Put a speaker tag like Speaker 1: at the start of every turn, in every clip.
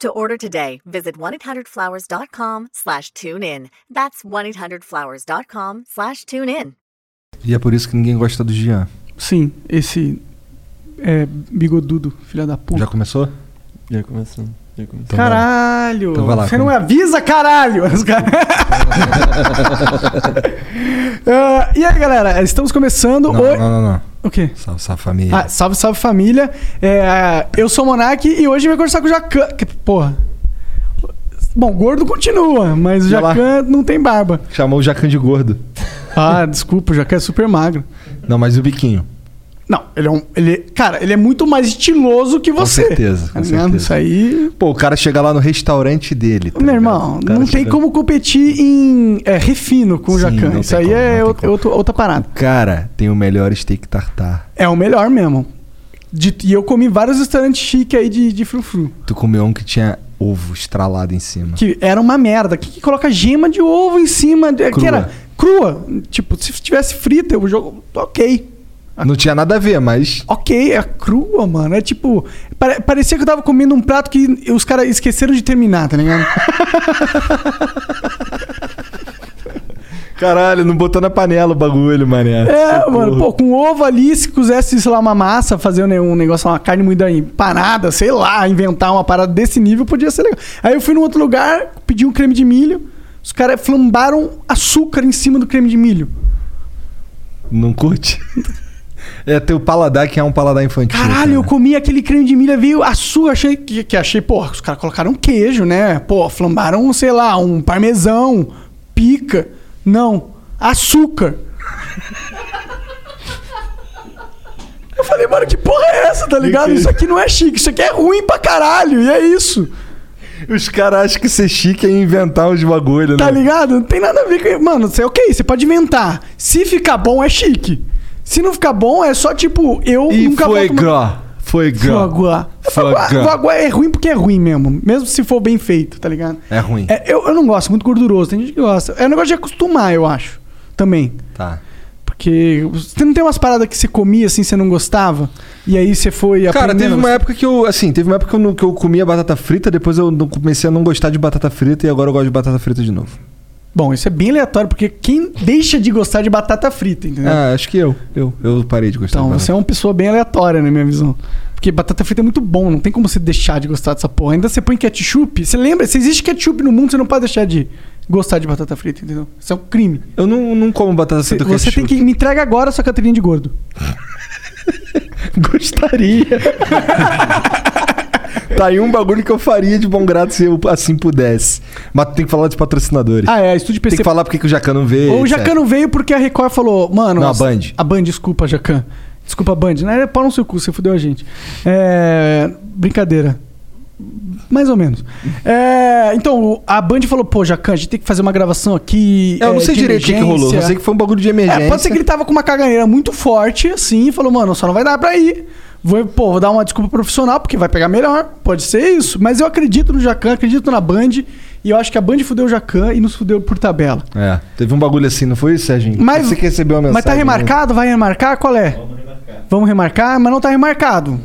Speaker 1: To order today, visit 1-800-Flowers.com slash tune in. That's 1-800-Flowers.com slash tune in.
Speaker 2: E é por isso que ninguém gosta do Jean.
Speaker 3: Sim, esse é, bigodudo, filha da puta.
Speaker 2: Já começou?
Speaker 4: Já começando. Já começando.
Speaker 2: Então vai lá.
Speaker 3: caralho!
Speaker 2: Então vai lá,
Speaker 3: você
Speaker 2: como-
Speaker 3: não avisa, caralho! Os caras- Ah, e aí, galera? Estamos começando.
Speaker 2: Não,
Speaker 3: o-
Speaker 2: não, não, não.
Speaker 3: O quê?
Speaker 2: Salve, salve família.
Speaker 3: Ah, salve, salve família. É, eu sou o Monark e hoje vai conversar com o Jacan. Que, porra. Bom, gordo continua, mas o
Speaker 2: Vai lá.
Speaker 3: Jacan não tem barba.
Speaker 2: Chamou o Jacan de gordo.
Speaker 3: Ah, desculpa, o Jacan é super magro.
Speaker 2: Não, mas e o biquinho?
Speaker 3: Não, ele é um. Ele, cara, ele é muito mais estiloso que você.
Speaker 2: certeza, com
Speaker 3: tá ligado?
Speaker 2: certeza.
Speaker 3: Isso aí.
Speaker 2: Pô, o cara chega lá no restaurante dele. tá ligado?
Speaker 3: Meu irmão,
Speaker 2: O cara
Speaker 3: não
Speaker 2: chega-
Speaker 3: tem como competir em é, refino com o
Speaker 2: Sim,
Speaker 3: Jacan.
Speaker 2: não
Speaker 3: Isso
Speaker 2: tem
Speaker 3: aí
Speaker 2: como, não
Speaker 3: é
Speaker 2: tem
Speaker 3: out-
Speaker 2: como.
Speaker 3: outro- outra parada.
Speaker 2: Cara, tem o melhor steak tartar.
Speaker 3: É o melhor mesmo. De- e eu comi vários restaurantes chiques aí de, de frufru.
Speaker 2: Tu comeu um que tinha ovo estralado em cima.
Speaker 3: Que era uma merda. Que, que coloca gema de ovo em cima. de- Que
Speaker 2: Crua.
Speaker 3: era crua. Tipo, se tivesse frita, eu jogo. Ok.
Speaker 2: Não tinha nada a ver, mas.
Speaker 3: Ok, é crua, mano. É tipo. pare- parecia que eu tava comendo um prato que os caras esqueceram de terminar, tá ligado?
Speaker 2: Caralho, não botou na panela o bagulho, mané.
Speaker 3: É, mano, pô, com ovo ali, se quisesse, sei lá, uma massa, fazer um- um negócio, uma carne muito empanada, sei lá, inventar uma parada desse nível, podia ser legal. Aí eu fui num outro lugar, pedi um creme de milho, os caras flambaram açúcar em cima do creme de milho.
Speaker 2: Não curte? é teu paladar que é um paladar infantil.
Speaker 3: Caralho, eu
Speaker 2: cara.
Speaker 3: comi aquele creme de milho, veio açúcar, achei que, que achei, porra, os caras colocaram queijo, né? Pô, flambaram, sei lá, um parmesão, pica. Não, açúcar. Eu falei, mano, que porra é essa, tá ligado? Isso aqui não é chique, isso aqui é ruim pra caralho, e é isso.
Speaker 2: Os caras acham que ser chique é inventar uns bagulho,
Speaker 3: Tá
Speaker 2: né?
Speaker 3: ligado? Não tem nada a ver com. Mano, você ok, você pode inventar. Se ficar bom, é chique. Se não ficar bom, é só tipo, eu
Speaker 2: E
Speaker 3: nunca
Speaker 2: foi
Speaker 3: vou tomar-
Speaker 2: gró. Foi gró.
Speaker 3: Fogua.
Speaker 2: Fogua.
Speaker 3: Fogua. Fogua é ruim porque é ruim mesmo. Mesmo se for bem feito, tá ligado?
Speaker 2: É ruim.
Speaker 3: É, eu, eu não gosto, muito gorduroso. Tem gente que gosta. É um negócio de acostumar, eu acho. Também.
Speaker 2: Tá.
Speaker 3: Porque você não tem umas paradas que você comia assim, você não gostava? E aí você foi
Speaker 2: Cara, teve
Speaker 3: aprendendo a
Speaker 2: uma época que eu, assim, teve uma época que eu, não- que eu comia batata frita, depois eu não- comecei a não gostar de batata frita e agora eu gosto de batata frita de novo.
Speaker 3: Bom, isso é bem aleatório, porque quem deixa de gostar de batata frita, entendeu?
Speaker 2: Ah, acho que eu. Eu, eu parei de gostar
Speaker 3: É. então,
Speaker 2: de
Speaker 3: você
Speaker 2: batata
Speaker 3: é uma pessoa bem aleatória, na minha visão. Porque batata frita é muito bom, não tem como você deixar de gostar dessa porra. Ainda você põe ketchup, você lembra? Se existe ketchup no mundo, você não pode deixar de gostar de batata frita, entendeu? Isso é um crime.
Speaker 2: Eu não, não como batata frita com
Speaker 3: Você tem que me entrega agora a sua Catarina de gordo.
Speaker 2: Gostaria. tá aí um bagulho que eu faria de bom grado se eu assim pudesse. Mas tem que falar dos patrocinadores.
Speaker 3: Ah, é, estúdio
Speaker 2: tem
Speaker 3: PC.
Speaker 2: que falar porque que o Jacan não veio.
Speaker 3: Ou o
Speaker 2: etc.
Speaker 3: Jacan não veio porque a Record falou, mano.
Speaker 2: Não, a
Speaker 3: nossa-
Speaker 2: Band.
Speaker 3: A Band, desculpa, Jacan. Desculpa, Band. Não era pau no seu cu, você fudeu a gente. É. Brincadeira. Mais ou menos. É, então, o- a Band falou, pô, Jacan, a gente tem que fazer uma gravação aqui.
Speaker 2: É, eu não
Speaker 3: é,
Speaker 2: sei
Speaker 3: de
Speaker 2: direito o que que rolou.
Speaker 3: emergência."
Speaker 2: Eu sei que foi um bagulho de emergência.
Speaker 3: É, pode ser que ele tava com uma caganeira muito forte, assim, e falou, mano, só não vai dar pra ir. Vou, pô, vou dar uma desculpa profissional, porque vai pegar melhor. Pode ser isso. Mas eu acredito no Jacan, acredito na Band. E eu acho que a Band fudeu o Jacan e nos fudeu por tabela.
Speaker 2: É, teve um bagulho assim, não foi isso, Serginho?
Speaker 3: Mas,
Speaker 2: Você que recebeu uma mensagem. né?
Speaker 3: mas tá remarcado? Vai remarcar? Qual é? Vamos remarcar. mas não tá remarcado.
Speaker 2: né?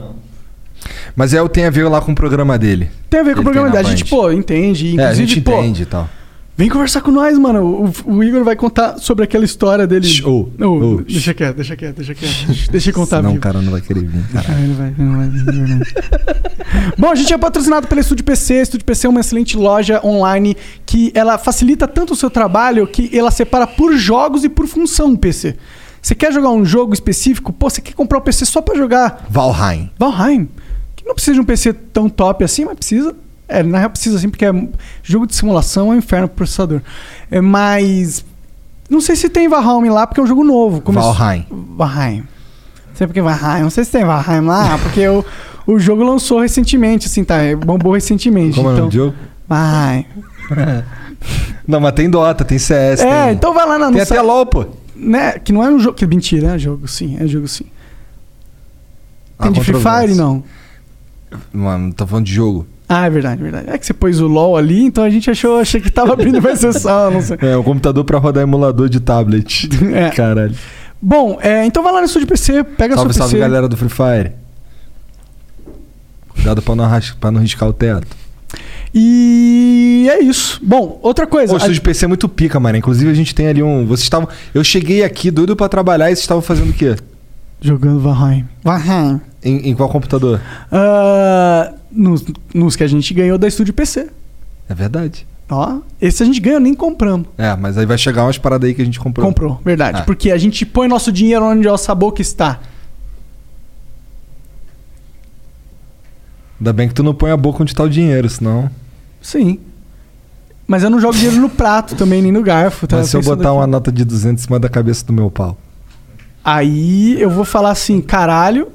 Speaker 2: Mas é o tem a ver lá com o programa dele.
Speaker 3: Tem a ver com o
Speaker 2: Ele
Speaker 3: programa
Speaker 2: tem na
Speaker 3: dele. A gente,
Speaker 2: Band.
Speaker 3: pô, entende. Inclusive,
Speaker 2: é, a gente
Speaker 3: pô, tá
Speaker 2: entende e tal.
Speaker 3: vem conversar com nós, mano. O, o Igor vai contar sobre aquela história dele.
Speaker 2: Shh, oh,
Speaker 3: Não,
Speaker 2: oh,
Speaker 3: deixa quieto, deixa quieto, deixa quieto. deixa eu contar,
Speaker 2: Senão
Speaker 3: viu?
Speaker 2: o cara não vai querer vir, cara.
Speaker 3: Ah, ele vai, ele não vai, ele não vai. Bom, a gente é patrocinado pela Estúdio PC. A Estúdio PC é uma excelente loja online que ela facilita tanto o seu trabalho que ela separa por jogos e por função o PC. Você quer jogar um jogo específico? Pô, você quer comprar um PC só pra jogar
Speaker 2: Valheim.
Speaker 3: Valheim, que não precisa de um PC tão top assim, mas precisa. É, na real precisa assim, porque é um- jogo de simulação é um inferno pro processador. É, mas. Não sei se tem Valheim lá, porque é um jogo novo. Começou-
Speaker 2: Valheim.
Speaker 3: Valheim. Não sei porque Valheim. Não sei se tem Valheim lá, porque o, o jogo lançou recentemente, assim, tá? Bombou recentemente.
Speaker 2: Como é o
Speaker 3: então,
Speaker 2: nome do jogo?
Speaker 3: Valheim.
Speaker 2: Não, mas tem Dota, tem CS.
Speaker 3: É,
Speaker 2: tem...
Speaker 3: então vai lá na
Speaker 2: Tem
Speaker 3: nossa.
Speaker 2: até LOL, pô.
Speaker 3: né, que não é um jogo. Que mentira, é jogo sim, é jogo sim.
Speaker 2: Há Ah,
Speaker 3: Tem de Free Fire,
Speaker 2: controvérsia.
Speaker 3: não.
Speaker 2: Mano, tá falando de jogo.
Speaker 3: Ah, é verdade, é verdade. É que você pôs o LOL ali, então a gente achou, achei que tava abrindo uma exceção, não sei.
Speaker 2: É, um computador pra rodar emulador de tablet.
Speaker 3: É.
Speaker 2: Caralho.
Speaker 3: Bom, é, então vai lá no estúdio PC, pega
Speaker 2: Salve,
Speaker 3: seu
Speaker 2: salve,
Speaker 3: PC.
Speaker 2: galera do Free Fire. Cuidado pra não, arras... pra não riscar o teto.
Speaker 3: E é isso. Bom, outra coisa.
Speaker 2: Pô, o estúdio PC é muito pica, mano. Inclusive, a gente tem ali um. Vocês estavam. Eu cheguei aqui doido pra trabalhar e vocês estavam fazendo o quê?
Speaker 3: Jogando Valheim. Valheim.
Speaker 2: Em, em qual computador?
Speaker 3: Ah, nos, nos que a gente ganhou da estúdio PC.
Speaker 2: É verdade.
Speaker 3: Ó, esse a gente ganhou, nem compramos.
Speaker 2: É, mas aí vai chegar umas paradas aí que a gente comprou.
Speaker 3: Comprou, verdade.
Speaker 2: Ah.
Speaker 3: Porque a gente põe nosso dinheiro onde o nossa boca está.
Speaker 2: Ainda bem que tu não põe a boca onde tá o dinheiro, senão.
Speaker 3: Sim. Mas eu não jogo dinheiro no prato também, nem no garfo. tá?
Speaker 2: mas se eu
Speaker 3: Pensando
Speaker 2: botar
Speaker 3: aqui.
Speaker 2: uma nota de 200 em cima da cabeça do meu pau.
Speaker 3: Aí eu vou falar assim, caralho.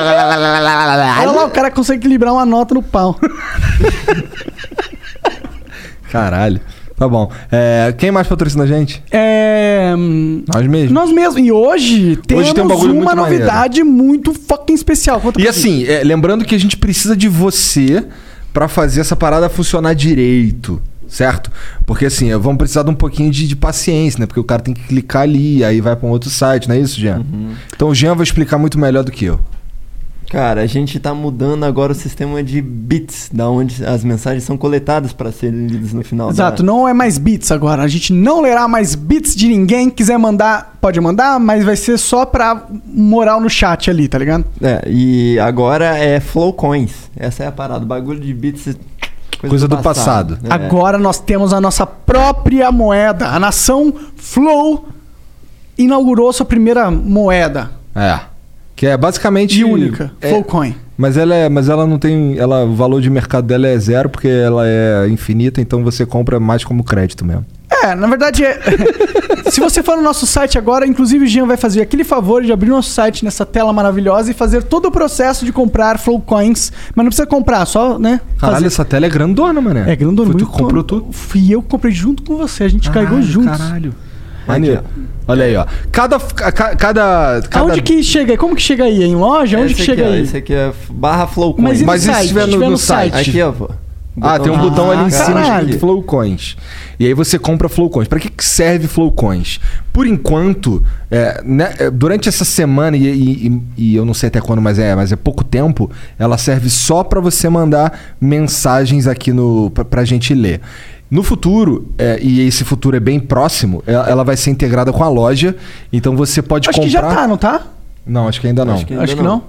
Speaker 3: Olha lá, o cara consegue equilibrar uma nota no pau.
Speaker 2: Caralho. Tá bom. É, quem mais patrocina a gente?
Speaker 3: É. hum,
Speaker 2: Nós mesmos.
Speaker 3: Nós mesmos. E hoje temos
Speaker 2: Hoje tem um bagulho
Speaker 3: uma
Speaker 2: muito maneiro.
Speaker 3: novidade muito fucking especial. Conta
Speaker 2: E
Speaker 3: pra gente.
Speaker 2: assim, é, lembrando que a gente precisa de você pra fazer essa parada funcionar direito, certo? Porque assim, é, vamos precisar de um pouquinho de, de paciência, né? Porque o cara tem que clicar ali, aí vai pra um outro site, não é isso, Jean?
Speaker 3: Uhum.
Speaker 2: Então o Jean vai explicar muito melhor do que eu.
Speaker 4: Cara, a gente tá mudando agora o sistema de bits, da onde as mensagens são coletadas para serem lidas no final. da-
Speaker 3: Exato, não é mais bits agora. A gente não lerá mais bits de ninguém. Quiser mandar, pode mandar, mas vai ser só pra moral no chat ali, tá ligado?
Speaker 4: É, e agora é Flow Coins. Essa é a parada. O bagulho de bits.
Speaker 2: Coisa do passado.
Speaker 4: É.
Speaker 3: Agora nós temos a nossa própria moeda. A nação Flow inaugurou sua primeira moeda
Speaker 2: É. Que é basicamente.
Speaker 3: e única,
Speaker 2: É,
Speaker 3: Flowcoin.
Speaker 2: mas ela é, mas ela não tem, ela o valor de mercado dela é zero porque ela é infinita, então você compra mais como crédito mesmo.
Speaker 3: É, na verdade é. Se você for no nosso site agora, inclusive o Jean vai fazer aquele favor de abrir nosso site nessa tela maravilhosa e fazer todo o processo de comprar Flow Coins. Mas não precisa comprar, só, né?
Speaker 2: Caralho,
Speaker 3: fazer-
Speaker 2: essa tela é grandona, mané.
Speaker 3: É, grandona.
Speaker 2: Foi tu
Speaker 3: muito
Speaker 2: que comprou tudo?
Speaker 3: Fui eu que comprei junto com você. A gente carregou juntos.
Speaker 2: Caralho. Maneiro. Olha aí, ó. Cada. ca- ca- cada, cada
Speaker 3: Aonde que chega? Como que chega aí? Em loja? Onde
Speaker 4: Esse
Speaker 3: que chega
Speaker 4: aqui, ó,
Speaker 3: aí?
Speaker 4: Esse aqui é f- barra Flow Coins.
Speaker 3: Mas e no
Speaker 2: Mas e se
Speaker 3: site?
Speaker 2: tiver no- no site?
Speaker 4: Aqui, ó. pô.
Speaker 2: Ah, tem um
Speaker 4: de-
Speaker 2: botão ali em
Speaker 4: Ah,
Speaker 2: cima
Speaker 4: caralho.
Speaker 2: escrito Flowcoins. E aí você compra Flowcoins. Pra que que serve Flowcoins? Por enquanto, é, né, é, durante essa semana, e, e- e- e eu não sei até quando, mas é, mas é pouco tempo, ela serve só pra você mandar mensagens aqui no, pra, pra gente ler. No futuro, é, e esse futuro é bem próximo, é- ela vai ser integrada com a loja, então você pode
Speaker 3: Acho
Speaker 2: comprar...
Speaker 3: que já tá, não tá?
Speaker 2: Não, acho que ainda não.
Speaker 4: Acho que ainda
Speaker 3: Acho que não.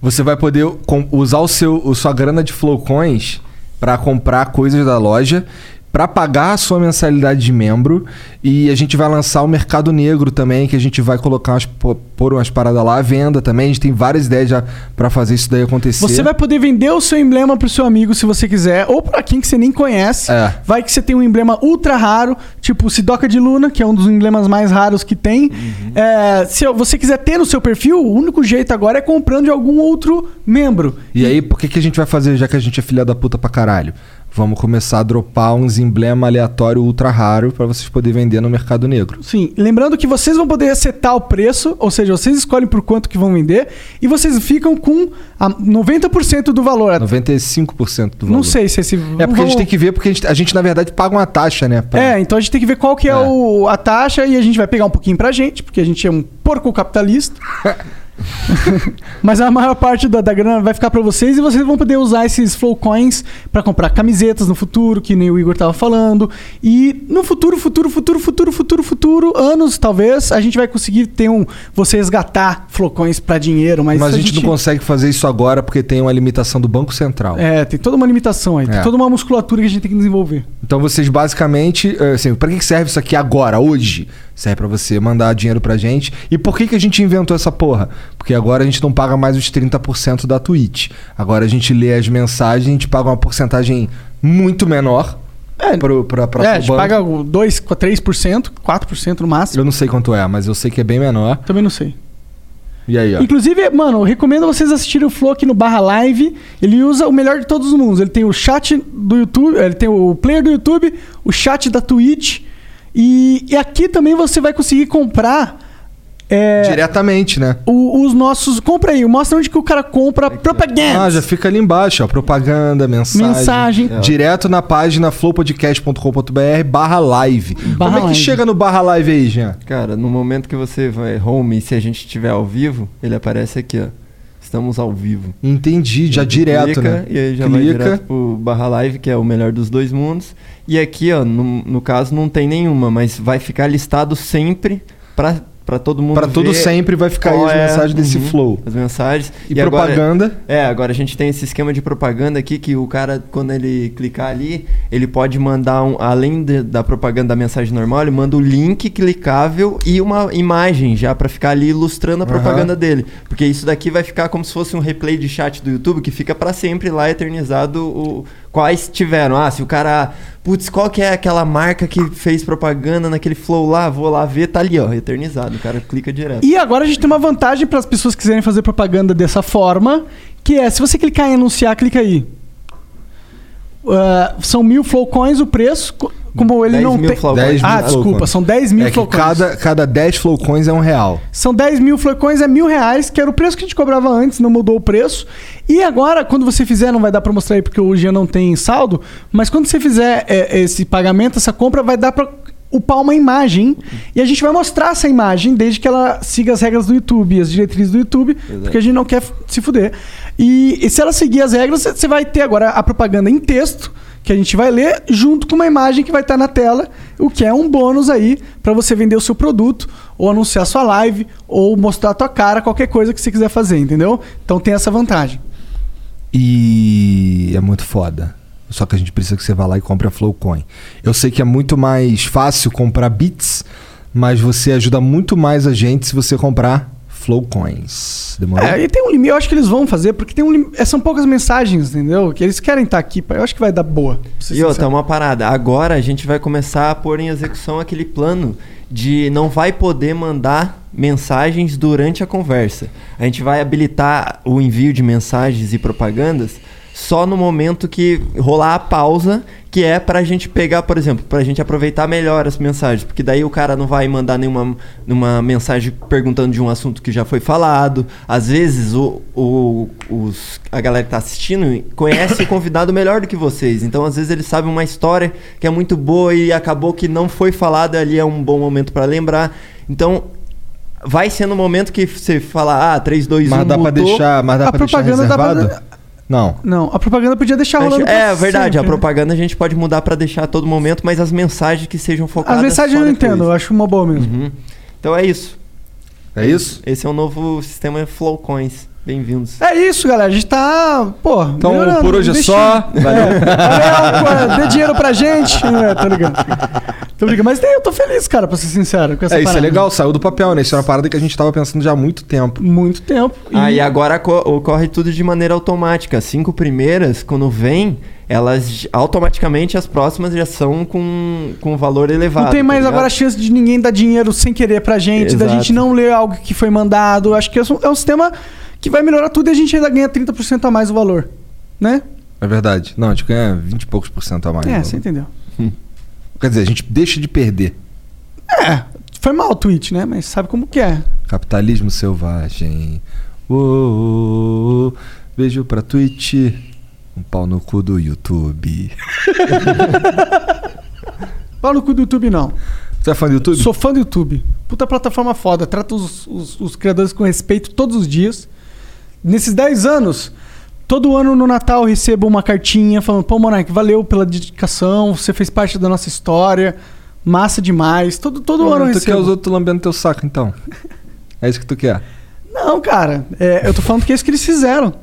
Speaker 2: Você vai poder com- usar o seu, o sua grana de flowcoins para comprar coisas da loja, para pagar a sua mensalidade de membro e a gente vai lançar o mercado negro também, que a gente vai colocar umas, pô- pôr umas paradas lá à venda também. A gente tem várias ideias já para fazer isso daí acontecer.
Speaker 3: Você vai poder vender o seu emblema pro seu amigo se você quiser, ou pra quem que você nem conhece.
Speaker 2: É.
Speaker 3: Vai que você tem um emblema ultra raro, tipo o Sidoca de Luna, que é um dos emblemas mais raros que tem.
Speaker 2: Uhum.
Speaker 3: É, se você quiser ter no seu perfil, o único jeito agora é comprando de algum outro membro.
Speaker 2: E aí, por que, que a gente vai fazer, já que a gente é filha da puta pra caralho? Vamos começar a dropar uns emblema aleatório ultra raro para vocês poderem vender no mercado negro.
Speaker 3: Sim, lembrando que vocês vão poder acertar o preço, ou seja, vocês escolhem por quanto que vão vender e vocês ficam com a 90% do valor.
Speaker 2: 95% do valor.
Speaker 3: Não sei se esse
Speaker 2: É porque a gente tem que ver, porque a gente, a gente, na verdade paga uma taxa, né? pra-
Speaker 3: É, então a gente tem que ver qual que é,
Speaker 2: É.
Speaker 3: o- a taxa e a gente vai pegar um pouquinho pra gente, porque a gente é um porco capitalista. Mas a maior parte da, da grana vai ficar pra vocês e vocês vão poder usar esses flowcoins pra comprar camisetas no futuro, que nem o Igor tava falando. E no futuro, futuro, futuro, futuro, futuro, futuro, anos talvez, a gente vai conseguir ter um você resgatar flowcoins pra dinheiro, mas,
Speaker 2: Mas, a gente, não consegue fazer isso agora porque tem uma limitação do Banco Central.
Speaker 3: É, tem toda uma limitação aí,
Speaker 2: É.
Speaker 3: tem toda uma musculatura que a gente tem que desenvolver.
Speaker 2: Então vocês basicamente, eh, assim, pra que que serve isso aqui agora, hoje? Serve pra você mandar dinheiro pra gente. E por que que a gente inventou essa porra? Porque agora a gente não paga mais os 30% da Twitch. Agora a gente lê as mensagens, a gente paga uma porcentagem muito menor
Speaker 3: É.
Speaker 2: pro, pra, pra,
Speaker 3: é,
Speaker 2: pro
Speaker 3: a gente
Speaker 2: banco.
Speaker 3: paga o 2, 3%, 4% no máximo.
Speaker 2: Eu não sei quanto é, mas eu sei que é bem menor.
Speaker 3: Também não sei.
Speaker 2: E aí, ó.
Speaker 3: Inclusive, mano, eu recomendo vocês assistirem o Flow aqui no Barra Live. Ele usa o melhor de todos os mundos. Ele tem o chat do YouTube, eh, ele tem o player do YouTube, o chat da Twitch. E, e aqui também você vai conseguir comprar. é,
Speaker 2: Diretamente, né?
Speaker 3: o- os nossos. Compra aí, mostra onde que o cara compra propaganda.
Speaker 2: Ah, já fica ali embaixo, ó. Propaganda, mensagem.
Speaker 3: É. Mensagem.
Speaker 4: É.
Speaker 2: Direto na página flowpodcast.com.br barra live.
Speaker 3: Barra
Speaker 2: Como é que
Speaker 3: live.
Speaker 2: chega no barra live aí, Jean?
Speaker 4: Cara, no momento que você vai home e se a gente estiver ao vivo, ele aparece aqui, ó. Estamos ao vivo.
Speaker 2: Entendi, já
Speaker 4: Aí tu
Speaker 2: direto,
Speaker 4: clica,
Speaker 2: né?
Speaker 4: E aí já vai
Speaker 2: clica.
Speaker 4: direto pro barra live, que é o melhor dos dois mundos. E aqui, ó, no, no caso não tem nenhuma, mas vai ficar listado sempre pra, pra todo mundo
Speaker 2: Pra
Speaker 4: ver
Speaker 2: todo sempre vai ficar aí
Speaker 4: qual
Speaker 2: as
Speaker 4: é-
Speaker 2: mensagens desse
Speaker 4: Uhum,
Speaker 2: flow.
Speaker 4: As mensagens.
Speaker 2: E,
Speaker 4: agora-
Speaker 2: propaganda.
Speaker 4: é, agora a gente tem esse esquema de propaganda aqui que o cara, quando ele clicar ali, ele pode mandar, um, além de- da propaganda da mensagem normal, ele manda o link clicável e uma imagem já pra ficar ali ilustrando a
Speaker 2: Aham.
Speaker 4: propaganda dele. Porque isso daqui vai ficar como se fosse um replay de chat do YouTube que fica pra sempre lá eternizado o, quais tiveram. Ah, se o cara. Putz, qual que é aquela marca que fez propaganda naquele flow lá? Vou lá ver, tá ali, ó, eternizado. O cara clica direto.
Speaker 3: E agora a gente tem uma vantagem para as pessoas que quiserem fazer propaganda dessa forma, que é, se você clicar em anunciar, clica aí. Ah, são mil flowcoins o preço, co- como ele
Speaker 4: 10
Speaker 3: não
Speaker 4: mil
Speaker 3: tem...
Speaker 4: Flow
Speaker 2: Dez
Speaker 4: Coins.
Speaker 2: mil
Speaker 3: ah,
Speaker 2: Flowcoins.
Speaker 3: desculpa, são 10 mil
Speaker 2: É que
Speaker 3: flowcoins.
Speaker 2: cada, cada 10 flowcoins é um real.
Speaker 3: São 10 mil flocões, é mil reais, que era o preço que a gente cobrava antes, não mudou o preço. E agora, quando você fizer, não vai dar pra mostrar aí porque o Jean não tem saldo, mas quando você fizer é, esse pagamento, essa compra, vai dar pra upar uma imagem. E a gente vai mostrar essa imagem, desde que ela siga as regras do YouTube, as diretrizes do YouTube, porque a gente não quer f- se fuder. E, e se ela seguir as regras, você- você vai ter agora a propaganda em texto, que a gente vai ler, junto com uma imagem que vai estar na tela, o que é um bônus aí pra você vender o seu produto, ou anunciar sua live, ou mostrar a tua cara, qualquer coisa que você quiser fazer, entendeu? Então tem essa vantagem.
Speaker 2: E é muito foda. Só que a gente precisa que você vá lá e compre a Flowcoin. Eu sei que é muito mais fácil comprar bits, mas você ajuda muito mais a gente se você comprar Flowcoins. Demorou?
Speaker 3: É, e tem um limite, eu acho que eles vão fazer, porque tem um lim... é, são poucas mensagens, entendeu? Que eles querem estar aqui, pra- eu acho que vai dar boa. pra ser
Speaker 4: E outra,
Speaker 3: sincero.
Speaker 4: uma parada. Agora a gente vai começar a pôr em execução aquele plano de não vai poder mandar mensagens durante a conversa. A gente vai habilitar o envio de mensagens e propagandas só no momento que rolar a pausa, que é pra gente pegar, por exemplo, pra gente aproveitar melhor as mensagens, porque daí o cara não vai mandar nenhuma numa mensagem perguntando de um assunto que já foi falado. Às vezes o, o- os, a galera que tá assistindo conhece o convidado melhor do que vocês. Então, às vezes, eles sabem uma história que é muito boa e acabou que não foi falada ali, é um bom momento pra lembrar. Então, vai sendo um momento que você fala, ah, 3, 2, 1,
Speaker 2: mas dá pra
Speaker 4: botou.
Speaker 2: deixar, mas dá
Speaker 3: A
Speaker 2: pra deixar
Speaker 3: propaganda dá pra-
Speaker 2: reservado? Não.
Speaker 3: Não, a propaganda podia deixar rolando pra
Speaker 4: É, verdade,
Speaker 3: sempre,
Speaker 4: a
Speaker 3: né?
Speaker 4: propaganda a gente pode mudar pra deixar a todo momento, mas as mensagens que sejam focadas.
Speaker 3: As mensagens
Speaker 4: só
Speaker 3: eu não
Speaker 4: depois.
Speaker 3: entendo, eu acho uma boa mesmo.
Speaker 4: Uhum. Então é isso.
Speaker 2: É isso?
Speaker 4: Esse é o novo sistema Flowcoins. Bem-vindos.
Speaker 3: É isso, galera. A gente tá. Pô.
Speaker 2: Então,
Speaker 3: melhorando,
Speaker 2: por hoje é
Speaker 3: investindo.
Speaker 2: só. Valeu.
Speaker 3: É, valeu, pô, dê dinheiro pra gente. É, tô ligando. Tô ligando. Mas tem- eu tô feliz, cara, pra ser sincero. Com essa
Speaker 2: É, isso é
Speaker 3: parada.
Speaker 2: legal, saiu do papel, né? Isso é uma parada que a gente tava pensando já há muito tempo.
Speaker 3: Muito tempo. E-
Speaker 4: Aí Ah, agora co- ocorre tudo de maneira automática. As cinco primeiras, quando vem, elas j- automaticamente as próximas já são com, com valor elevado.
Speaker 3: Não tem
Speaker 4: tá
Speaker 3: mais
Speaker 4: ligado?
Speaker 3: agora a chance de ninguém dar dinheiro sem querer pra gente, da
Speaker 4: Exato.
Speaker 3: gente não ler algo que foi mandado. Acho que é um, é um sistema que vai melhorar tudo e a gente ainda ganha 30% a mais o valor. Né?
Speaker 2: É verdade. Não, a gente ganha 20 e poucos por cento a mais.
Speaker 3: é,
Speaker 2: né?
Speaker 3: você entendeu.
Speaker 2: Quer dizer, a gente deixa de perder.
Speaker 3: É, foi mal o tweet, né? Mas sabe como que é.
Speaker 2: Capitalismo selvagem. Uou, beijo pra Twitch. Um pau no cu do YouTube.
Speaker 3: Fala no cu do YouTube, não.
Speaker 2: Você é fã do YouTube?
Speaker 3: Sou fã do YouTube. Puta plataforma foda. Trata os, os- os criadores com respeito todos os dias. Nesses 10 anos, todo ano no Natal eu recebo uma cartinha falando: pô, Monark, valeu pela dedicação, você fez parte da nossa história, massa demais. Todo, todo
Speaker 2: Ah,
Speaker 3: ano eu
Speaker 2: tu quer
Speaker 3: recebo.
Speaker 2: os outros lambendo teu saco, então. É isso que tu quer.
Speaker 3: Não, cara, é, eu tô falando que é isso que eles fizeram,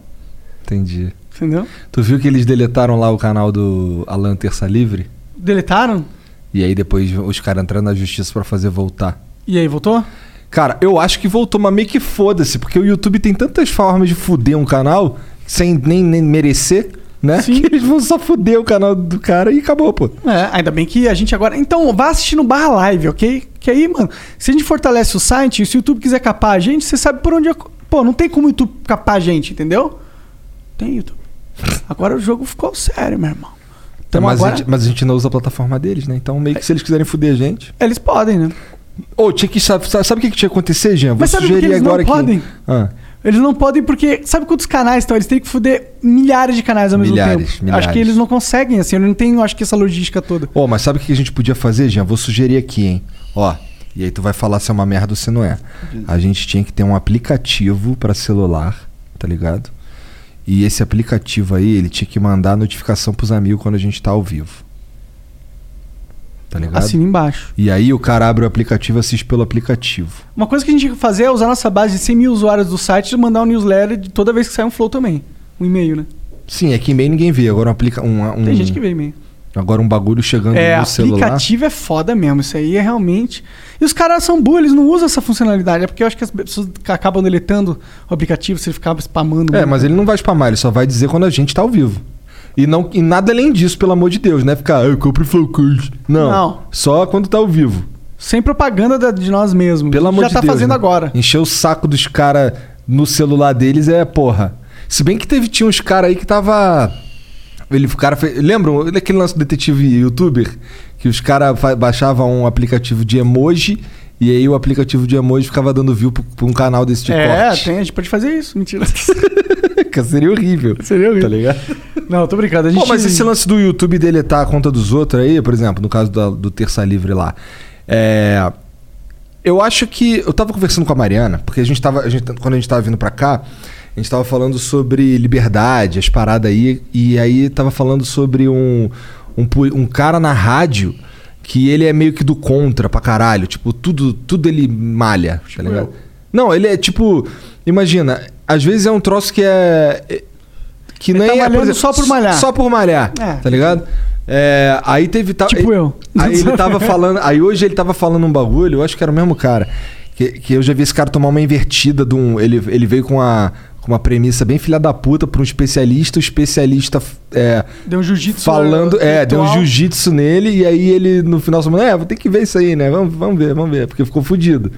Speaker 2: Entendi.
Speaker 3: entendeu?
Speaker 2: Tu viu que eles deletaram lá o canal do Alan Terça Livre?
Speaker 3: Deletaram
Speaker 2: E aí depois os caras entraram na justiça pra fazer voltar.
Speaker 3: e aí voltou?
Speaker 2: Cara, eu acho que voltou, mas meio que foda-se, porque o YouTube tem tantas formas de fuder um canal sem nem, nem merecer, né?
Speaker 3: Sim.
Speaker 2: Que eles vão só fuder o canal do cara e acabou, pô.
Speaker 3: É, ainda bem que a gente agora. Então, vá assistir no Barra Live, ok? Que aí, mano, se a gente fortalece o site, e se o YouTube quiser capar a gente, você sabe por onde ac- pô, não tem como o YouTube capar a gente, entendeu? Tem YouTube. Agora o jogo ficou sério, meu irmão.
Speaker 2: Tá,
Speaker 3: Então
Speaker 2: mas,
Speaker 3: agora.
Speaker 2: a gente, mas a gente não usa a plataforma deles, né? Então, meio que se eles quiserem fuder a gente.
Speaker 3: Eles podem, né?
Speaker 2: Ou tinha que. Sabe, sabe o que que tinha que acontecer, Jean? Vou
Speaker 3: Mas sabe por que
Speaker 2: sugerir
Speaker 3: eles não
Speaker 2: agora
Speaker 3: podem?
Speaker 2: que. Ah,
Speaker 3: Eles não podem porque. Sabe quantos canais estão? Eles têm que foder milhares de canais ao mesmo
Speaker 2: Milhares,
Speaker 3: tempo.
Speaker 2: milhares.
Speaker 3: Acho que eles não conseguem, assim. Eu não tenho, acho que, essa logística toda.
Speaker 2: Ô, mas sabe o que a gente podia fazer, Jean? Vou sugerir aqui, hein? Ó, e aí tu vai falar se é uma merda ou se não é. A gente tinha que ter um aplicativo pra celular, tá ligado? E esse aplicativo aí, ele tinha que mandar notificação pros amigos quando a gente tá ao vivo. Tá ligado?
Speaker 3: Assina embaixo.
Speaker 2: E aí o cara abre o aplicativo e assiste pelo aplicativo.
Speaker 3: Uma coisa que a gente tinha que fazer é usar a nossa base de 100 mil usuários do site e mandar um newsletter de toda vez que sai um flow também. Um e-mail, né?
Speaker 2: Sim, é que e-mail ninguém vê. Agora um aplica um, um-
Speaker 3: Tem gente que vê e-mail.
Speaker 2: agora um bagulho chegando
Speaker 3: É,
Speaker 2: no celular.
Speaker 3: aplicativo é foda mesmo. Isso aí é realmente. E os caras são burros, eles não usam essa funcionalidade. É porque eu acho que as pessoas acabam deletando o aplicativo se ele ficava spamando.
Speaker 2: É,
Speaker 3: muito.
Speaker 2: mas ele não vai spamar, ele só vai dizer quando a gente tá ao vivo. E, não, e nada além disso, pelo amor de Deus, né? Ficar, "Ah, eu compro Flowcast. Não,
Speaker 3: Não.
Speaker 2: Só quando tá ao vivo.
Speaker 3: Sem propaganda da- de nós mesmos.
Speaker 2: Pelo amor
Speaker 3: Já
Speaker 2: de
Speaker 3: tá
Speaker 2: Deus.
Speaker 3: fazendo
Speaker 2: né?
Speaker 3: agora.
Speaker 2: Encher o saco dos caras no celular deles é porra. Se bem que teve, tinha uns caras aí que tava. Ele, o cara fez, lembram daquele lance do detetive youtuber? Que os caras fa- baixavam um aplicativo de emoji e aí o aplicativo de emoji ficava dando view pro- pra um canal desse tipo.
Speaker 3: é, tem, a gente pode fazer isso. Mentira.
Speaker 2: Seria horrível.
Speaker 3: Seria horrível.
Speaker 2: Tá ligado?
Speaker 3: não, tô brincando. A gente...
Speaker 2: Pô, mas esse lance do YouTube deletar a conta dos outros aí, por exemplo, no caso da- do Terça Livre lá. É. Eu acho que. Eu tava conversando com a Mariana, porque a gente tava. a gente- quando a gente tava vindo pra cá, a gente tava falando sobre liberdade, as paradas aí. E aí tava falando sobre um, um, pu- um cara na rádio que ele é meio que do contra pra caralho. Tipo, tudo, tudo ele malha,
Speaker 3: Tipo
Speaker 2: tá ligado? Não, ele é tipo. Imagina, às vezes é um troço que é. é- Que
Speaker 3: Ele
Speaker 2: nem
Speaker 3: tá
Speaker 2: é, por
Speaker 3: malhando só por malhar.
Speaker 2: Só por malhar,
Speaker 3: É.
Speaker 2: tá ligado? É, aí teve tal.
Speaker 3: Tipo
Speaker 2: aí-
Speaker 3: eu.
Speaker 2: Aí ele tava falando. Aí hoje ele tava falando um bagulho, eu acho que era o mesmo cara. Que, que eu já vi esse cara tomar uma invertida de um. Ele, ele veio com uma, com uma premissa bem filha da puta pra um especialista, o especialista. É,
Speaker 3: Deu um jiu-jitsu.
Speaker 2: falando. É, deu um
Speaker 3: virtual.
Speaker 2: jiu-jitsu nele, e aí ele no final falou: É, vou ter que ver isso aí, né? Vamos, vamos ver, vamos ver, porque ficou fudido.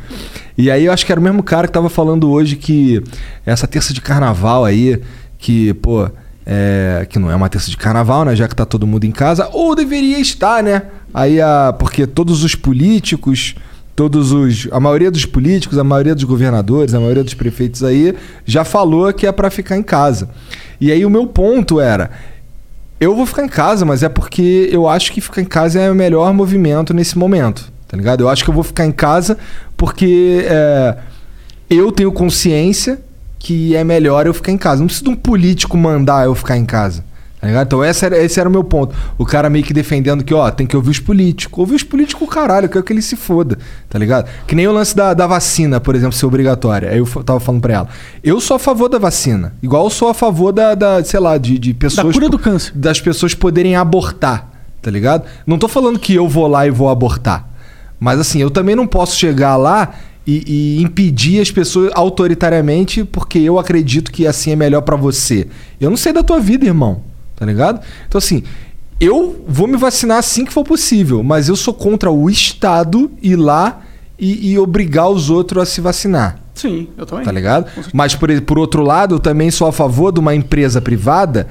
Speaker 2: E aí eu acho que era o mesmo cara que tava falando hoje que essa terça de carnaval aí, que, pô. é, que não é uma terça de carnaval, né? Já que tá todo mundo em casa, ou deveria estar, né? Aí a. Porque todos os políticos, todos os. A maioria dos políticos, a maioria dos governadores, a maioria dos prefeitos aí, já falou que é pra ficar em casa. E aí o meu ponto era. Eu vou ficar em casa, mas é porque eu acho que ficar em casa é o melhor movimento nesse momento, tá ligado? Eu acho que eu vou ficar em casa porque é, eu tenho consciência que é melhor eu ficar em casa. Não preciso de um político mandar eu ficar em casa, tá ligado? Então essa era- esse era o meu ponto. O cara meio que defendendo que, ó, tem que ouvir os políticos. Ouvir os políticos, caralho, eu quero que ele se foda, tá ligado? Que nem o lance da, da vacina, por exemplo, ser obrigatória. Aí eu fa- tava falando pra ela. Eu sou a favor da vacina. Igual eu sou a favor da, da sei lá, de, de pessoas
Speaker 3: Da cura do câncer.
Speaker 2: das pessoas poderem abortar, tá ligado? Não tô falando que eu vou lá e vou abortar. Mas assim, eu também não posso chegar lá e, e impedir as pessoas autoritariamente porque eu acredito que assim é melhor pra você. Eu não sei da tua vida, irmão, tá ligado? Então assim, eu vou me vacinar assim que for possível, mas eu sou contra o Estado ir lá e- e obrigar os outros a se vacinar.
Speaker 3: Sim, eu também.
Speaker 2: Tá ligado? Mas por, por outro lado, eu também sou a favor de uma empresa privada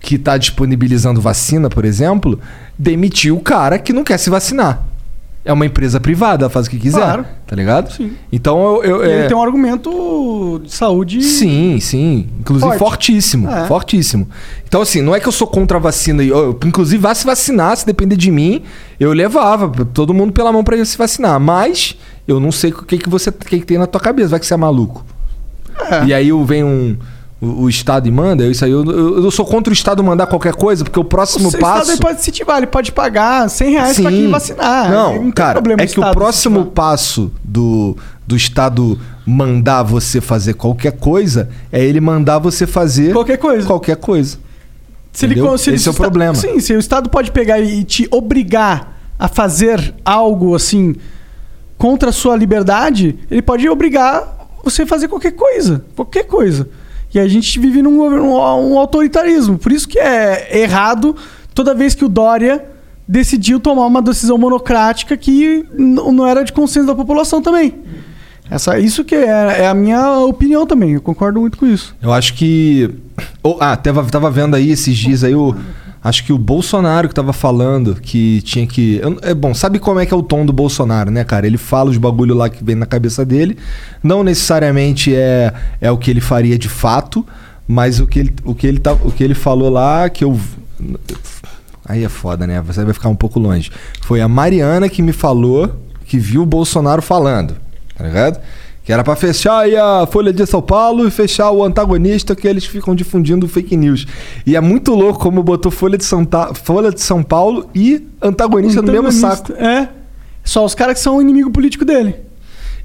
Speaker 2: que tá disponibilizando vacina, por exemplo, demitir o cara que não quer se vacinar. É uma empresa privada, ela faz o que quiser.
Speaker 3: Claro.
Speaker 2: Tá ligado?
Speaker 3: Sim.
Speaker 2: Então eu. eu-
Speaker 3: E ele
Speaker 2: é-
Speaker 3: tem um argumento de saúde.
Speaker 2: Sim, sim. Inclusive
Speaker 3: Forte.
Speaker 2: fortíssimo.
Speaker 3: É.
Speaker 2: Fortíssimo. Então, assim, não é que eu sou contra a vacina. Eu, eu, inclusive, vá se vacinar, se depender de mim, eu levava p- todo mundo pela mão pra se vacinar. Mas eu não sei o que, que você o que, que tem na tua cabeça. Vai que você é maluco.
Speaker 3: É.
Speaker 2: E aí eu vem um. O, o Estado e manda, isso aí. Eu, eu, eu sou contra o Estado mandar qualquer coisa, porque o
Speaker 3: O
Speaker 2: próximo
Speaker 3: seu
Speaker 2: passo.
Speaker 3: estado ele pode incentivar, ele pode pagar 100 reais pra quem vacinar.
Speaker 2: Não,
Speaker 3: tem
Speaker 2: cara,
Speaker 3: problema
Speaker 2: é
Speaker 3: o
Speaker 2: que o
Speaker 3: Estado
Speaker 2: próximo
Speaker 3: incentivar.
Speaker 2: passo do, do Estado mandar você fazer qualquer coisa é ele mandar você fazer
Speaker 3: Qualquer coisa.
Speaker 2: Qualquer coisa.
Speaker 3: Se ele,
Speaker 2: Entendeu?
Speaker 3: con- se ele-
Speaker 2: Esse é o
Speaker 3: se está-
Speaker 2: problema.
Speaker 3: Sim, se o Estado pode pegar e te obrigar a fazer algo assim contra a sua liberdade, ele pode obrigar você a fazer qualquer coisa. Qualquer coisa. E a gente vive num governo, um autoritarismo. Por isso que é errado toda vez que o Dória decidiu tomar uma decisão monocrática que n- não era de consenso da população também. Essa, isso que é, é a minha opinião também, eu concordo muito com isso.
Speaker 2: Eu acho que. ou- ah, tava, tava vendo aí esses dias aí o. Acho que o Bolsonaro que tava falando que tinha que. eu- é bom, sabe como é que é o tom do Bolsonaro, né, cara? Ele fala os bagulho lá que vem na cabeça dele. Não necessariamente é, é o que ele faria de fato, mas o que ele, o que ele, tá, o que ele falou lá, que eu. Aí é foda, né? Você vai ficar um pouco longe. Foi a Mariana que me falou que viu o Bolsonaro falando, tá ligado? Que era pra fechar aí a Folha de São Paulo e fechar o antagonista que eles ficam difundindo fake news. E é muito louco como botou Folha de São, Ta- Folha de São Paulo e antagonista no mesmo saco. Né?
Speaker 3: Antagonista, É. Só os caras que são o inimigo político dele.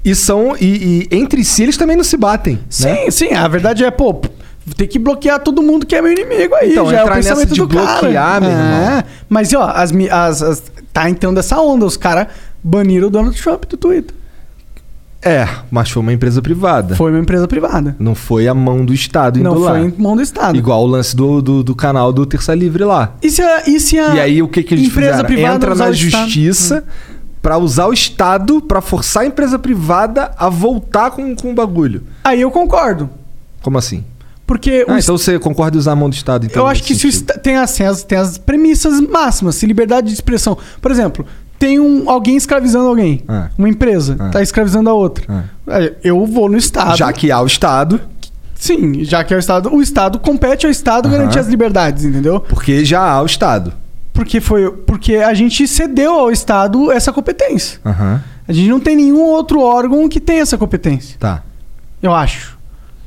Speaker 2: E são. E, e entre si eles também não se batem.
Speaker 3: Sim,
Speaker 2: né?
Speaker 3: sim. A verdade é, pô, tem que bloquear todo mundo que é meu inimigo aí.
Speaker 2: Então,
Speaker 3: já é o
Speaker 2: entrar nessa
Speaker 3: pensamento
Speaker 2: de
Speaker 3: do cara. É.
Speaker 2: bloquear, meu irmão.
Speaker 3: Mas, ó, as, mi- as, as- tá entrando essa onda. Os caras baniram o Donald Trump do Twitter.
Speaker 2: É, mas foi uma empresa privada.
Speaker 3: Foi uma empresa privada.
Speaker 2: Não foi a mão do Estado indo
Speaker 3: Não
Speaker 2: lá.
Speaker 3: foi em mão do Estado.
Speaker 2: Igual o lance do, do, do canal do Terça Livre lá.
Speaker 3: E se a, e se a
Speaker 2: E aí o que, que eles
Speaker 3: Ah, empresa
Speaker 2: fizeram?
Speaker 3: privada
Speaker 2: Entra
Speaker 3: usar
Speaker 2: na
Speaker 3: o Estado?
Speaker 2: justiça pra usar o Estado pra forçar a empresa privada a voltar com, com o bagulho.
Speaker 3: Aí eu concordo.
Speaker 2: Como assim?
Speaker 3: Porque o
Speaker 2: Ah, então você concorda em usar a mão do Estado? Então,
Speaker 3: eu acho que
Speaker 2: nesse
Speaker 3: se o
Speaker 2: sentido.
Speaker 3: esta- tem, assim, as, tem as premissas máximas, se liberdade de expressão. Por exemplo, tem um, alguém escravizando alguém.
Speaker 2: Ah.
Speaker 3: Uma empresa
Speaker 2: Ah.
Speaker 3: tá escravizando a outra. Aí Eu vou no Estado.
Speaker 2: Já que há o Estado,
Speaker 3: Sim, já que é o Estado. O Estado compete ao Estado
Speaker 2: Aham.
Speaker 3: garantir as liberdades, entendeu?
Speaker 2: porque já há o Estado.
Speaker 3: Porque foi. Porque a gente cedeu ao Estado essa competência.
Speaker 2: Aham.
Speaker 3: A gente não tem nenhum outro órgão que tenha essa competência,
Speaker 2: Tá.
Speaker 3: eu acho.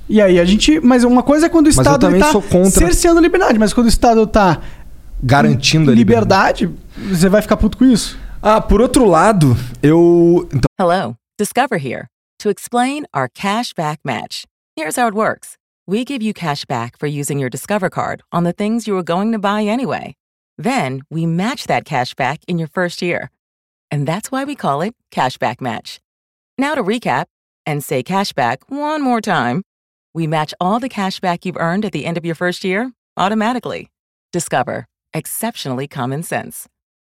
Speaker 3: E aí a gente. Mas uma coisa é quando o
Speaker 2: eu
Speaker 3: Estado ele
Speaker 2: também
Speaker 3: tá
Speaker 2: sou contra.
Speaker 3: cerceando liberdade, mas quando o Estado tá
Speaker 2: Garantindo a liberdade.
Speaker 3: liberdade, você vai ficar puto com isso?
Speaker 2: Ah, por outro lado, eu. Então,
Speaker 5: Hello, Discover here to explain our cash back match. Here's how it works we give you cash back for using your Discover card on the things you were going to buy anyway. Then we match that cash back in your first year. And that's why we call it cash back Match. Now to recap and say cash back one more time. We match all the cash back you've earned at the end of your first year automatically. Discover. Exceptionally common sense.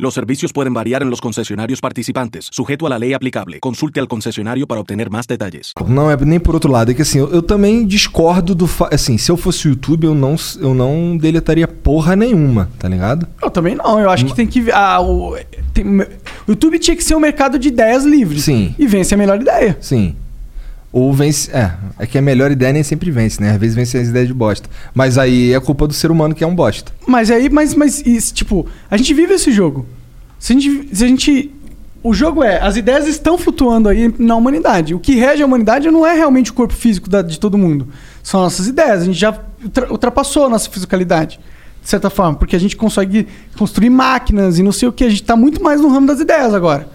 Speaker 6: Los servicios pueden variar en los concesionarios participantes, sujeto a la ley aplicable. Consulte al concesionario para obtener más detalles.
Speaker 2: Não é nem por outro lado, é que assim, eu, eu também discordo do. fa- Assim, se eu fosse o YouTube, eu não, eu não deletaria porra nenhuma, tá ligado?
Speaker 3: Eu também não, eu acho que tem que. Ah, o, tem- o YouTube tinha que ser um mercado de ideias livres.
Speaker 2: Sim.
Speaker 3: E vence a melhor ideia.
Speaker 2: Sim. Ou vence. É, é que a melhor ideia nem sempre vence, né? Às vezes vence as ideias de bosta. Mas aí é culpa do ser humano que é um bosta.
Speaker 3: Mas aí, mas, mas isso, tipo, a gente vive esse jogo. Se a gente. Se a gente o jogo é, as ideias estão flutuando aí na humanidade. O que rege a humanidade não é realmente o corpo físico da- de todo mundo. São nossas ideias. A gente já ultra- ultrapassou a nossa fisicalidade, de certa forma. Porque a gente consegue construir máquinas e não sei o que. A gente está muito mais no ramo das ideias agora.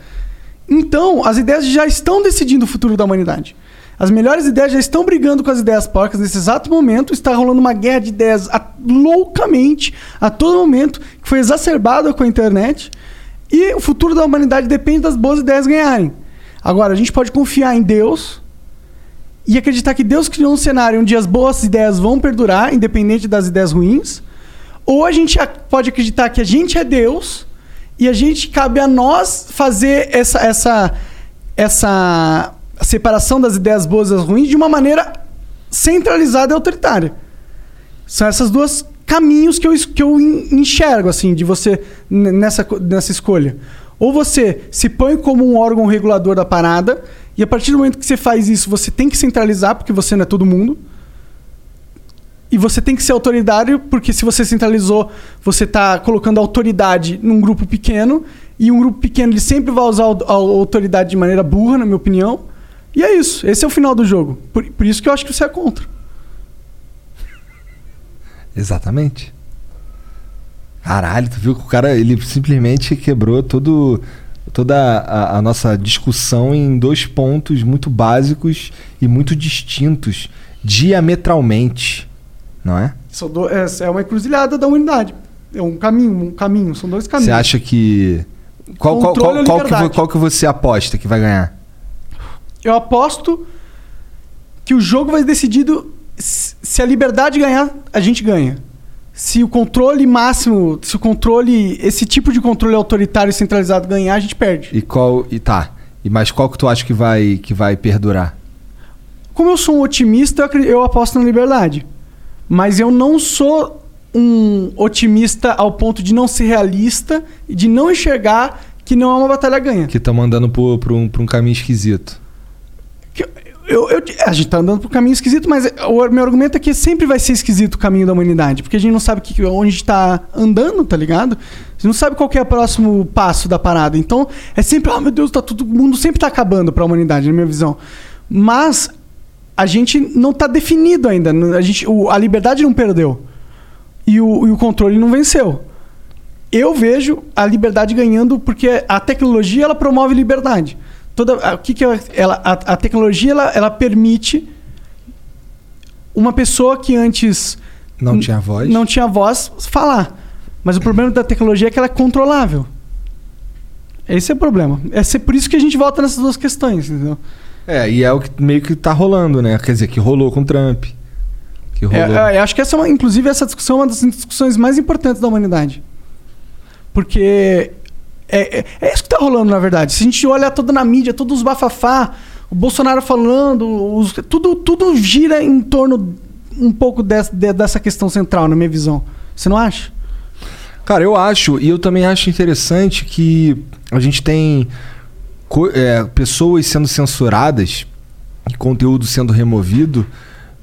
Speaker 3: Então, as ideias já estão decidindo o futuro da humanidade. As melhores ideias já estão brigando com as ideias porcas nesse exato momento. Está rolando uma guerra de ideias a- loucamente a todo momento, que foi exacerbada com a internet. E o futuro da humanidade depende das boas ideias ganharem. Agora, a gente pode confiar em Deus e acreditar que Deus criou um cenário onde as boas ideias vão perdurar, independente das ideias ruins, ou a gente ac- pode acreditar que a gente é Deus e a gente cabe a nós fazer essa essa essa separação das ideias boas e das ruins de uma maneira centralizada e autoritária. São essas duas caminhos que eu, es- que eu en- enxergo, assim, de você n- nessa, co- nessa escolha. Ou você se põe como um órgão regulador da parada, e a partir do momento que você faz isso, você tem que centralizar, porque você não é todo mundo. E você tem que ser autoritário, porque se você centralizou, você está colocando autoridade num grupo pequeno, e um grupo pequeno ele sempre vai usar au- a autoridade de maneira burra, na minha opinião. E é isso, esse é o final do jogo. Por, por isso que eu acho que você é contra.
Speaker 2: Exatamente. Caralho, tu viu que o cara, ele simplesmente quebrou todo. toda a, a nossa discussão em dois pontos muito básicos e muito distintos, diametralmente, não é?
Speaker 3: São do- é, é uma encruzilhada da humanidade. É um caminho, um caminho, são dois caminhos.
Speaker 2: Você acha que. Qual, qual,
Speaker 3: Controle
Speaker 2: qual,
Speaker 3: ou
Speaker 2: qual que,
Speaker 3: liberdade?
Speaker 2: vo- qual que você aposta que vai ganhar?
Speaker 3: Eu aposto que o jogo vai ser decidido se se a liberdade ganhar, a gente ganha. Se o controle máximo, se o controle, esse tipo de controle autoritário e centralizado ganhar, a gente perde.
Speaker 2: E qual. E tá. E mas qual que tu acha que vai, que vai perdurar?
Speaker 3: Como eu sou um otimista, eu acre- eu aposto na liberdade. Mas eu não sou um otimista ao ponto de não ser realista e de não enxergar que não é uma batalha ganha.
Speaker 2: Que estamos andando por, por, um, por um caminho esquisito.
Speaker 3: Que eu- eu- eu- a gente tá andando por um caminho esquisito, mas o meu argumento é que sempre vai ser esquisito o caminho da humanidade, porque a gente não sabe que, onde a gente tá andando, tá ligado? A gente não sabe qual que é o próximo passo da parada. Então, é sempre, ah, meu Deus, tá tudo, o mundo sempre tá acabando pra humanidade, na minha visão. Mas a gente não tá definido ainda. A, gente, o- a liberdade não perdeu. E o- e o controle não venceu. Eu vejo a liberdade ganhando porque a tecnologia ela promove liberdade. Toda, a- o que que ela, ela- a, a tecnologia ela, ela permite uma pessoa que antes
Speaker 2: Não
Speaker 3: n-
Speaker 2: tinha voz?
Speaker 3: não tinha voz falar. Mas o problema da tecnologia é que ela é controlável. Esse é o problema. Esse é por isso que a gente volta nessas duas questões, entendeu?
Speaker 2: É, e é o que meio que tá rolando, né? Quer dizer, que rolou com o Trump. Que rolou.
Speaker 3: É, é, eu acho que essa é uma, inclusive essa discussão é uma das discussões mais importantes da humanidade. Porque é, é- é isso que está rolando, na verdade. Se a gente olhar toda na mídia, todos os bafafá, o Bolsonaro falando, os- tudo, tudo gira em torno um pouco des- de- dessa questão central, na minha visão. Você não acha?
Speaker 2: Cara, eu acho, e eu também acho interessante que a gente tem co- é, pessoas sendo censuradas, conteúdo sendo removido,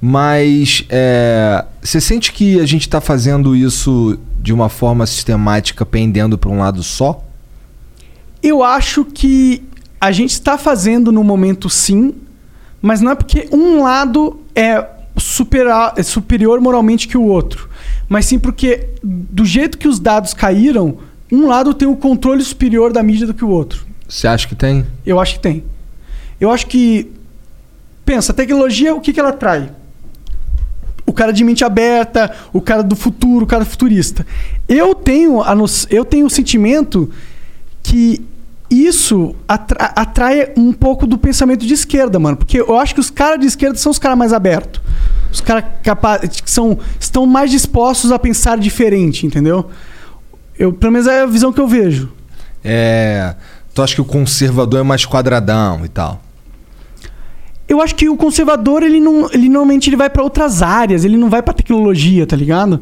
Speaker 2: mas é, você sente que a gente está fazendo isso de uma forma sistemática, pendendo para um lado só?
Speaker 3: Eu acho que a gente está fazendo no momento sim, mas não é porque um lado é, supera- é superior moralmente que o outro. Mas sim porque, do jeito que os dados caíram, um lado tem o controle superior da mídia do que o outro.
Speaker 2: Você acha que tem?
Speaker 3: Eu acho que tem. Eu acho que. Pensa, a tecnologia, o que, que ela atrai? O cara de mente aberta, o cara do futuro, o cara futurista. Eu tenho, a no- eu tenho o sentimento que isso atra- atrai um pouco do pensamento de esquerda, mano. Porque eu acho que os caras de esquerda são os caras mais abertos. Os caras capazes que são, estão mais dispostos a pensar diferente, entendeu? Eu, pelo menos é a visão que eu vejo.
Speaker 2: É, tu acha que o conservador é mais quadradão e tal?
Speaker 3: Eu acho que o conservador, ele, não, ele normalmente ele vai pra outras áreas, ele não vai pra tecnologia, tá ligado?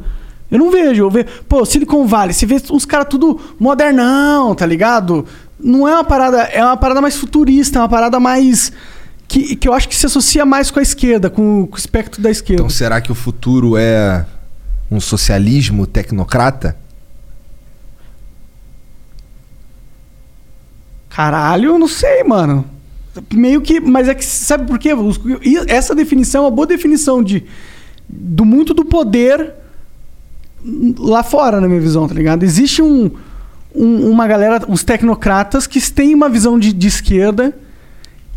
Speaker 3: Eu não vejo, eu vejo, pô, Silicon Valley, você vê uns caras tudo modernão, tá ligado? Não é uma parada, é uma parada mais futurista, é uma parada mais que, que eu acho que se associa mais com a esquerda, com, o- com o espectro da esquerda.
Speaker 2: Então será que o futuro é um socialismo tecnocrata?
Speaker 3: Caralho, eu não sei, mano. Meio que. Mas é que. Sabe por quê? Os- e Essa definição é uma boa definição de. Do muito do poder lá fora, na minha visão, tá ligado? Existe um, um- uma galera, uns tecnocratas, que têm uma visão de, de esquerda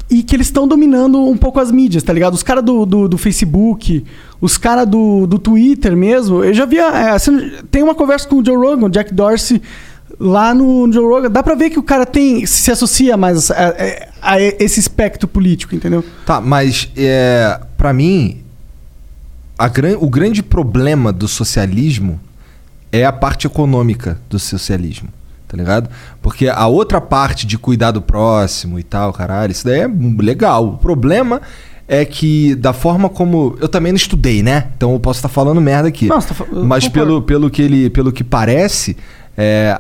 Speaker 3: e que eles estão dominando um pouco as mídias, tá ligado? Os caras do, do, do Facebook, os caras do, do Twitter mesmo. Eu já vi. é, assim, tem uma conversa com o Joe Rogan, o Jack Dorsey, lá no, Joe Rogan. Dá pra ver que o cara tem se associa mais a, a- a esse espectro político, entendeu?
Speaker 2: Tá, mas é, para mim, a gran- o grande problema do socialismo é a parte econômica do socialismo, tá ligado? Porque a outra parte de cuidar do próximo e tal, caralho, isso daí é legal. O problema é que da forma como eu também não estudei, né? Então eu posso estar falando merda aqui.
Speaker 3: Não, você tá fa- eu
Speaker 2: mas pelo,
Speaker 3: concordo.
Speaker 2: pelo que ele, pelo que parece, é,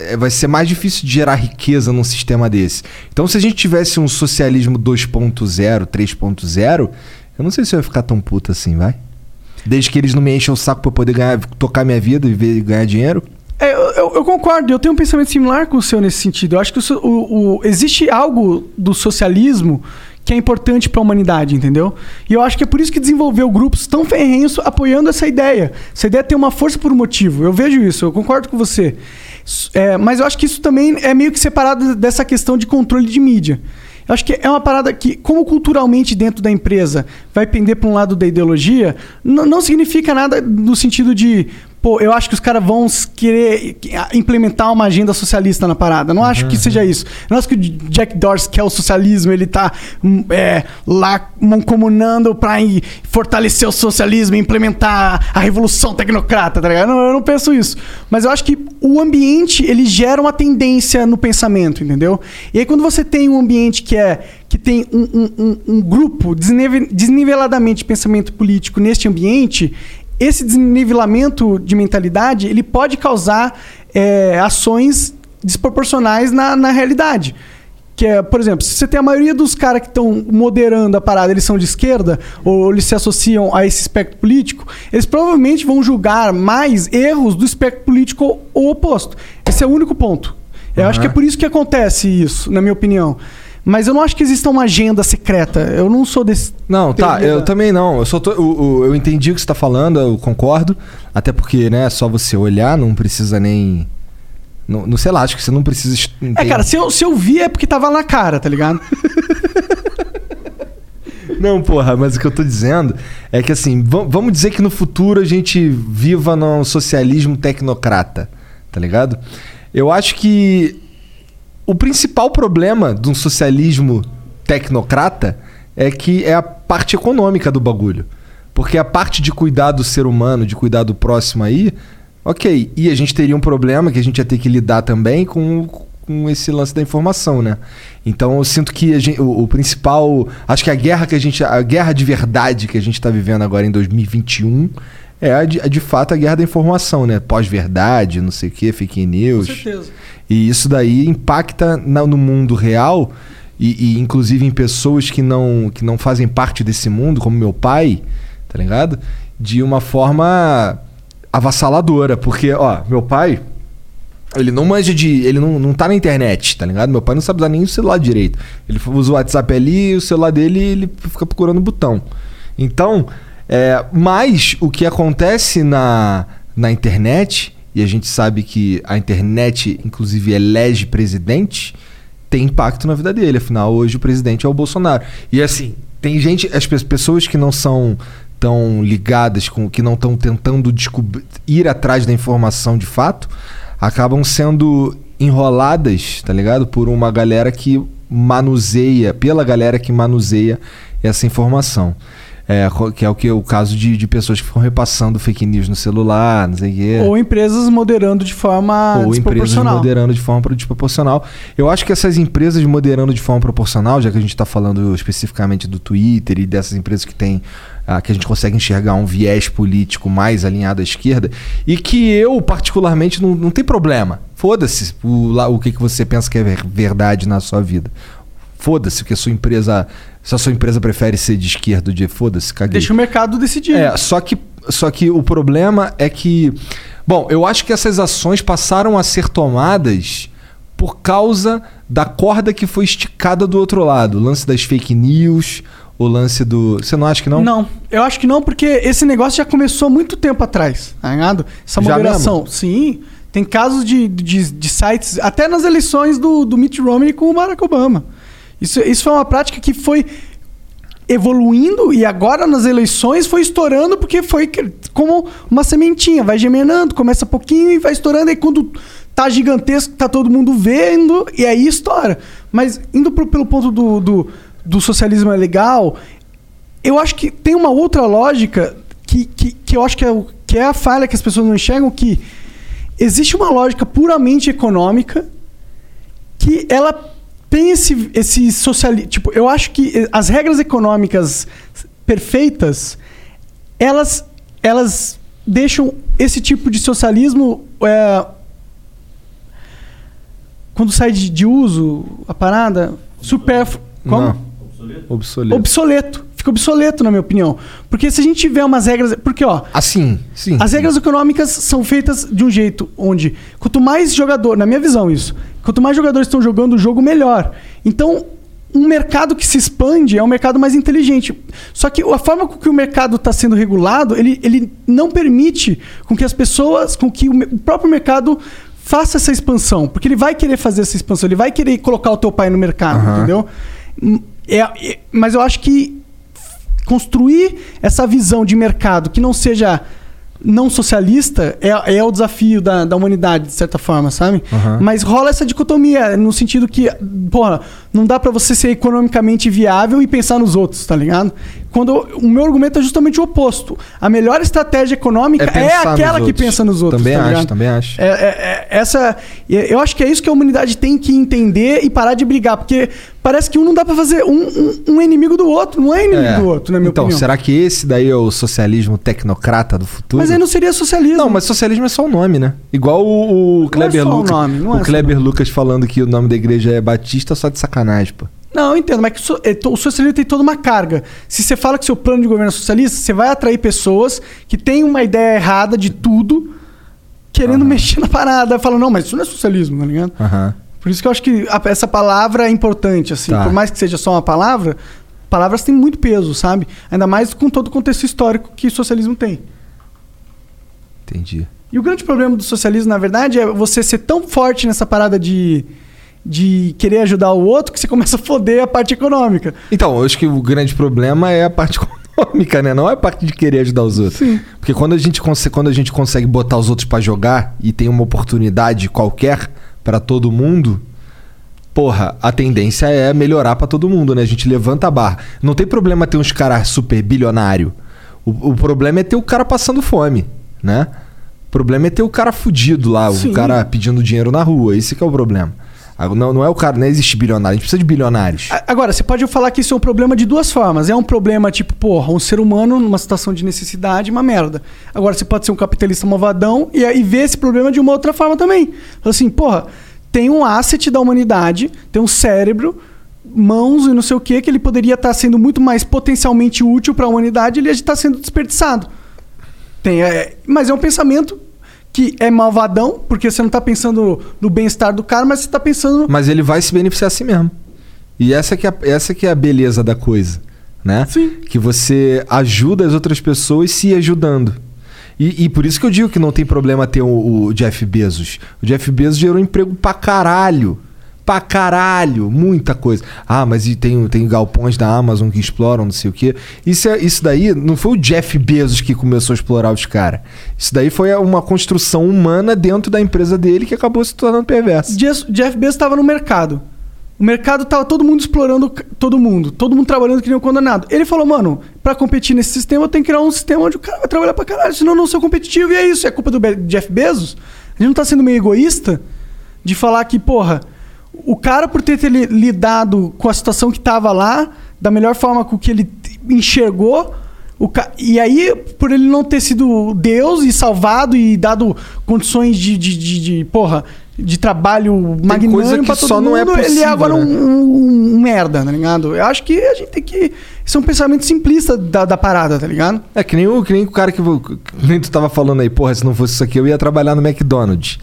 Speaker 2: é, vai ser mais difícil de gerar riqueza num sistema desse. Então, se a gente tivesse um socialismo 2.0, 3.0, eu não sei se eu ia ficar tão puto assim, vai? Desde que eles não me enchem o saco pra eu poder ganhar, tocar minha vida e ver- ganhar dinheiro.
Speaker 3: É, eu, eu- eu concordo, eu tenho um pensamento similar com o seu nesse sentido. Eu acho que o so- o- o- existe algo do socialismo que é importante para a humanidade, entendeu? E eu acho que é por isso que desenvolveu grupos tão ferrenhos apoiando essa ideia. Essa ideia tem uma força por um motivo. Eu vejo isso, eu concordo com você. É, mas eu acho que isso também é meio que separado dessa questão de controle de mídia. Eu acho que é uma parada que, como culturalmente dentro da empresa vai pender para um lado da ideologia, n- não significa nada no sentido de, pô, eu acho que os caras vão s- querer implementar uma agenda socialista na parada. Não acho que seja isso. Não acho que o Jack Dorsey quer o socialismo, ele tá hum, é, lá mancomunando para fortalecer o socialismo e implementar tá a revolução tecnocrata, tá ligado? Não, eu não penso isso. Mas eu acho que o ambiente, ele gera uma tendência no pensamento, entendeu? E aí quando você tem um ambiente que é que tem um, um- um- um grupo desnive- desniveladamente de pensamento político neste ambiente, esse desnivelamento de mentalidade ele pode causar é, ações desproporcionais na, na realidade. Que é, por exemplo, se você tem a maioria dos caras que estão moderando a parada, eles são de esquerda, ou eles se associam a esse espectro político, eles provavelmente vão julgar mais erros do espectro político o oposto. Esse é o único ponto. Eu acho que é por isso que acontece isso, na minha opinião. Mas eu não acho que exista uma agenda secreta. Eu não sou desse.
Speaker 2: Não, tá,
Speaker 3: Teoria
Speaker 2: eu
Speaker 3: da-
Speaker 2: também não. Eu, só tô- o- o- eu entendi o que você tá falando, eu concordo. Até porque, né, é só você olhar, não precisa nem. Não, não sei lá, acho que você não precisa. est-
Speaker 3: É, cara, se eu, se eu vi é porque tava na cara, tá ligado?
Speaker 2: Não, porra, mas o que eu tô dizendo é que assim, va- vamos dizer que no futuro a gente viva num socialismo tecnocrata, tá ligado? Eu acho que o principal problema de um socialismo tecnocrata é que é a parte econômica do bagulho. Porque a parte de cuidar do ser humano, de cuidar do próximo aí, ok. E a gente teria um problema que a gente ia ter que lidar também com, com esse lance da informação, né? Então eu sinto que a gen- o, o principal. Acho que a guerra que a gente. A guerra de verdade que a gente está vivendo agora em 2021 é a de, a de fato a guerra da informação, né? Pós-verdade, não sei o que, fake news. E isso daí impacta na- no mundo real e, e, inclusive em pessoas que não, que não fazem parte desse mundo, como meu pai, tá ligado? De uma forma avassaladora. Porque, ó, meu pai, ele não manja de. Ele não, não tá na internet, tá ligado? Meu pai não sabe usar nem o celular direito. Ele usa o WhatsApp ali, o celular dele, ele fica procurando o botão. Então, é, mas o que acontece na, na internet, e a gente sabe que a internet, inclusive, elege presidente, tem impacto na vida dele. Afinal, hoje o presidente é o Bolsonaro. E assim, tem gente, as pe- pessoas que não são tão ligadas, com, que não estão tentando descobrir, ir atrás da informação de fato, acabam sendo enroladas, tá ligado? Por uma galera que manuseia, pela galera que manuseia essa informação. É, co- que é o que o caso de, de pessoas que ficam repassando fake news no celular, não sei o quê
Speaker 3: Ou empresas moderando de forma
Speaker 2: É. ou empresas
Speaker 3: desproporcional.
Speaker 2: moderando de forma pro- desproporcional. Eu acho que essas empresas moderando de forma proporcional, já que a gente está falando especificamente do Twitter e dessas empresas que tem ah, que a gente consegue enxergar um viés político mais alinhado à esquerda e que eu particularmente não, não tem problema. Foda-se o, lá- o que, que você pensa que é ver- verdade na sua vida. Foda-se o que a sua empresa se a sua empresa prefere ser de esquerda ou de foda-se, caguei.
Speaker 3: Deixa o mercado decidir.
Speaker 2: É, só que, só que o problema é que. Bom, eu acho que essas ações passaram a ser tomadas por causa da corda que foi esticada do outro lado. O lance das fake news, o lance do. Você não acha que não?
Speaker 3: Não, eu acho que não, porque esse negócio já começou há muito tempo atrás, tá ligado? Essa
Speaker 2: Já
Speaker 3: moderação. Sim. Tem casos de, de, de sites, até nas eleições do, do Mitt Romney com o Barack Obama. Isso, isso foi uma prática que foi evoluindo e agora nas eleições foi estourando porque foi que- como uma sementinha, vai geminando, começa pouquinho e vai estourando e quando tá gigantesco, tá todo mundo vendo e aí estoura. Mas indo pro- pelo ponto do, do, do socialismo é legal, eu acho que tem uma outra lógica que, que, que eu acho que é, o- que é a falha que as pessoas não enxergam, que existe uma lógica puramente econômica que ela tem esse, esse socialismo. Tipo, eu acho que eh, as regras econômicas perfeitas, elas, elas deixam esse tipo de socialismo. eh, quando sai de, de uso a parada, superfluo. Como?
Speaker 2: Não. Obsoleto.
Speaker 3: obsoleto. Fica obsoleto, na minha opinião. Porque se a gente tiver umas regras. Porque, ó,
Speaker 2: Assim, sim.
Speaker 3: as regras econômicas são feitas de um jeito onde quanto mais jogador, na minha visão isso, quanto mais jogadores estão jogando o jogo, melhor. Então, um mercado que se expande é um mercado mais inteligente. Só que a forma com que o mercado está sendo regulado, ele, ele não permite com que as pessoas, com que o, me- o próprio mercado faça essa expansão, porque ele vai querer fazer essa expansão, ele vai querer colocar o teu pai no mercado, entendeu? Hum, é- é- mas eu acho que construir essa visão de mercado que não seja não socialista é, é o desafio da, da humanidade, de certa forma, sabe? Mas rola essa dicotomia, no sentido que, porra, não dá pra você ser economicamente viável e pensar nos outros, tá ligado? Quando eu- o meu argumento é justamente o oposto. A melhor estratégia econômica é,
Speaker 2: pensar nos
Speaker 3: aquela que
Speaker 2: outros.
Speaker 3: pensa nos outros.
Speaker 2: Também
Speaker 3: tá
Speaker 2: acho,
Speaker 3: ligado?
Speaker 2: também acho.
Speaker 3: É, é, é, essa, eu acho que é isso que a humanidade tem que entender e parar de brigar, porque parece que um não dá pra fazer um, um, um inimigo do outro, não é inimigo
Speaker 2: É.
Speaker 3: do outro, na minha
Speaker 2: então,
Speaker 3: opinião.
Speaker 2: será que esse daí é o socialismo tecnocrata do futuro?
Speaker 3: Mas aí não seria socialismo.
Speaker 2: Não, mas socialismo é só o nome, né? Igual o, o Kleber
Speaker 3: só o
Speaker 2: Lucas.
Speaker 3: nome, não é
Speaker 2: o
Speaker 3: só
Speaker 2: Kleber Lucas falando que o nome da igreja é Batista só de sacanagem, pô.
Speaker 3: Não, eu entendo, mas que so- é, to- o socialismo tem toda uma carga. Se você fala que seu plano de governo é socialista, você vai atrair pessoas que têm uma ideia errada de tudo, querendo mexer na parada. Falam, não, mas isso não é socialismo, tá ligado?
Speaker 2: Aham.
Speaker 3: Por isso que eu acho que a- essa palavra é importante, assim.
Speaker 2: Tá.
Speaker 3: Por mais que seja só uma palavra, palavras têm muito peso, sabe? Ainda mais com todo o contexto histórico que o socialismo tem.
Speaker 2: Entendi.
Speaker 3: E o grande problema do socialismo, na verdade, é você ser tão forte nessa parada de, de querer ajudar o outro que você começa a foder a parte econômica.
Speaker 2: Então, eu acho que o grande problema é a parte econômica, né? Não é a parte de querer ajudar os outros. Porque quando a gente, conse- quando a gente consegue botar os outros pra jogar e tem uma oportunidade qualquer pra todo mundo, porra, a tendência é melhorar pra todo mundo, né? A gente levanta a barra. Não tem problema ter uns caras super bilionário. O, o problema é ter o cara passando fome, né? O problema é ter o cara fudido lá,
Speaker 3: Sim.
Speaker 2: o cara pedindo dinheiro na rua. Esse que é o problema. Ah, Não, não é o cara, não existe bilionário. A gente precisa de bilionários.
Speaker 3: A- Agora, você pode falar que isso é um problema de duas formas. É um problema, tipo, porra, um ser humano numa situação de necessidade, uma merda. Agora, você pode ser um capitalista malvadão e, e ver esse problema de uma outra forma também. Fala Assim, porra, tem um asset da humanidade, tem um cérebro, mãos e não sei o que, que ele poderia estar sendo muito mais potencialmente útil para a humanidade, ele está sendo desperdiçado. Tem, é, mas é um pensamento que é malvadão, porque você não está pensando no bem-estar do cara, mas você está pensando
Speaker 2: Mas ele vai se beneficiar a si mesmo. E essa que é, a- essa que é a beleza da coisa, né?
Speaker 3: Sim.
Speaker 2: Que você ajuda as outras pessoas se ajudando. E, e por isso que eu digo que não tem problema ter o, o Jeff Bezos. O Jeff Bezos gerou emprego pra caralho. Pra caralho, muita coisa. Ah, mas e tem, tem galpões da Amazon que exploram, não sei o quê. Isso, é- isso daí não foi o Jeff Bezos que começou a explorar os caras. Isso daí foi uma construção humana dentro da empresa dele que acabou se tornando perversa.
Speaker 3: Jeff Jeff Bezos estava no mercado. O mercado tava todo mundo explorando c- todo mundo, todo mundo trabalhando que nem um condenado. Ele falou, mano, pra competir nesse sistema eu tenho que criar um sistema onde o cara vai trabalhar pra caralho, senão eu não sou competitivo. E é isso, é culpa do Be- Jeff Bezos. A gente não tá sendo meio egoísta de falar que, porra, o cara por ter, ter li- lidado com a situação que tava lá, da melhor forma com que ele t- enxergou, o ca- E aí, por ele não ter sido Deus e salvado e dado condições de, de, de, de, porra, de trabalho
Speaker 2: coisa
Speaker 3: magnânimo
Speaker 2: que
Speaker 3: pra todo
Speaker 2: só
Speaker 3: mundo,
Speaker 2: não é
Speaker 3: ele é
Speaker 2: possível,
Speaker 3: agora um,
Speaker 2: né?
Speaker 3: um- um merda, tá ligado? Eu acho que a gente tem que... Isso é um pensamento simplista da, da parada, tá ligado?
Speaker 2: É que nem o, que nem o cara que, vo- que nem tu tava falando aí, porra, se não fosse isso aqui eu ia trabalhar no McDonald's.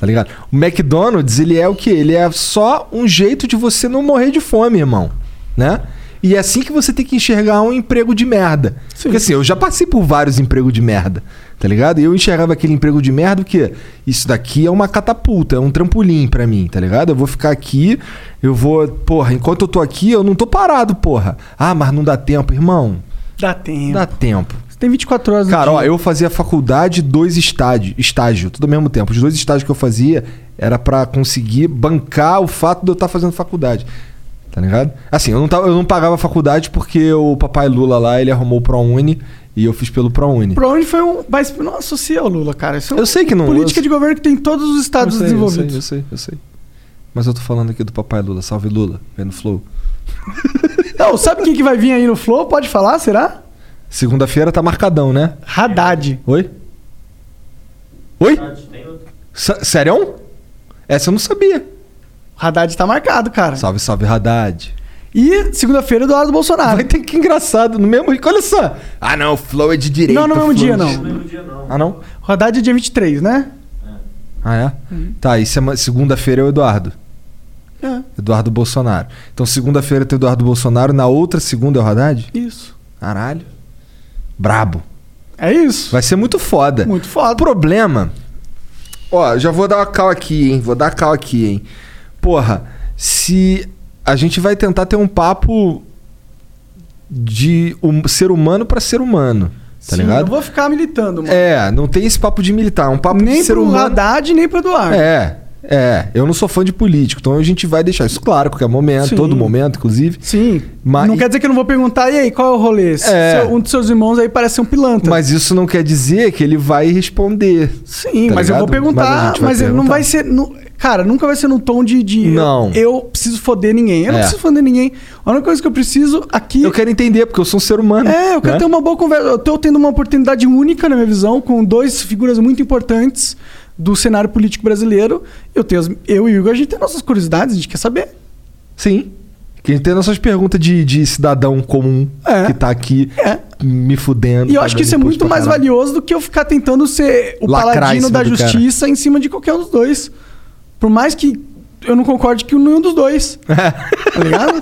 Speaker 2: Tá ligado? O McDonald's, ele é o quê? Ele é só um jeito de você não morrer de fome, irmão, né? E é assim que você tem que enxergar um emprego de merda. Porque assim, eu já passei por vários empregos de merda, tá ligado? E eu enxergava aquele emprego de merda porque isso daqui é uma catapulta, é um trampolim pra mim, tá ligado? Eu vou ficar aqui, eu vou, porra, enquanto eu tô aqui, eu não tô parado, porra. Ah, mas não dá tempo, irmão.
Speaker 3: Dá tempo.
Speaker 2: Dá tempo.
Speaker 3: Você tem 24 horas no
Speaker 2: Cara, ó,
Speaker 3: dia.
Speaker 2: eu fazia faculdade dois estágio, estágio, tudo ao mesmo tempo. Os dois estágios que eu fazia era pra conseguir bancar o fato de eu estar fazendo faculdade. Tá ligado? Assim, eu não, tava, eu não pagava faculdade porque o papai Lula lá, ele arrumou o ProUni e eu fiz pelo ProUni.
Speaker 3: Pra onde foi um... Mas não associa o Lula, cara. Isso é
Speaker 2: Eu sei que não-
Speaker 3: Política
Speaker 2: eu-
Speaker 3: de governo que tem em todos os estados
Speaker 2: eu sei,
Speaker 3: desenvolvidos.
Speaker 2: Eu sei, eu sei, eu sei. Mas eu tô falando aqui do papai Lula. Salve Lula, vendo Flow.
Speaker 3: Não, sabe quem que vai vir aí no Flow? Pode falar, será?
Speaker 2: Segunda-feira tá marcadão, né?
Speaker 3: Haddad.
Speaker 2: Oi? Oi? Sé- Sério? É, Essa eu não sabia.
Speaker 3: Haddad tá marcado, cara.
Speaker 2: Salve, salve Haddad.
Speaker 3: E segunda-feira, Eduardo Bolsonaro.
Speaker 2: Vai ter que engraçado no mesmo. Olha só. Ah, não, o Flow é de direita.
Speaker 3: Não, no mesmo
Speaker 2: Flow
Speaker 3: dia,
Speaker 2: é de-
Speaker 3: não.
Speaker 2: Ah, não?
Speaker 3: O Haddad é dia 23, né?
Speaker 2: Ah, é? Tá, e sema- segunda-feira é o Eduardo.
Speaker 3: É,
Speaker 2: Eduardo Bolsonaro. Então, segunda-feira tem o Eduardo Bolsonaro, na outra segunda é o Haddad?
Speaker 3: isso.
Speaker 2: Caralho. Brabo.
Speaker 3: É isso.
Speaker 2: Vai ser muito foda.
Speaker 3: Muito foda.
Speaker 2: O problema Ó, já vou dar uma cal aqui, hein? Vou dar cal aqui, hein? Porra, se a gente vai tentar ter um papo de um ser humano pra ser humano, tá
Speaker 3: Sim,
Speaker 2: ligado?
Speaker 3: Não vou ficar militando, mano.
Speaker 2: É, não tem esse papo de militar, é um papo
Speaker 3: nem
Speaker 2: de ser
Speaker 3: pro
Speaker 2: humano.
Speaker 3: Haddad, nem pro Eduardo.
Speaker 2: É, é. Eu não sou fã de político, então a gente vai deixar isso claro, a qualquer momento,
Speaker 3: Sim.
Speaker 2: todo momento, inclusive.
Speaker 3: Sim.
Speaker 2: Mas-
Speaker 3: Não quer dizer que eu não vou perguntar, e aí, qual é o rolê?
Speaker 2: É.
Speaker 3: Seu- um dos seus irmãos aí parece ser um pilantra.
Speaker 2: Mas isso não quer dizer que ele vai responder.
Speaker 3: Sim,
Speaker 2: Tá
Speaker 3: mas eu vou
Speaker 2: ligado? Mas a
Speaker 3: perguntar,
Speaker 2: gente
Speaker 3: mas,
Speaker 2: vai
Speaker 3: não
Speaker 2: perguntar.
Speaker 3: vai ser. nu- cara, nunca vai ser num tom de. de
Speaker 2: Não.
Speaker 3: Eu, eu preciso foder ninguém. Eu não
Speaker 2: É.
Speaker 3: preciso foder ninguém. A única coisa que eu preciso aqui.
Speaker 2: Eu quero entender, porque eu sou um ser humano.
Speaker 3: É, eu quero
Speaker 2: né?
Speaker 3: ter uma boa conversa. Eu tô tendo uma oportunidade única, na minha visão, com dois figuras muito importantes do cenário político brasileiro. Eu, tenho as- eu e o Igor, a gente tem nossas curiosidades, a gente quer saber.
Speaker 2: Sim. Quem tem nossas perguntas de, de cidadão comum
Speaker 3: É.
Speaker 2: que tá aqui
Speaker 3: É.
Speaker 2: me fudendo.
Speaker 3: E eu
Speaker 2: tá
Speaker 3: acho que
Speaker 2: dando
Speaker 3: isso é
Speaker 2: imposto
Speaker 3: muito
Speaker 2: pra
Speaker 3: mais
Speaker 2: caralho.
Speaker 3: valioso do que eu ficar tentando ser o
Speaker 2: Lacrar em
Speaker 3: paladino
Speaker 2: cima
Speaker 3: da
Speaker 2: do cara.
Speaker 3: justiça em cima de qualquer um dos dois. Por mais que eu não concorde que nenhum dos dois. tá ligado?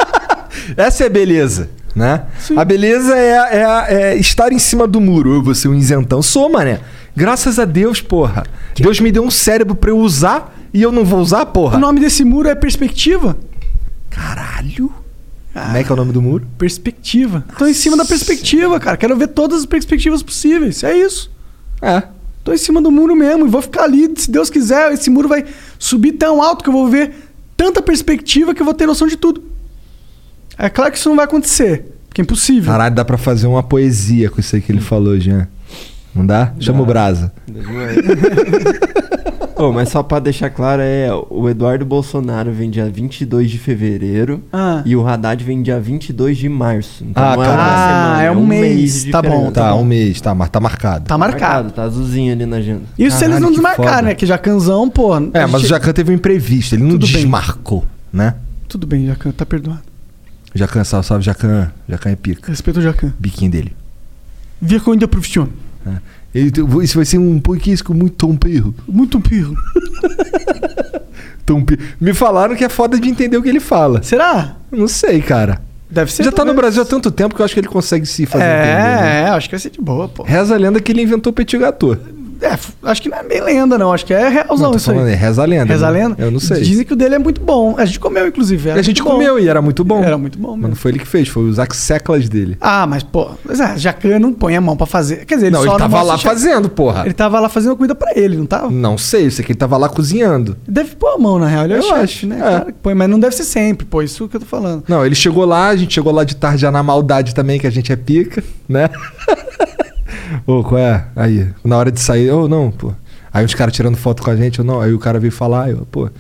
Speaker 2: Essa é a beleza, né? A beleza é, é- é estar em cima do muro. Eu vou ser um isentão. Sou, mané. Graças a Deus, porra. Deus me deu um cérebro pra eu usar e eu não vou usar, porra.
Speaker 3: O nome desse muro é perspectiva.
Speaker 2: Caralho. Como é que é o nome do muro?
Speaker 3: Perspectiva. Tô em cima da perspectiva, cara. Quero ver todas as perspectivas possíveis. É isso.
Speaker 2: É.
Speaker 3: Tô em cima do muro mesmo e vou ficar ali. Se Deus quiser, esse muro vai subir tão alto que eu vou ver tanta perspectiva que eu vou ter noção de tudo. É claro que isso não vai acontecer, porque é impossível.
Speaker 2: Caralho, dá pra fazer uma poesia com isso aí que ele falou, Jean. Não dá? Chama o Brasa.
Speaker 4: Ô, mas só pra deixar claro, é o Eduardo Bolsonaro vem dia 22 de fevereiro
Speaker 3: Ah.
Speaker 4: e o Haddad vem dia 22 de março. Então
Speaker 2: Ah,
Speaker 4: não é uma
Speaker 2: caralho.
Speaker 4: semana,
Speaker 3: Ah, é um mês.
Speaker 4: de
Speaker 3: Tá bom,
Speaker 4: diferença.
Speaker 2: Tá, um mês, tá, mas tá marcado.
Speaker 3: Tá marcado.
Speaker 4: Tá azulzinho ali na agenda.
Speaker 3: Isso se eles não
Speaker 2: Caralho, que foda.
Speaker 3: desmarcarem, né? Que Jacanzão, pô.
Speaker 2: É, mas o Jacan teve um imprevisto, ele não
Speaker 3: Tudo bem.
Speaker 2: desmarcou, né?
Speaker 3: Tudo bem, Jacan, tá perdoado.
Speaker 2: Jacan, salve, salve, Jacan. Jacan é pica.
Speaker 3: Respeito o Jacan.
Speaker 2: Biquinho dele.
Speaker 3: Via com ainda profissional.
Speaker 2: né? Ele tem- isso vai ser um podcast muito tão perro.
Speaker 3: Muito pirro.
Speaker 2: Tão perro. Me falaram que é foda de entender o que ele fala.
Speaker 3: Será?
Speaker 2: Eu Não sei, cara.
Speaker 3: Deve ser.
Speaker 2: Já tá no
Speaker 3: talvez.
Speaker 2: Brasil há tanto tempo que eu acho que ele consegue se fazer entender. né?
Speaker 3: É, é, acho que vai ser de boa, pô.
Speaker 2: Reza a lenda que ele inventou o petit gâteau.
Speaker 3: É, f- acho que não é bem lenda, não. Acho que é realzão
Speaker 2: Não, tô
Speaker 3: isso
Speaker 2: falando,
Speaker 3: aí.
Speaker 2: é reza a lenda.
Speaker 3: Reza a
Speaker 2: né?
Speaker 3: lenda?
Speaker 2: Eu não sei.
Speaker 3: Dizem que o dele é muito bom. A gente comeu, inclusive.
Speaker 2: E a gente comeu e era muito bom.
Speaker 3: Era muito bom mesmo.
Speaker 2: Mas não foi ele que fez, foi os seclas dele.
Speaker 3: Ah, mas, pô, mas, ah, Jacan não põe a mão pra fazer. Quer dizer, ele
Speaker 2: não,
Speaker 3: só
Speaker 2: ele tava
Speaker 3: mostra
Speaker 2: lá
Speaker 3: o chefe.
Speaker 2: fazendo, Hum. porra.
Speaker 3: Ele tava lá fazendo comida pra ele, não tava?
Speaker 2: Não sei, eu sei que ele tava lá cozinhando.
Speaker 3: Deve pôr a mão, na real. Ele é
Speaker 2: Eu
Speaker 3: o chefe,
Speaker 2: acho,
Speaker 3: né?
Speaker 2: é.
Speaker 3: Claro que põe, mas não deve ser sempre, pô. Isso que eu tô falando.
Speaker 2: Não, ele chegou lá, a gente chegou lá de tarde já na maldade também, que a gente é pica, né? Ô, qual é? Aí, na hora de sair, ô, não, pô. Aí os caras tirando foto com a gente, ou não. Aí o cara veio falar, eu, pô,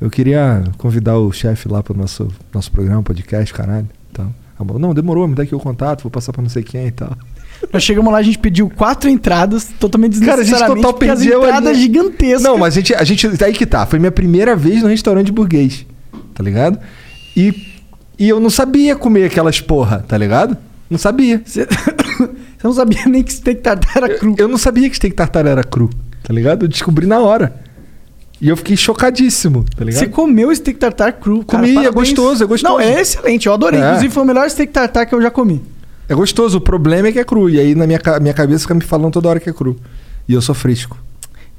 Speaker 2: eu queria convidar o chefe lá pro nosso, nosso programa, podcast, caralho. Então, tá bom. não, demorou, me dá aqui o contato, vou passar pra não sei quem e tal.
Speaker 3: Nós chegamos lá, a gente pediu quatro entradas, totalmente
Speaker 2: Cara, a gente
Speaker 3: desnecessariamente,
Speaker 2: total
Speaker 3: porque as
Speaker 2: perdeu a
Speaker 3: entradas
Speaker 2: linha.
Speaker 3: gigantescas.
Speaker 2: Não, mas a gente, a gente. Aí que tá. Foi minha primeira vez no restaurante burguês. Tá ligado? E, e eu não sabia comer aquelas porra, tá ligado? Não sabia.
Speaker 3: Você, Você não sabia nem que steak tartar era cru.
Speaker 2: Eu não sabia que steak tartar era cru, tá ligado? Eu descobri na hora. E eu fiquei chocadíssimo, tá ligado?
Speaker 3: Você comeu steak tartar cru. cara,
Speaker 2: Comi, é
Speaker 3: parabéns.
Speaker 2: gostoso, é gostoso.
Speaker 3: Não, é excelente, eu adorei.
Speaker 2: É.
Speaker 3: Inclusive, foi o melhor steak tartar que eu já comi.
Speaker 2: É gostoso, o problema é que é cru. E aí na minha, ca- minha cabeça fica me falando toda hora que é cru. E eu sou fresco.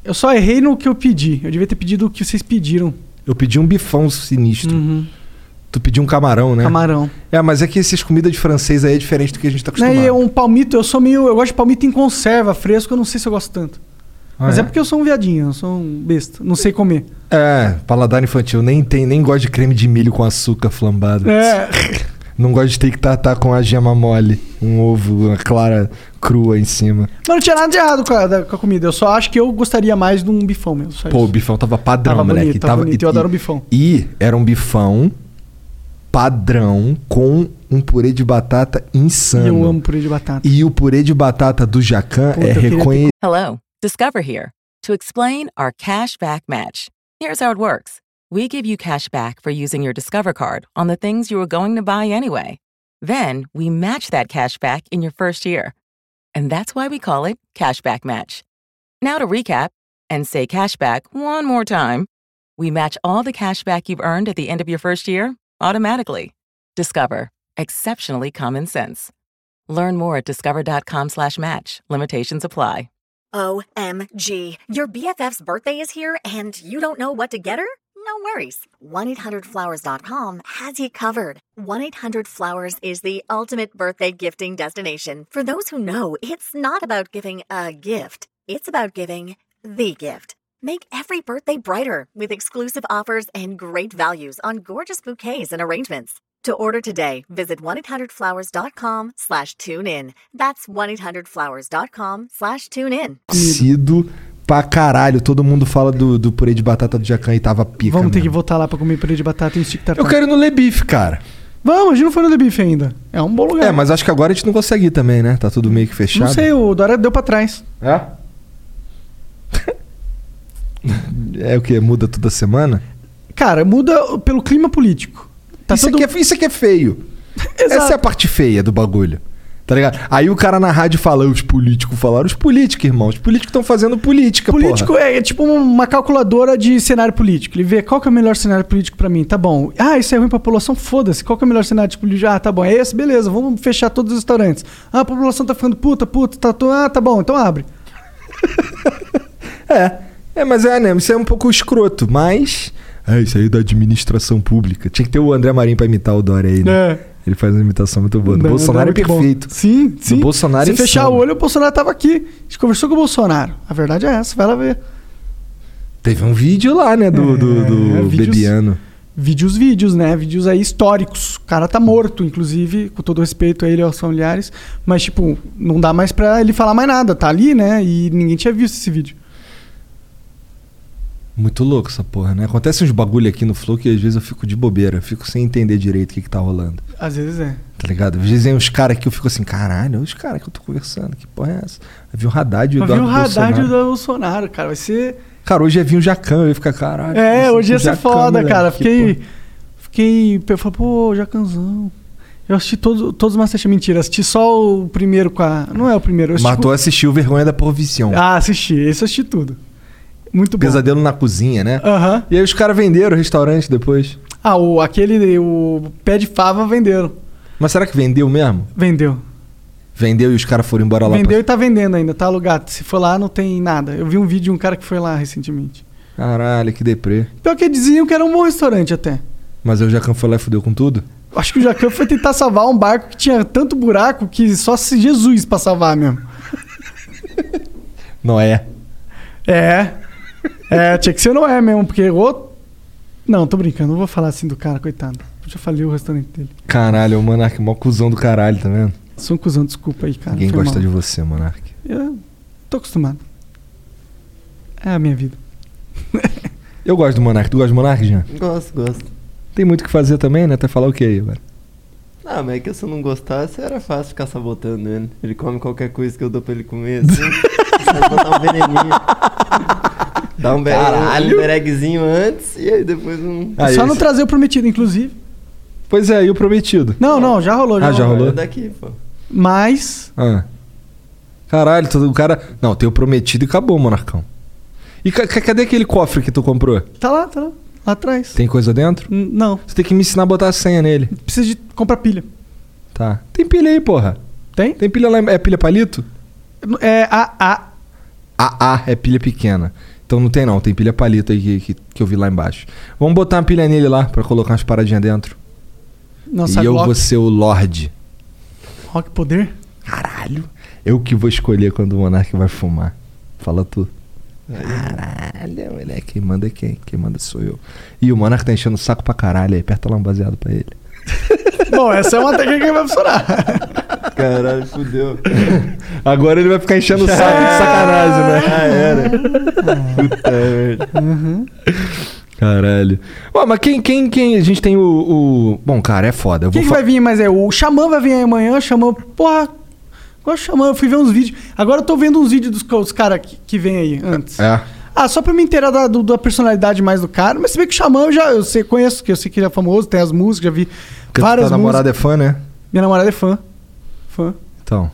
Speaker 3: Eu só errei no que eu pedi. Eu devia ter pedido o que vocês pediram.
Speaker 2: Eu pedi um bifão sinistro.
Speaker 3: Uhum.
Speaker 2: Tu pediu um camarão, né?
Speaker 3: Camarão.
Speaker 2: É, mas é que essas comidas de francês aí é diferente do que a gente tá acostumado.
Speaker 3: Né, e um palmito, eu sou meio. Eu gosto de palmito em conserva, fresco, eu não sei se eu gosto tanto.
Speaker 2: Ah,
Speaker 3: Mas é? porque eu sou um viadinho, eu sou um besta. Não sei comer.
Speaker 2: É, paladar infantil. Nem tem, nem gosto de creme de milho com açúcar flambado.
Speaker 3: É.
Speaker 2: Não gosto de ter que tatar com a gema mole. Um ovo, uma clara crua em cima.
Speaker 3: Mas não tinha nada de errado com a, da- com a comida. Eu só acho que eu gostaria mais de um bifão mesmo. Só
Speaker 2: Pô, o
Speaker 3: isso.
Speaker 2: bifão tava padrão,
Speaker 3: Tava
Speaker 2: moleque.
Speaker 3: bonito, tava bonito. Eu adoro bifão.
Speaker 2: E era um bifão padrão com um purê de batata insano.
Speaker 3: E eu amo purê de batata.
Speaker 2: E o purê de batata do Jacan
Speaker 3: Puta,
Speaker 2: é
Speaker 3: eu queria ter
Speaker 2: reconhecido.
Speaker 5: Hello, Discover here to explain our cash back match. Here's how it works we give you cash back for using your Discover card on the things you were going to buy anyway. Then we match that cash back in your first year. And that's why we call it Cashback Match. Now to recap and say cashback one more time. We match all the cashback you've earned at the end of your first year automatically. Discover. Exceptionally common sense. Learn more at discover.com/match. Limitations apply.
Speaker 1: OMG. Your BFF's birthday is here and you don't know what to get her? No worries. 1-800-Flowers.com has you covered. 1-800-Flowers is the ultimate birthday gifting destination. For those who know, it's not about giving a gift. It's about giving the gift. Make every birthday brighter with exclusive offers and great values on gorgeous bouquets and arrangements. To order today, visit 1-800-Flowers.com slash tune in. That's 1-800-Flowers.com slash tune in.
Speaker 2: Sido pra caralho. Todo mundo fala do, do purê de batata do Jacan e tava pica.
Speaker 3: Vamos ter que
Speaker 2: mesmo.
Speaker 3: voltar lá pra comer purê de batata e um stick tartar.
Speaker 2: Eu quero ir no Lebif, cara.
Speaker 3: Vamos, a gente não foi no The Beef ainda. É um bom lugar.
Speaker 2: É, mas acho que agora a gente não consegue ir também, né? Tá tudo meio que fechado.
Speaker 3: Não sei, o Dora deu pra trás.
Speaker 2: É? é o que? Muda toda semana?
Speaker 3: Cara, muda pelo clima político. Tá
Speaker 2: isso,
Speaker 3: todo...
Speaker 2: aqui é, isso aqui é feio.
Speaker 3: Exato.
Speaker 2: Essa é a parte feia do bagulho. Tá ligado? Aí o cara na rádio fala, os políticos falaram. Os políticos, irmão. Os políticos estão fazendo política,
Speaker 3: Político
Speaker 2: porra.
Speaker 3: é, é tipo uma calculadora de cenário político. Ele vê qual que é o melhor cenário político pra mim. Tá bom. Ah, isso é ruim pra população? Foda-se. Qual que é o melhor cenário político? Ah, tá bom. É esse? Beleza. Vamos fechar todos os restaurantes. Ah, a população tá ficando puta, puta, tá... to- Ah, tá bom. Então abre.
Speaker 2: É. É, mas é, né? Isso é um pouco escroto, mas. É, isso aí da administração pública. Tinha que ter o André Marinho pra imitar o Dória aí, né?
Speaker 3: É.
Speaker 2: Ele faz uma imitação muito boa. Do
Speaker 3: Não,
Speaker 2: Bolsonaro
Speaker 3: não,
Speaker 2: é
Speaker 3: muito bom.
Speaker 2: perfeito.
Speaker 3: Sim, sim.
Speaker 2: Bolsonaro
Speaker 3: Se
Speaker 2: é
Speaker 3: fechar
Speaker 2: insano.
Speaker 3: o olho, o Bolsonaro tava aqui. A gente conversou com o Bolsonaro. A verdade é essa. Vai lá ver.
Speaker 2: Teve um vídeo lá, né? Do, do, do
Speaker 3: É, vídeos-
Speaker 2: Bebiano.
Speaker 3: Vídeos, vídeos, né? Vídeos aí históricos. O cara tá morto, inclusive, com todo respeito a ele e aos familiares. Mas, tipo, não dá mais pra ele falar mais nada. Tá ali, né? E ninguém tinha visto esse vídeo.
Speaker 2: Muito louco essa porra, né? Acontece uns bagulho aqui no Flow que às vezes eu fico de bobeira. eu Fico sem entender direito o que, que tá rolando.
Speaker 3: Às vezes é.
Speaker 2: Tá ligado? Às vezes vem uns caras que eu fico assim, caralho, olha os caras que eu tô conversando. Que porra é essa? Aí vi o Haddad e o
Speaker 3: Mas viu
Speaker 2: Eduardo
Speaker 3: o radar
Speaker 2: Bolsonaro.
Speaker 3: do Bolsonaro, cara. Vai ser.
Speaker 2: Cara, hoje ia vir o Jacan, eu ia ficar, caralho.
Speaker 3: É,
Speaker 2: nossa,
Speaker 3: hoje ia
Speaker 2: o
Speaker 3: ser
Speaker 2: Jacquin,
Speaker 3: foda,
Speaker 2: moleque,
Speaker 3: cara.
Speaker 2: que
Speaker 3: Fiquei.
Speaker 2: porra.
Speaker 3: Fiquei. Eu falei, pô, Jacanzão. Eu assisti todo- todos os Masterchef. Mentira, assisti só o primeiro com a. Não é o primeiro. eu assisti
Speaker 2: Matou
Speaker 3: com-
Speaker 2: assistiu Vergonha da Provisão.
Speaker 3: Ah, assisti. Esse eu assisti tudo. Muito bom.
Speaker 2: Pesadelo na cozinha, né?
Speaker 3: Aham.
Speaker 2: E aí os caras venderam o restaurante depois.
Speaker 3: Ah, o, aquele. O pé de fava venderam.
Speaker 2: Mas será que vendeu mesmo?
Speaker 3: Vendeu.
Speaker 2: Vendeu e os caras foram embora lá
Speaker 3: vendeu
Speaker 2: pra...
Speaker 3: e tá vendendo ainda, tá alugado. Se for lá, não tem nada. Eu vi um vídeo de um cara que foi lá recentemente.
Speaker 2: Caralho, que deprê.
Speaker 3: Pior que diziam que era um bom restaurante até.
Speaker 2: Mas aí o Jacan foi lá e fudeu com tudo?
Speaker 3: Acho que o Jacan foi tentar salvar um barco que tinha tanto buraco que só se Jesus pra salvar mesmo.
Speaker 2: Não é.
Speaker 3: É. É, tinha que ser não é mesmo, porque o. Não, tô brincando, não vou falar assim do cara, coitado. Eu já falei o restaurante dele.
Speaker 2: Caralho, o Monark é mó cuzão do caralho, tá vendo?
Speaker 3: Sou um cuzão, desculpa aí, cara.
Speaker 2: Ninguém
Speaker 3: foi
Speaker 2: gosta
Speaker 3: mal.
Speaker 2: de você, Monark.
Speaker 3: Eu tô acostumado. É a minha vida.
Speaker 2: Eu gosto do Monark. Tu gosta do Monark, Jean?
Speaker 4: Gosto, gosto.
Speaker 2: Tem muito o que fazer também, né? Até falar o que aí, velho?
Speaker 4: Ah, mas é que se eu não gostasse, era fácil ficar sabotando ele. Ele come qualquer coisa que eu dou pra ele comer, assim. Só botar um veneninho. Dá um, be- um beregzinho antes e aí depois um...
Speaker 2: Ah,
Speaker 3: Só
Speaker 2: esse-
Speaker 3: não trazer o prometido, inclusive.
Speaker 2: Pois é, e o prometido?
Speaker 3: Não, não, já rolou.
Speaker 2: Ah, já
Speaker 3: rolou.
Speaker 2: rolou.
Speaker 4: É daqui, pô.
Speaker 3: Mas.
Speaker 2: Ah. Caralho, todo o cara. Não, tem o prometido e acabou, Monarcão. E ca- ca- cadê aquele cofre que tu comprou?
Speaker 3: Tá lá, tá lá. Lá atrás.
Speaker 2: Tem coisa dentro?
Speaker 3: N- Não,
Speaker 2: Você tem que me ensinar a botar a senha nele.
Speaker 3: precisa de comprar pilha.
Speaker 2: Tá. Tem pilha aí, porra.
Speaker 3: Tem?
Speaker 2: Tem pilha lá. em- É pilha palito?
Speaker 3: É a. a
Speaker 2: AA é pilha pequena. Então não tem não, tem pilha palito aí que, que, que eu vi lá embaixo. Vamos botar uma pilha nele lá pra colocar umas paradinhas dentro.
Speaker 3: nossa,
Speaker 2: e eu
Speaker 3: Glock,
Speaker 2: vou ser o Lorde.
Speaker 3: Rock Poder.
Speaker 2: Caralho. Eu que vou escolher quando o Monark vai fumar. Fala tu. Caralho, moleque. Quem manda é quem? Quem manda sou eu. E o Monark tá enchendo o saco pra caralho aí. Aperta lá um baseado pra ele.
Speaker 3: Bom, essa é uma técnica que vai funcionar.
Speaker 4: Caralho, fudeu.
Speaker 2: Agora ele vai ficar enchendo o saco de sacanagem, né?
Speaker 4: Já era. Puta merda.
Speaker 2: Caralho. Ó, mas quem, quem, quem? A gente tem o. o- Bom, cara, é foda. Eu
Speaker 3: Quem
Speaker 2: vou
Speaker 3: que
Speaker 2: fa-
Speaker 3: vai vir mais é? O Xamã vai vir aí amanhã, o Xamã. Porra, qual é o Xamã? Eu fui ver uns vídeos. Agora eu tô vendo uns vídeos dos, co- dos caras que, que vem aí antes.
Speaker 2: É.
Speaker 3: Ah, só pra me inteirar da, do- da personalidade mais do cara, mas se bem que o Xamã eu já eu sei, conheço, que eu sei que ele é famoso, tem as músicas, já vi
Speaker 2: Porque
Speaker 3: várias
Speaker 2: tua
Speaker 3: músicas.
Speaker 2: namorada é fã, né?
Speaker 3: Minha namorada é fã. Fã.
Speaker 2: Então.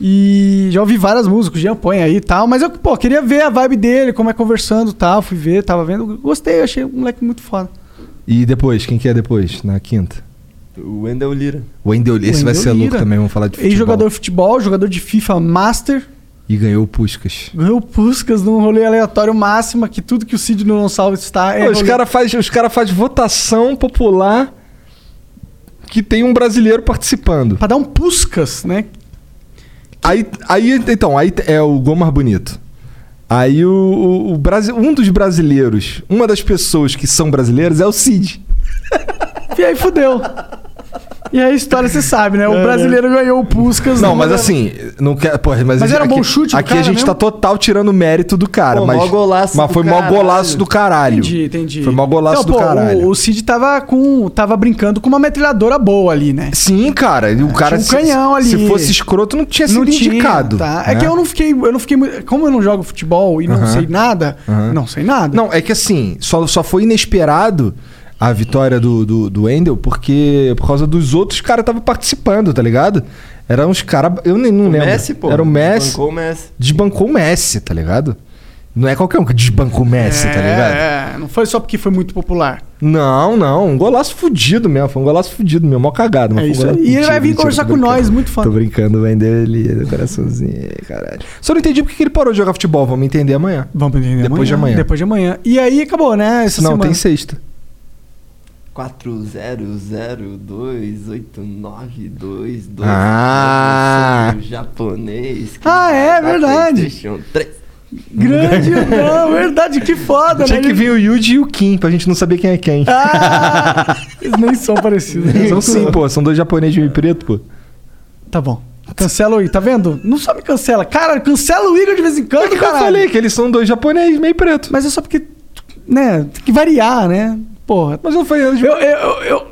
Speaker 3: E já ouvi várias músicas, já põe aí e tal, mas eu, pô, queria ver a vibe dele, como é conversando e tal, fui ver, tava vendo, gostei, achei um moleque muito foda.
Speaker 2: E depois, quem que é depois? Na quinta?
Speaker 4: O Wendel Lira.
Speaker 2: Wendell, esse vai
Speaker 3: Wendell
Speaker 2: ser louco
Speaker 3: Lira.
Speaker 2: também, vamos falar de futebol.
Speaker 3: Ex-jogador de futebol, jogador de FIFA Master,
Speaker 2: e ganhou o Puskas.
Speaker 3: Ganhou Puscas num rolê aleatório máximo que tudo que o Cid no Gonçalves está é.
Speaker 2: Pô, os
Speaker 3: rolê-
Speaker 2: caras fazem cara faz votação popular que tem um brasileiro participando.
Speaker 3: Pra dar um Puscas, né?
Speaker 2: Aí, aí então, aí é o Gomar Bonito. Aí o, o, o Brasi- um dos brasileiros, uma das pessoas que são brasileiras é o Cid.
Speaker 3: E aí fudeu. E aí a história você sabe, né? O brasileiro ganhou o Puscas.
Speaker 2: É, Não,
Speaker 3: né?
Speaker 2: mas assim, não quer, porra, mas,
Speaker 3: Mas
Speaker 2: a-
Speaker 3: era
Speaker 2: aqui,
Speaker 3: bom chute do
Speaker 2: Aqui
Speaker 3: cara
Speaker 2: a gente tá
Speaker 3: mesmo?
Speaker 2: total tirando o mérito do cara,
Speaker 4: Pô,
Speaker 2: mas
Speaker 4: mó golaço
Speaker 2: mas
Speaker 4: do
Speaker 2: foi mó
Speaker 4: caralho.
Speaker 2: golaço do caralho.
Speaker 3: Entendi, entendi.
Speaker 2: Foi mó golaço
Speaker 3: Então,
Speaker 2: do
Speaker 3: pô,
Speaker 2: caralho.
Speaker 3: O, o Cid tava com. tava brincando com uma metralhadora boa ali, né?
Speaker 2: Sim, cara, o cara
Speaker 3: um
Speaker 2: se-
Speaker 3: canhão ali.
Speaker 2: se fosse escroto não tinha sido É
Speaker 3: tinha,
Speaker 2: indicado.
Speaker 3: tá? É
Speaker 2: né?
Speaker 3: que eu não fiquei. Eu não fiquei muito- Como eu não jogo futebol e não sei nada, não sei nada.
Speaker 2: Não, é que assim, só, só foi inesperado a vitória do, do, do Wendel porque por causa dos outros caras estavam participando, tá ligado? Eram uns caras. Eu nem não lembro.
Speaker 4: Messi, pô.
Speaker 2: Era o Messi.
Speaker 4: Bancou o Messi.
Speaker 2: Desbancou o Messi, tá ligado? Não é qualquer um que desbancou o Messi, tá ligado?
Speaker 3: É, não foi só porque foi muito popular.
Speaker 2: Não, não. Um golaço fudido mesmo. Foi um golaço fudido mesmo. Mó cagado. mas
Speaker 3: É
Speaker 2: foi um
Speaker 3: isso
Speaker 2: golaço
Speaker 3: aí. E ele vai
Speaker 2: fudido,
Speaker 3: vir
Speaker 2: mentira,
Speaker 3: conversar
Speaker 2: tô
Speaker 3: com
Speaker 2: brincando.
Speaker 3: nós, muito foda.
Speaker 2: Tô brincando, Wendel ali, do coraçãozinho, caralho. Só não entendi porque que ele parou de jogar futebol. Vamos entender amanhã.
Speaker 3: Vamos entender
Speaker 2: Depois de amanhã.
Speaker 3: Depois de amanhã. E aí acabou, né? Essa
Speaker 2: não,
Speaker 3: semana.
Speaker 2: tem sexta.
Speaker 4: 4002892
Speaker 2: Ah!
Speaker 4: japonês. que
Speaker 3: Ah, é
Speaker 4: vai dar
Speaker 3: verdade.
Speaker 4: PlayStation 3.
Speaker 3: Grande, não, verdade, que foda,
Speaker 2: Tinha
Speaker 3: né?
Speaker 2: que vir o Yuji e o Kim pra gente não saber quem é quem.
Speaker 3: Ah, eles nem são parecidos. né?
Speaker 2: São sim, pô. São dois japoneses de meio preto, pô.
Speaker 3: Tá bom. Cancela o Igor, tá vendo? Não só me cancela. Cara, cancela o Igor de vez em quando,
Speaker 2: Eu
Speaker 3: Ah, caralho.
Speaker 2: falei É que eles são dois japoneses meio preto.
Speaker 3: Mas é só porque, né, tem que variar, né? Porra.
Speaker 2: Mas eu falei...
Speaker 3: Eu, eu, eu, eu-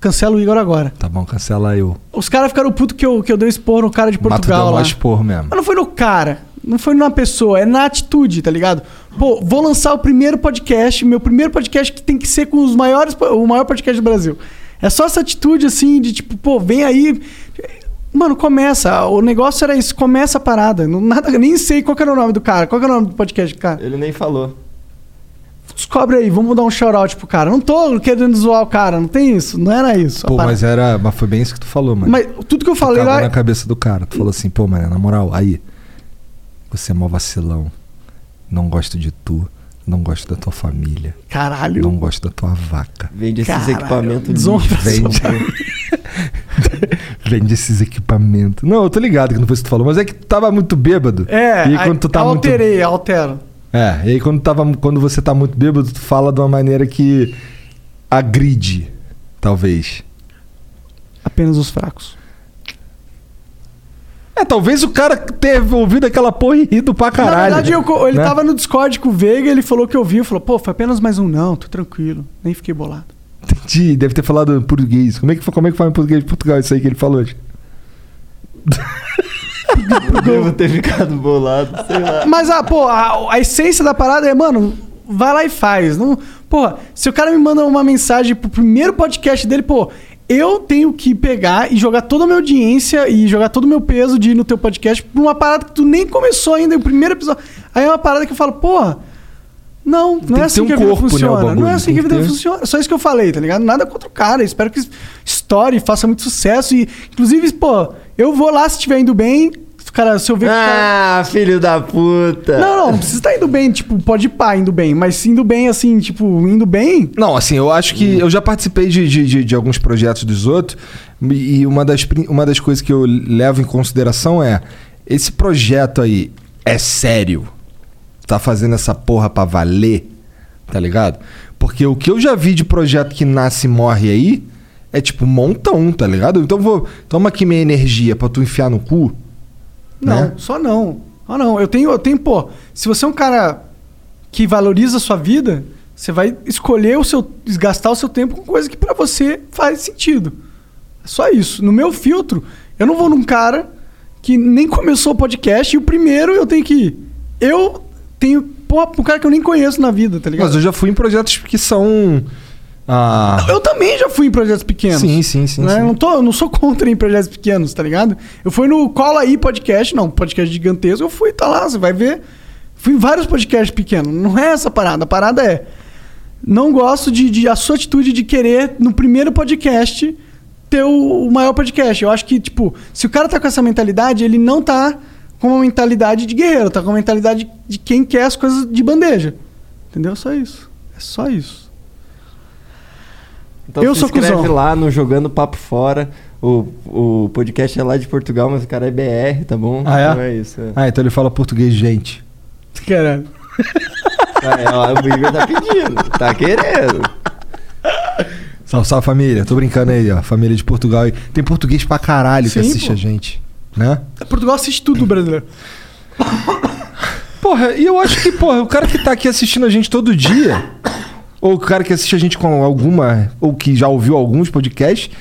Speaker 3: Cancela o Igor agora.
Speaker 2: Tá bom, cancela eu.
Speaker 3: Os caras ficaram putos que eu, que eu dei expor no cara de Portugal
Speaker 2: Mato
Speaker 3: lá.
Speaker 2: deu expor mesmo.
Speaker 3: Mas não foi no cara. Não foi numa pessoa, é na atitude, tá ligado? Pô, vou lançar o primeiro podcast, meu primeiro podcast que tem que ser com os maiores, po- o maior podcast do Brasil. É só essa atitude assim de tipo, pô, vem aí. Mano, começa. O negócio era isso, começa a parada. Não, nada, nem sei qual que era o nome do cara, qual que era o nome do podcast do cara.
Speaker 4: Ele nem falou.
Speaker 3: Descobre aí, vamos dar um shout-out pro cara. Não tô querendo zoar o cara, não tem isso, não era isso. a
Speaker 2: Pô,
Speaker 3: parada.
Speaker 2: mas era... Mas foi bem isso que tu falou, mano.
Speaker 3: Ah, Mas tudo que eu falei
Speaker 2: Cagou
Speaker 3: lá.
Speaker 2: na cabeça do cara. Tu falou assim, pô, mano, na moral, aí. Você é mó vacilão. Não gosto de tu. Não gosto da tua família.
Speaker 3: Caralho.
Speaker 2: Não gosto da tua vaca.
Speaker 4: Vende esses
Speaker 3: Caralho,
Speaker 4: equipamentos
Speaker 3: desonra
Speaker 4: lixo.
Speaker 2: Vende. Vende esses equipamentos. Não, eu tô ligado que não foi isso que tu falou, mas é que tu tava muito bêbado.
Speaker 3: É,
Speaker 2: e aí, quando tu tá muito.
Speaker 3: alterei, altero.
Speaker 2: É, e aí quando, tava, quando você tá muito bêbado, tu fala de uma maneira que agride, talvez.
Speaker 3: Apenas os fracos.
Speaker 2: É, talvez o cara tenha ouvido aquela porra e rido pra caralho.
Speaker 3: Na verdade, eu co- ele
Speaker 2: né?
Speaker 3: tava no Discord com o Veiga, ele falou que eu vi, falou, pô, foi apenas mais um não, tô tranquilo, nem fiquei bolado.
Speaker 2: Entendi, deve ter falado em português. Como é que, foi- como é que fala em português de Portugal isso aí que ele falou? hoje?
Speaker 4: Eu devo ter ficado bolado, sei lá.
Speaker 3: Mas, ah, pô, a, a essência da parada é, mano, vai lá e faz. Não, porra, se o cara me manda uma mensagem pro primeiro podcast dele, pô, eu tenho que pegar e jogar toda a minha audiência e jogar todo o meu peso de ir no teu podcast pra uma parada que tu nem começou ainda, o primeiro episódio. Aí é uma parada que eu falo, porra. Não, não
Speaker 2: que
Speaker 3: é
Speaker 2: ter
Speaker 3: assim
Speaker 2: um
Speaker 3: que a vida
Speaker 2: corpo, né, o
Speaker 3: funciona.
Speaker 2: bagulho,
Speaker 3: Não é assim
Speaker 2: tem
Speaker 3: que a
Speaker 2: que
Speaker 3: vida
Speaker 2: ter.
Speaker 3: funciona. Só isso que eu falei, tá ligado? Nada contra o cara. Espero que estoure, faça muito sucesso. E, inclusive, pô, eu vou lá se estiver indo bem. Cara, se eu ver que o cara-
Speaker 4: Ah, filho da
Speaker 2: É.
Speaker 4: puta.
Speaker 3: não, não, não precisa estar indo bem, tipo, pode ir pá, indo bem, mas indo bem, assim, tipo, indo bem.
Speaker 2: Não, assim, eu acho que. Eu já participei de, de, de- de alguns projetos dos outros, e uma das, prin- uma das coisas que eu levo em consideração é: esse projeto aí é sério? Tá fazendo essa porra pra valer? Tá ligado? Porque o que eu já vi de projeto que nasce e morre aí é tipo montão, tá ligado? Então vou. Toma aqui minha energia pra tu enfiar no cu.
Speaker 3: Não,
Speaker 2: Né?
Speaker 3: só não. Só não. Eu tenho, eu tenho, pô, se você é um cara que valoriza a sua vida, você vai escolher o seu. gastar o seu tempo com coisa que pra você faz sentido. É só isso. No meu filtro, eu não vou num cara que nem começou o podcast e o primeiro eu tenho que ir. Eu tenho, pô, um cara que eu nem conheço na vida, tá ligado?
Speaker 2: Mas eu já fui em projetos que são. Ah,
Speaker 3: Eu também já fui em projetos pequenos.
Speaker 2: Sim, sim, sim,
Speaker 3: Né?
Speaker 2: sim.
Speaker 3: Eu não, tô, eu não sou contra em projetos pequenos, tá ligado? Eu fui no Cola Aí podcast, não, podcast gigantesco, eu fui, tá lá, você vai ver. Fui em vários podcasts pequenos. Não é essa a parada. A parada é. Não gosto de, de- a sua atitude de querer, no primeiro podcast, ter o, o maior podcast. Eu acho que, tipo, se o cara tá com essa mentalidade, ele não tá com uma mentalidade de guerreiro, tá com uma mentalidade de quem quer as coisas de bandeja. Entendeu? Só isso. É só isso.
Speaker 4: Então
Speaker 3: Eu
Speaker 4: se
Speaker 3: sou
Speaker 4: inscreve
Speaker 3: cuzão.
Speaker 4: lá no Jogando Papo Fora. O, o podcast é lá de Portugal, mas o cara é BR, tá bom?
Speaker 2: Ah, é?
Speaker 4: Então é isso. É.
Speaker 2: Ah, então ele fala português, gente.
Speaker 3: Caralho.
Speaker 4: Ah, é, ó, o Igor tá pedindo, tá querendo.
Speaker 2: Salve, salve família. Tô brincando aí, ó. Família de Portugal. aí. Tem português pra caralho que
Speaker 3: Sim,
Speaker 2: assiste
Speaker 3: pô.
Speaker 2: a gente. Né?
Speaker 3: Portugal assiste tudo brasileiro.
Speaker 2: Porra, e eu acho que, porra, o cara que tá aqui assistindo a gente todo dia, ou o cara que assiste a gente com alguma, ou que já ouviu alguns podcasts,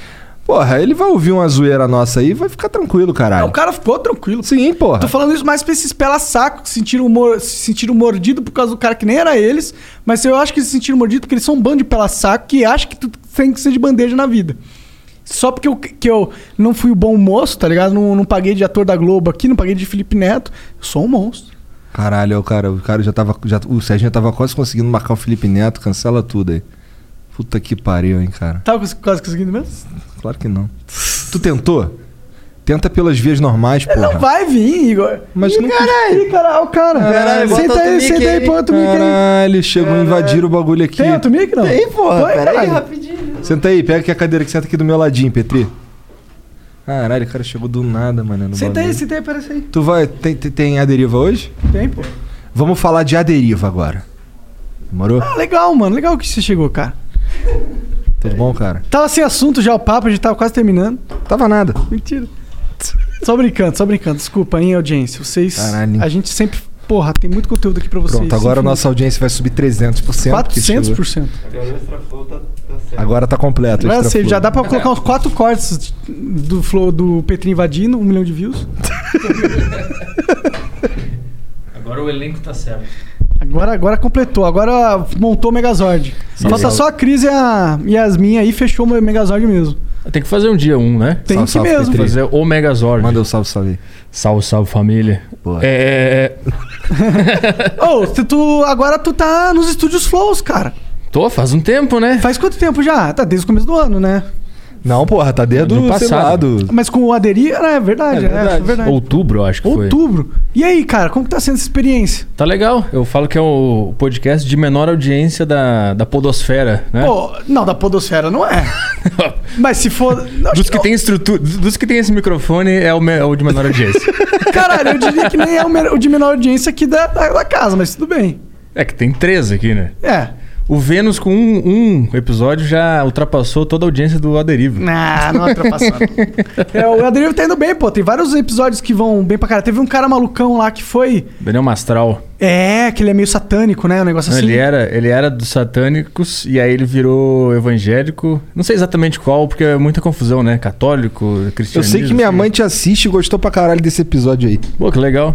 Speaker 2: porra, ele vai ouvir uma zoeira nossa aí e vai ficar tranquilo,
Speaker 3: Ah,
Speaker 2: caralho.
Speaker 3: o cara ficou tranquilo.
Speaker 2: Sim, porra.
Speaker 3: Tô falando isso mais pra esses pela saco que se sentiram, mor- se sentiram mordido por causa do cara que nem era eles, mas eu acho que eles se sentiram mordido porque eles são um bando de pela saco que acha que tu tem que ser de bandeja na vida. Só porque eu, que eu não fui o bom moço, tá ligado? Não, não paguei de ator da Globo aqui, não paguei de Felipe Neto. Eu sou um monstro.
Speaker 2: Caralho, é o cara, o cara já tava. Já, o Serginho já tava quase conseguindo marcar o Felipe Neto, cancela tudo aí. Puta que pariu, hein, cara.
Speaker 3: Tava cons- quase conseguindo mesmo?
Speaker 2: Claro que não. Tu tentou? Tenta pelas vias normais, porra.
Speaker 3: Não vai vir, Igor.
Speaker 2: Mas
Speaker 3: Ih,
Speaker 2: não-
Speaker 3: caralho. Ih, caralho, o cara.
Speaker 4: Caralho, bota
Speaker 3: senta
Speaker 4: outro
Speaker 3: aí,
Speaker 4: mic
Speaker 3: senta aí,
Speaker 4: aí.
Speaker 3: põe outro mic aí.
Speaker 2: Caralho, chegou a invadir o bagulho aqui.
Speaker 3: Tem outro mic, não?
Speaker 4: Tem, porra,
Speaker 3: Põe,
Speaker 4: pera aí,
Speaker 3: caralho.
Speaker 4: rapidinho.
Speaker 2: Senta aí, pega aqui a cadeira que senta aqui do meu ladinho, Petri. Caralho, o cara chegou do nada, mano. no
Speaker 3: Senta aí,
Speaker 2: bagulho.
Speaker 3: senta aí, aparece aí.
Speaker 2: Tu vai. Tem, tem, tem a deriva hoje?
Speaker 3: Tem, pô.
Speaker 2: Vamos falar de a deriva agora. Demorou?
Speaker 3: Ah, legal, mano. Legal que você chegou, cara.
Speaker 2: Tudo bom, cara?
Speaker 3: Tava sem assunto já o papo, a gente tava quase terminando.
Speaker 2: Tava nada.
Speaker 3: Mentira. Só brincando, só brincando. Desculpa, hein, audiência. Vocês.
Speaker 2: Caralho.
Speaker 3: A gente sempre. Porra, tem muito conteúdo aqui pra vocês.
Speaker 2: Pronto, agora a
Speaker 3: Enfim,
Speaker 2: nossa audiência vai subir 300%. porque chegou.
Speaker 3: 400%.
Speaker 4: Agora o extra flow tá, tá certo.
Speaker 2: Agora tá completo.
Speaker 3: Agora
Speaker 2: extra
Speaker 3: você
Speaker 2: flow.
Speaker 3: já dá pra colocar uns quatro cortes do flow do Petri invadindo, um milhão de views.
Speaker 7: Agora o elenco tá certo.
Speaker 3: Agora, agora completou, agora montou o Megazord. Falta só a Cris e a Yasmin aí, fechou o Megazord mesmo.
Speaker 7: Tem que fazer um dia um, né?
Speaker 3: Tem
Speaker 2: Salve,
Speaker 3: que
Speaker 2: salve,
Speaker 3: mesmo.
Speaker 2: Petri.
Speaker 7: Fazer o Megazord.
Speaker 2: Manda o salve, salve.
Speaker 7: Salve, salve família.
Speaker 2: Boa.
Speaker 7: É, é, é,
Speaker 3: Ô, se tu, agora tu tá nos estúdios Flows, cara.
Speaker 7: tô, faz um tempo, né?
Speaker 3: Faz quanto tempo já? Tá desde o começo do ano, né?
Speaker 2: Não, porra, tá desde
Speaker 7: No
Speaker 2: o sei
Speaker 7: passado.
Speaker 2: lá, do-
Speaker 3: Mas com o Aderir, é verdade, é, verdade.
Speaker 2: verdade.
Speaker 3: É, verdade.
Speaker 7: Hum. Outubro, acho que foi.
Speaker 3: Outubro. E aí, cara, como que tá sendo essa experiência?
Speaker 7: Tá legal. Eu falo que é o podcast de menor audiência da, da podosfera, né?
Speaker 3: Pô, não, da podosfera não é. Mas se for... Não, acho
Speaker 7: dos que
Speaker 3: não.
Speaker 7: tem estrutura, dos que tem esse microfone é o, me- é o de menor audiência.
Speaker 3: Caralho, eu diria que nem é o me- o de menor audiência aqui da, da, da casa, mas tudo bem.
Speaker 7: é que tem três aqui, né?
Speaker 3: É.
Speaker 7: O Vênus com um, um episódio já ultrapassou toda a audiência do Aderivo.
Speaker 3: Ah, não ultrapassaram. é, o Adriano tá indo bem, pô. Tem vários episódios que vão bem pra caralho. Teve um cara malucão lá que foi...
Speaker 7: Daniel Mastral.
Speaker 3: É, que ele é meio satânico, né? Um negócio assim.
Speaker 7: Ah, Ele era, ele era dos satânicos e aí ele virou evangélico. Não sei exatamente qual, porque é muita confusão, né? Católico,
Speaker 2: Eu
Speaker 7: cristianismo.
Speaker 2: sei que minha
Speaker 7: assim.
Speaker 2: mãe te assiste e gostou pra caralho desse episódio aí.
Speaker 7: Pô, que legal.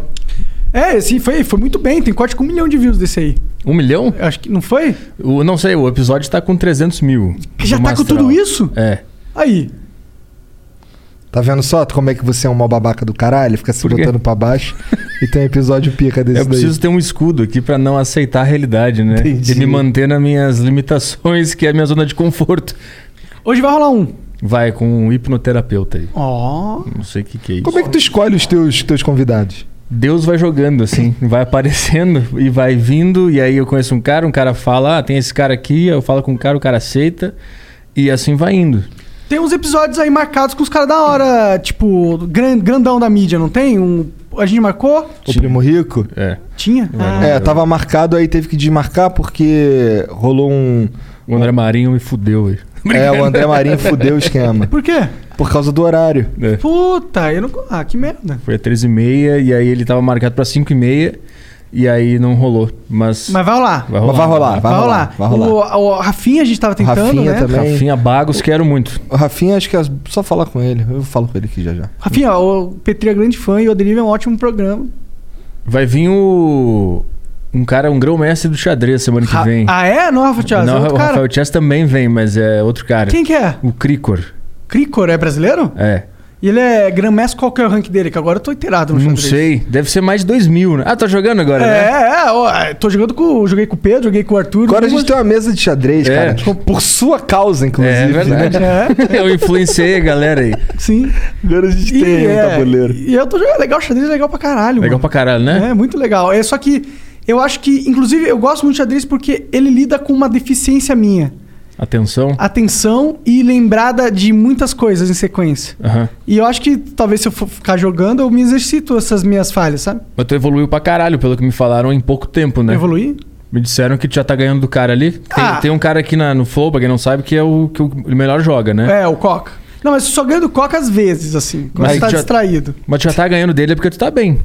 Speaker 3: É, esse foi, foi muito bem. Tem corte com um milhão de views desse aí.
Speaker 7: Um milhão?
Speaker 3: Acho que... Não foi?
Speaker 7: O, não sei, o episódio tá com 300 mil.
Speaker 3: Já
Speaker 7: do
Speaker 3: tá com
Speaker 7: Mastral.
Speaker 3: tudo isso?
Speaker 7: É.
Speaker 3: Aí.
Speaker 2: Tá vendo só como é que você é um mal babaca do caralho? Fica se
Speaker 7: Por quê?
Speaker 2: botando pra baixo e tem um episódio pica desse
Speaker 7: Eu preciso ter um escudo aqui pra não aceitar a realidade, né?
Speaker 2: Entendi.
Speaker 7: E me manter nas minhas limitações, que é a minha zona de conforto.
Speaker 3: Hoje vai rolar um.
Speaker 7: Vai com um hipnoterapeuta aí.
Speaker 3: Ó.
Speaker 7: Não sei o que, que é isso.
Speaker 2: daí. Como é que tu escolhe os teus, teus convidados?
Speaker 7: Deus vai jogando, assim, vai aparecendo e vai vindo, e aí eu conheço um cara, um cara fala, ah, tem esse cara aqui, eu falo com um cara, o cara aceita, e assim vai indo.
Speaker 3: Tem uns episódios aí marcados com os caras da hora, tipo, gran- grandão da mídia, não tem? Um, a gente marcou?
Speaker 2: O Primo Rico?
Speaker 7: É.
Speaker 3: Tinha. Ah,
Speaker 2: É, tava marcado aí, teve que desmarcar porque rolou um.
Speaker 7: O André Marinho me fudeu aí.
Speaker 2: É, o André Marinho fudeu o esquema.
Speaker 3: Por quê?
Speaker 2: Por causa do horário.
Speaker 7: É.
Speaker 3: Puta, eu não. Ah, que merda.
Speaker 7: Foi a 13h30, e aí ele tava marcado pra 5h30, e aí não rolou. Mas,
Speaker 3: Mas vai rolar. Vai,
Speaker 2: Mas vai rolar, vai, rolar,
Speaker 3: rolar.
Speaker 2: Vai rolar.
Speaker 3: O, o Rafinha a gente tava tentando,
Speaker 2: Rafinha
Speaker 3: né?
Speaker 2: também.
Speaker 7: Rafinha Bagos, quero muito.
Speaker 2: O Rafinha, acho que é só falar com ele. Eu falo com ele aqui já já.
Speaker 3: Rafinha, o Petri é grande fã e o Adelive é um ótimo programa.
Speaker 7: Vai vir o. Um cara, um grão-mestre do xadrez semana que
Speaker 3: Ra-
Speaker 7: vem.
Speaker 3: Ah, é? Não, Rafa Thiago, é
Speaker 7: não,
Speaker 3: outro
Speaker 7: o
Speaker 3: cara.
Speaker 7: Rafael Chess também vem, mas é outro cara.
Speaker 3: Quem que é?
Speaker 7: O Cricor.
Speaker 3: Cricor é brasileiro?
Speaker 7: É.
Speaker 3: E ele é Grand Master, qual que é o rank dele? Que agora eu tô inteirado no
Speaker 7: Não
Speaker 3: xadrez.
Speaker 7: sei. Deve ser mais de 2 mil, né? Ah, tá jogando agora,
Speaker 3: É,
Speaker 7: né?
Speaker 3: é, ó, tô jogando com. Joguei com o Pedro, joguei com o Arthur.
Speaker 2: Agora a
Speaker 3: Uma-
Speaker 2: gente tem uma mesa de xadrez,
Speaker 7: É.
Speaker 2: cara. Tipo, Por sua causa, inclusive.
Speaker 7: É verdade.
Speaker 2: né?
Speaker 7: Eu influenciei a galera aí.
Speaker 3: Sim.
Speaker 2: Agora a gente
Speaker 3: E
Speaker 2: tem
Speaker 3: é-
Speaker 2: um tabuleiro.
Speaker 3: E eu tô jogando. Legal, xadrez é legal pra caralho,
Speaker 7: Legal pra caralho, né?
Speaker 3: É, muito legal. É só que eu acho que, inclusive, eu gosto muito de xadrez porque ele lida com uma deficiência minha.
Speaker 7: Atenção.
Speaker 3: Atenção e lembrada de muitas coisas em sequência.
Speaker 7: Aham.
Speaker 3: E eu acho que talvez se eu for ficar jogando, eu me exercito essas minhas falhas, sabe?
Speaker 7: Mas tu evoluiu pra caralho, pelo que me falaram, em pouco tempo, né?
Speaker 3: Evoluir.
Speaker 7: Me disseram que tu já tá ganhando do cara ali. Tem,
Speaker 3: Ah.
Speaker 7: tem um cara aqui na- no Flow, pra quem não sabe, que é o que o melhor joga, né?
Speaker 3: É, o Coca. Não, mas eu só ganho do Coca às vezes, assim, quando
Speaker 7: Mas
Speaker 3: você tá
Speaker 7: já-
Speaker 3: distraído.
Speaker 7: Mas tu já tá ganhando dele é porque tu tá bem.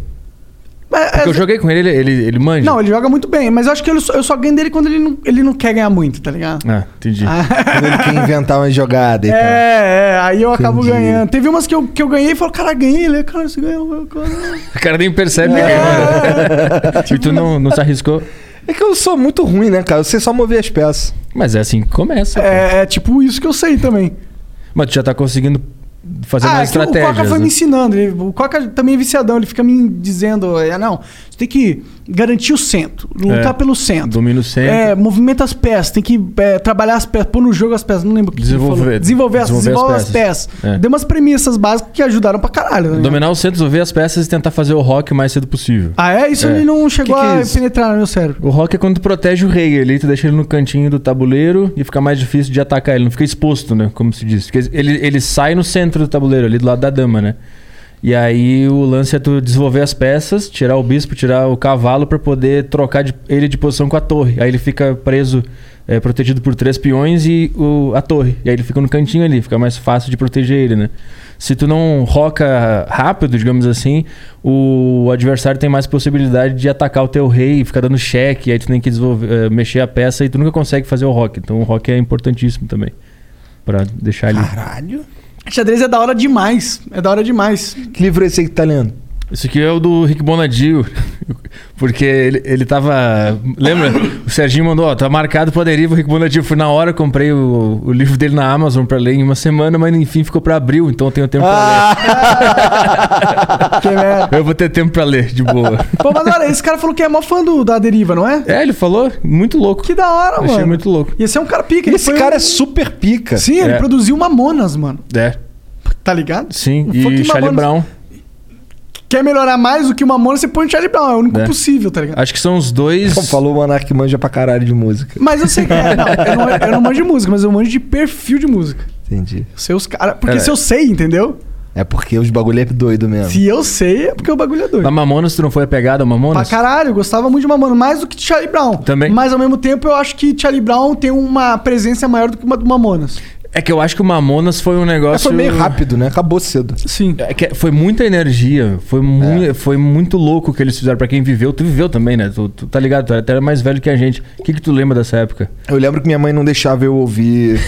Speaker 3: Mas- é
Speaker 7: Porque eu joguei com ele, ele, ele, ele manja.
Speaker 3: Não, ele joga muito bem, mas eu acho que eu só, eu só ganho dele quando ele não, ele não quer ganhar muito, tá ligado?
Speaker 7: Ah, entendi.
Speaker 2: Quando ele quer inventar uma jogada
Speaker 7: tá.
Speaker 2: então. e tal.
Speaker 3: É, é, aí eu acabo
Speaker 2: Entendi.
Speaker 3: ganhando. Teve umas que eu, que eu ganhei e falou, cara, ganhei. Ele, cara, você ganhou. eu- cara."
Speaker 7: O cara nem percebe que ele manda. E tu não, não se arriscou.
Speaker 2: É que eu sou muito ruim, né, cara? Eu sei só mover as peças.
Speaker 7: Mas é assim que começa. pô.
Speaker 3: É, é tipo isso que eu sei também.
Speaker 7: Mas tu já tá conseguindo fazer mais
Speaker 3: é que
Speaker 7: estratégias.
Speaker 3: o Coca foi
Speaker 7: né?
Speaker 3: me ensinando. ele- o Coca também é viciadão, ele fica me dizendo, "Ah, não, você tem que garantir o centro, lutar
Speaker 7: É,
Speaker 3: pelo centro.
Speaker 7: domina o centro.
Speaker 3: É, movimenta as peças, tem que é, trabalhar as peças, pôr no jogo as peças, não lembro o que que ele falou.
Speaker 7: Desenvolver-
Speaker 3: Desenvolver, as,
Speaker 7: desenvolver as
Speaker 3: desenvolve as
Speaker 7: peças.
Speaker 3: peças.
Speaker 7: É.
Speaker 3: Deu umas premissas básicas que ajudaram pra caralho. né?
Speaker 7: Dominar o centro, desenvolver as peças e tentar fazer o rock o mais cedo possível.
Speaker 3: Ah, é? Isso
Speaker 7: É.
Speaker 3: ele não chegou
Speaker 7: Que que é
Speaker 3: a
Speaker 7: isso?
Speaker 3: penetrar no meu cérebro.
Speaker 7: O rock é quando tu protege o rei ali, tu deixa ele no cantinho do tabuleiro e fica mais difícil de atacar ele, não fica exposto, né? Como se diz. Porque ele, ele sai no centro do tabuleiro, ali do lado da dama, né? E aí o lance é tu desenvolver as peças, tirar o bispo, tirar o cavalo pra poder trocar de- ele de posição com a torre. Aí ele fica preso, é, protegido por três peões e o- a torre. E aí ele fica no cantinho ali, fica mais fácil de proteger ele, né? Se tu não roca rápido, digamos assim, o adversário tem mais possibilidade de atacar o teu rei e ficar dando cheque, aí tu tem que desenvolver, eh, mexer a peça e tu nunca consegue fazer o rock. Então o rock é importantíssimo também. Pra deixar ele.
Speaker 2: Caralho.
Speaker 3: Xadrez é da hora demais. É da hora demais.
Speaker 2: Que livro é esse aí que tá lendo?
Speaker 7: Isso aqui é o do Rick Bonadio. Porque ele, ele tava. Lembra? O Serginho mandou, ó, tá marcado pra deriva o Rick Bonadio. Fui na hora, comprei o, o livro dele na Amazon pra ler em uma semana, mas enfim ficou pra abril, então eu tenho tempo
Speaker 3: Ah! Que merda.
Speaker 7: pra ler. Eu vou ter tempo pra ler, de boa.
Speaker 3: Pô, mas olha, esse cara falou que é mó fã do, da deriva, não é?
Speaker 7: é, ele falou, muito louco.
Speaker 3: Que da hora,
Speaker 7: Achei
Speaker 3: mano.
Speaker 7: muito louco.
Speaker 3: E esse é um cara pica.
Speaker 2: E
Speaker 3: ele
Speaker 2: esse
Speaker 3: foi
Speaker 2: cara
Speaker 3: um-
Speaker 2: é super pica.
Speaker 3: Sim, ele
Speaker 7: É.
Speaker 3: produziu Mamonas, mano.
Speaker 7: É,
Speaker 3: Tá ligado?
Speaker 7: sim.
Speaker 3: O
Speaker 7: E
Speaker 3: fucking
Speaker 7: Charlie
Speaker 3: Mamonas.
Speaker 7: Brown.
Speaker 3: Quer melhorar mais do que o Mamonas, você põe o Charlie Brown. É o único
Speaker 7: É.
Speaker 3: possível, tá ligado?
Speaker 7: Acho que são os dois.
Speaker 2: Pô, falou o Monark que manja pra caralho de música.
Speaker 3: Mas eu sei que. é, não, eu, não, eu não manjo de música, mas eu manjo de perfil de música.
Speaker 2: Entendi.
Speaker 3: Eu sei os caras. Porque
Speaker 7: É.
Speaker 3: se eu sei, entendeu?
Speaker 2: É porque os bagulho é doido mesmo.
Speaker 3: Se eu sei, é porque o bagulho é doido.
Speaker 7: Na Mamonas, tu não foi a pegada,
Speaker 3: Pra
Speaker 7: Mamonas?
Speaker 3: caralho, eu gostava muito de Mamonas, mais do que de Charlie Brown.
Speaker 7: Também.
Speaker 3: Mas ao mesmo tempo eu acho que Charlie Brown tem uma presença maior do que uma do Mamonas.
Speaker 7: É que eu acho que o Mamonas
Speaker 3: É,
Speaker 7: foi um
Speaker 2: Mas
Speaker 7: negócio.
Speaker 2: foi meio rápido, né? Acabou cedo.
Speaker 3: Sim.
Speaker 7: É que foi muita energia, foi, mu- foi muito louco o que eles fizeram pra quem viveu. Tu viveu também, né? Tu, tu tá ligado? Tu era- tu era mais velho que a gente. O que, que tu lembra dessa época?
Speaker 2: Eu lembro que minha mãe não deixava eu ouvir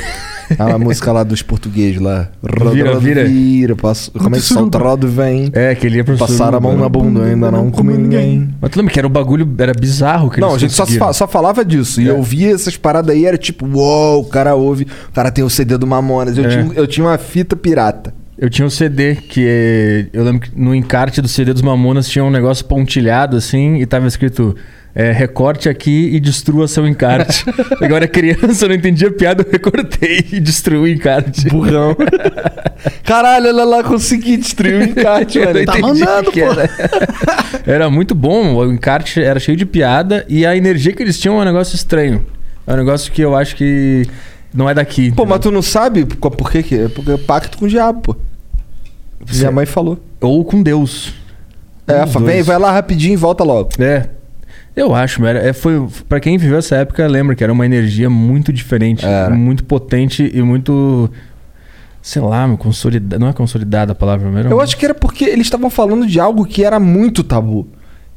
Speaker 2: a música lá dos portugueses lá. Rodo,
Speaker 7: Vira,
Speaker 2: rodo,
Speaker 7: vira.
Speaker 2: vira. passo- Como é que
Speaker 3: suruba.
Speaker 2: solta rodo vem?
Speaker 7: É, que ele ia pro
Speaker 2: Passaram a mão na bunda, ainda não comi ninguém.
Speaker 7: Mas tu lembra que era o bagulho, era bizarro que
Speaker 2: Não,
Speaker 7: eles
Speaker 2: a gente só, se
Speaker 7: conseguiram. É.
Speaker 2: fa- só falava disso. E eu via essas paradas aí, era tipo, uou, o cara ouve, o cara tem o CD do Mamonas. Eu,
Speaker 7: É.
Speaker 2: tinha, eu tinha uma fita pirata.
Speaker 7: Eu tinha um CD que é- eu lembro que no encarte do CD dos Mamonas tinha um negócio pontilhado assim e tava escrito é, recorte aqui e destrua seu encarte. Agora criança eu não entendia a piada, eu recortei e destruí o encarte.
Speaker 2: Burrão. Caralho, olha lá, consegui destruir o encarte,
Speaker 7: Eu não
Speaker 2: mano.
Speaker 3: Tá
Speaker 7: entendi
Speaker 3: mandando,
Speaker 7: o que
Speaker 3: pô.
Speaker 7: era. Era muito bom, o encarte era cheio de piada e a energia que eles tinham é um negócio estranho. É um negócio que eu acho que não é
Speaker 2: Pô,
Speaker 7: daqui. entendeu?
Speaker 2: mas tu não sabe por por que que é? Porque é pacto com o diabo, pô. Minha mãe falou.
Speaker 7: Ou com Deus.
Speaker 2: É,
Speaker 7: Um
Speaker 2: ela
Speaker 7: dos
Speaker 2: fala, vem,
Speaker 7: dois.
Speaker 2: vai lá rapidinho e volta logo.
Speaker 7: É. Eu acho, era, é, foi para quem viveu essa época, lembra que era uma energia muito diferente,
Speaker 2: Era.
Speaker 7: muito potente e muito sei lá, meu, consolidada, não é consolidada a palavra, mas era
Speaker 2: Eu
Speaker 7: um-
Speaker 2: acho que era porque eles estavam falando de algo que era muito tabu.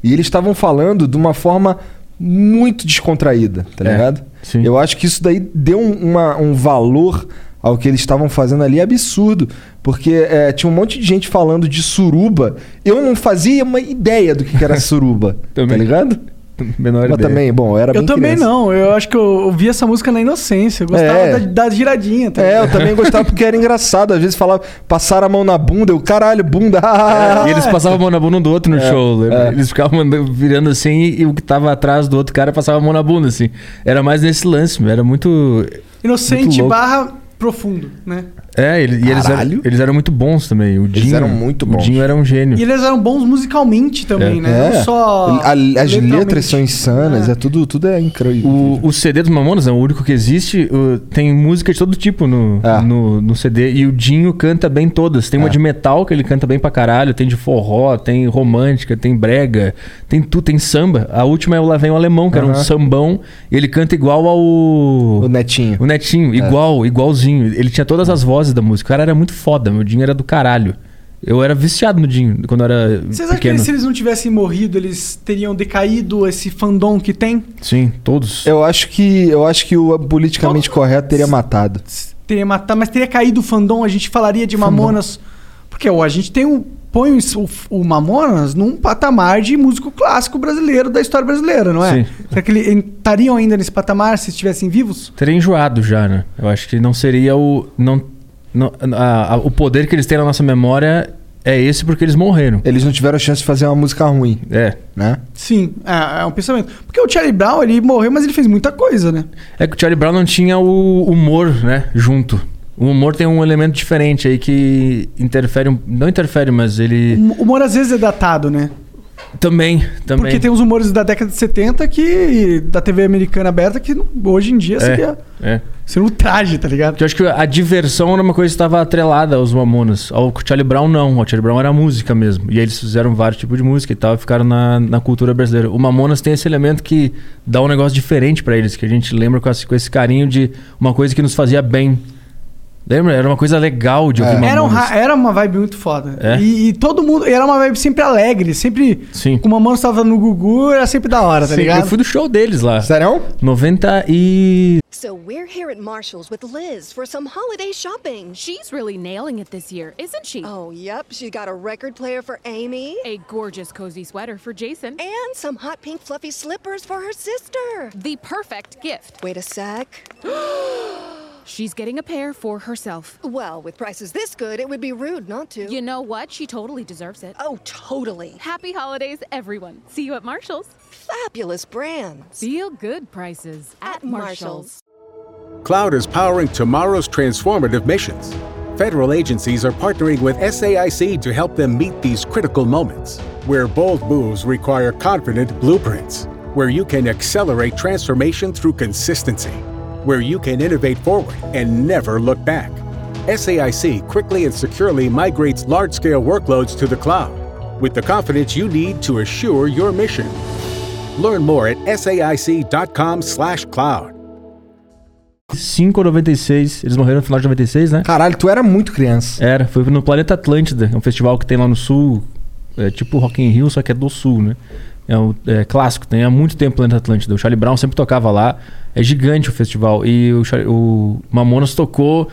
Speaker 2: E eles estavam falando de uma forma muito descontraída, tá
Speaker 7: É,
Speaker 2: ligado?
Speaker 7: sim.
Speaker 2: Eu acho que isso daí deu um, uma- um valor ao que eles estavam fazendo ali absurdo. Porque é, tinha um monte de gente falando de suruba. Eu não fazia uma ideia do que que era suruba, tá
Speaker 7: Também.
Speaker 2: ligado?
Speaker 7: menor
Speaker 2: Mas
Speaker 7: ideia.
Speaker 2: também, bom, eu era
Speaker 3: Eu
Speaker 2: É bem
Speaker 3: também
Speaker 2: criança.
Speaker 3: não. Eu acho que eu ouvi essa música na inocência. Eu gostava
Speaker 2: É.
Speaker 3: da, da giradinha. Tá
Speaker 2: É,
Speaker 3: ligado?
Speaker 2: eu também gostava porque era engraçado. Às vezes falava, passaram a mão na bunda, eu, caralho, bunda. ah,
Speaker 7: E eles passavam a mão na bunda um do outro no
Speaker 2: É.
Speaker 7: show. lembra? Eles ficavam andando- virando assim e, e o que tava atrás do outro cara passava a mão na bunda, assim. Era mais nesse lance, meu, era muito. Muito
Speaker 3: Inocente
Speaker 7: louco.
Speaker 3: barra profundo, né?
Speaker 7: É, ele- e eles
Speaker 2: Caralho.
Speaker 7: eram, eles eram muito bons também. O Dinho,
Speaker 2: eram muito
Speaker 7: O
Speaker 2: bons.
Speaker 7: Dinho era um gênio.
Speaker 3: E eles eram bons musicalmente também, né?
Speaker 2: É.
Speaker 3: Não só.
Speaker 2: A- as letras
Speaker 3: letralmente.
Speaker 2: são insanas, é,
Speaker 3: É.
Speaker 2: tudo, tudo é incrível.
Speaker 7: O, o CD dos Mamonas, é o único que existe, o- tem música de todo tipo no,
Speaker 2: É.
Speaker 7: no, no CD. E o Dinho canta bem todas. Tem uma de metal que ele canta bem pra caralho, tem de forró, tem romântica, tem brega, tem tudo, tem samba. A última é o Lá Vem o Alemão, que era um
Speaker 2: Aham.
Speaker 7: sambão. E ele canta igual ao.
Speaker 2: O netinho. É.
Speaker 7: O Netinho, igual, igualzinho. Ele tinha todas as vozes da música. O cara era muito foda, meu Dinho era do caralho. Eu era viciado no Dinho quando eu era
Speaker 3: Vocês acham que
Speaker 7: pequeno.
Speaker 3: eles, se eles não tivessem morrido, eles teriam decaído esse fandom que tem?
Speaker 7: Sim, todos.
Speaker 2: Eu acho que eu acho que o politicamente correto teria matado.
Speaker 3: Teria matado, mas teria caído o fandom, a gente falaria de Mamonas. Porque ó, a gente tem o. Põe o, o Mamonas num patamar de músico clássico brasileiro da história brasileira, não é?
Speaker 7: Sim.
Speaker 3: Será que eles estariam ainda nesse patamar se estivessem vivos?
Speaker 7: Teria enjoado já, né? Eu acho que não seria o. Não, não- a- a- o poder que eles têm na nossa memória é esse porque eles morreram.
Speaker 2: Eles não tiveram a chance de fazer uma música ruim,
Speaker 7: É.
Speaker 2: né?
Speaker 3: Sim, é, é um pensamento. Porque o Charlie Brown, ele morreu, mas ele fez muita coisa, né?
Speaker 7: É que o Charlie Brown não tinha o humor, né? Junto. O humor tem um elemento diferente aí que interfere. um- Não interfere, mas
Speaker 3: O
Speaker 7: ele.
Speaker 3: humor às vezes é datado, né?
Speaker 7: Também, também.
Speaker 3: Porque tem uns humores da década de 70 que. da TV americana aberta que não- hoje em dia seria,
Speaker 7: É, é.
Speaker 3: seria um traje, tá ligado?
Speaker 7: Porque eu acho que a diversão era uma coisa que estava atrelada aos Mamonas. Ao Charlie Brown, não. O Charlie Brown era música mesmo. E aí eles fizeram vários tipos de música e tal, e ficaram na, na cultura brasileira. O Mamonas tem esse elemento que dá um negócio diferente pra eles, que a gente lembra com, esse- com esse carinho de uma coisa que nos fazia bem. Lembra? Era uma coisa legal de ouvir
Speaker 3: Era, um
Speaker 7: Mamonas.
Speaker 3: ra- era uma vibe muito foda.
Speaker 7: É?
Speaker 3: E, e todo mundo. e Era uma vibe sempre alegre, sempre.
Speaker 7: Sim.
Speaker 3: Com uma mão estava no Gugu, era sempre da hora, tá
Speaker 7: Sim,
Speaker 3: ligado?
Speaker 7: Eu fui do show deles lá.
Speaker 2: Sério?
Speaker 7: 90 e...
Speaker 8: So we're here at Marshall's with Liz for some holiday shopping.
Speaker 9: She's really nailing it this year, isn't she?
Speaker 8: Oh, yep, she's got a record player for Amy
Speaker 9: A gorgeous cozy sweater for Jason.
Speaker 8: and some hot pink fluffy slippers for her sister.
Speaker 9: The perfect gift.
Speaker 8: Wait a sec.
Speaker 9: She's getting a pair for herself.
Speaker 8: Well, with prices this good, it would be rude not to.
Speaker 9: You know what? She totally deserves it.
Speaker 8: Oh, totally.
Speaker 9: Happy holidays, everyone. See you at Marshall's.
Speaker 8: Fabulous brands.
Speaker 9: Feel good prices at, Marshall's.
Speaker 10: Cloud is powering tomorrow's transformative missions. Federal agencies are partnering with SAIC to help them meet these critical moments, where bold moves require confident blueprints, where you can accelerate transformation through consistency, where you can innovate forward and never look back. SAIC quickly and securely migrates large scale workloads to the cloud with the confidence you need to assure your mission. Learn more at saic.com/slash cloud.
Speaker 7: 5 ou 96. Eles morreram no final de 96, né?
Speaker 2: Caralho, tu era muito criança.
Speaker 7: Era, foi no Planeta Atlântida, é um festival que tem lá no sul, é tipo Rock in Rio, só que é do sul, né? É um é clássico, tem há muito tempo o Planeta Atlântida. O Charlie Brown sempre tocava lá, é gigante o festival. E o, Charlie- o Mamonas tocou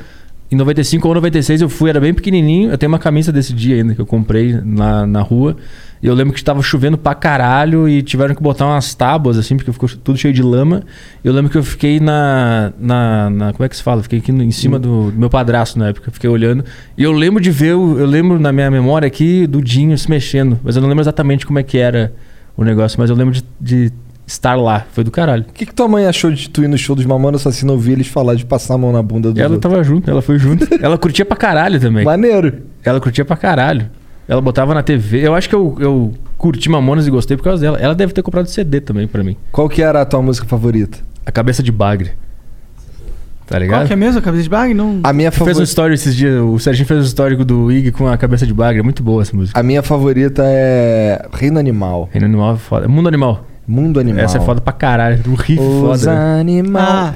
Speaker 7: em 95 ou 96, eu fui, era bem pequenininho, eu tenho uma camisa desse dia ainda que eu comprei na, na rua. E eu lembro que tava chovendo pra caralho e tiveram que botar umas tábuas, assim, porque ficou tudo cheio de lama. Eu lembro que eu fiquei na. na, na- como é que se fala? Eu Fiquei aqui no- em cima do, do meu padrasto na época, eu fiquei olhando. E eu lembro de ver, o- eu lembro na minha memória aqui do Dinho se mexendo, mas eu não lembro exatamente como é que era o negócio, mas eu lembro de, de estar lá, foi do caralho.
Speaker 2: O que, que tua mãe achou de tu ir no show dos Mamonas só se não ouvir eles falar de passar a mão na bunda do
Speaker 7: Ela tava junto, ela foi junto. ela curtia pra caralho também.
Speaker 2: Maneiro.
Speaker 7: Ela curtia pra caralho. Ela botava na TV. Eu acho que eu, eu curti Mamonas e gostei por causa dela. Ela deve ter comprado CD também pra mim.
Speaker 2: Qual que era a tua música favorita?
Speaker 7: A cabeça de bagre. Tá
Speaker 3: Qual
Speaker 7: ligado?
Speaker 3: que é mesmo a cabeça de bag? Não.
Speaker 2: A minha
Speaker 7: Fez um
Speaker 2: favorita.
Speaker 7: story esses dias, o Serginho fez um histórico do Ig com a cabeça de bagre. É muito boa essa música.
Speaker 2: A minha favorita é Reino Animal.
Speaker 7: Reino Animal é foda. Mundo Animal.
Speaker 2: Mundo Animal.
Speaker 7: Essa é foda pra caralho. O riff
Speaker 2: Os
Speaker 7: foda. né?
Speaker 2: animal.
Speaker 3: Ah,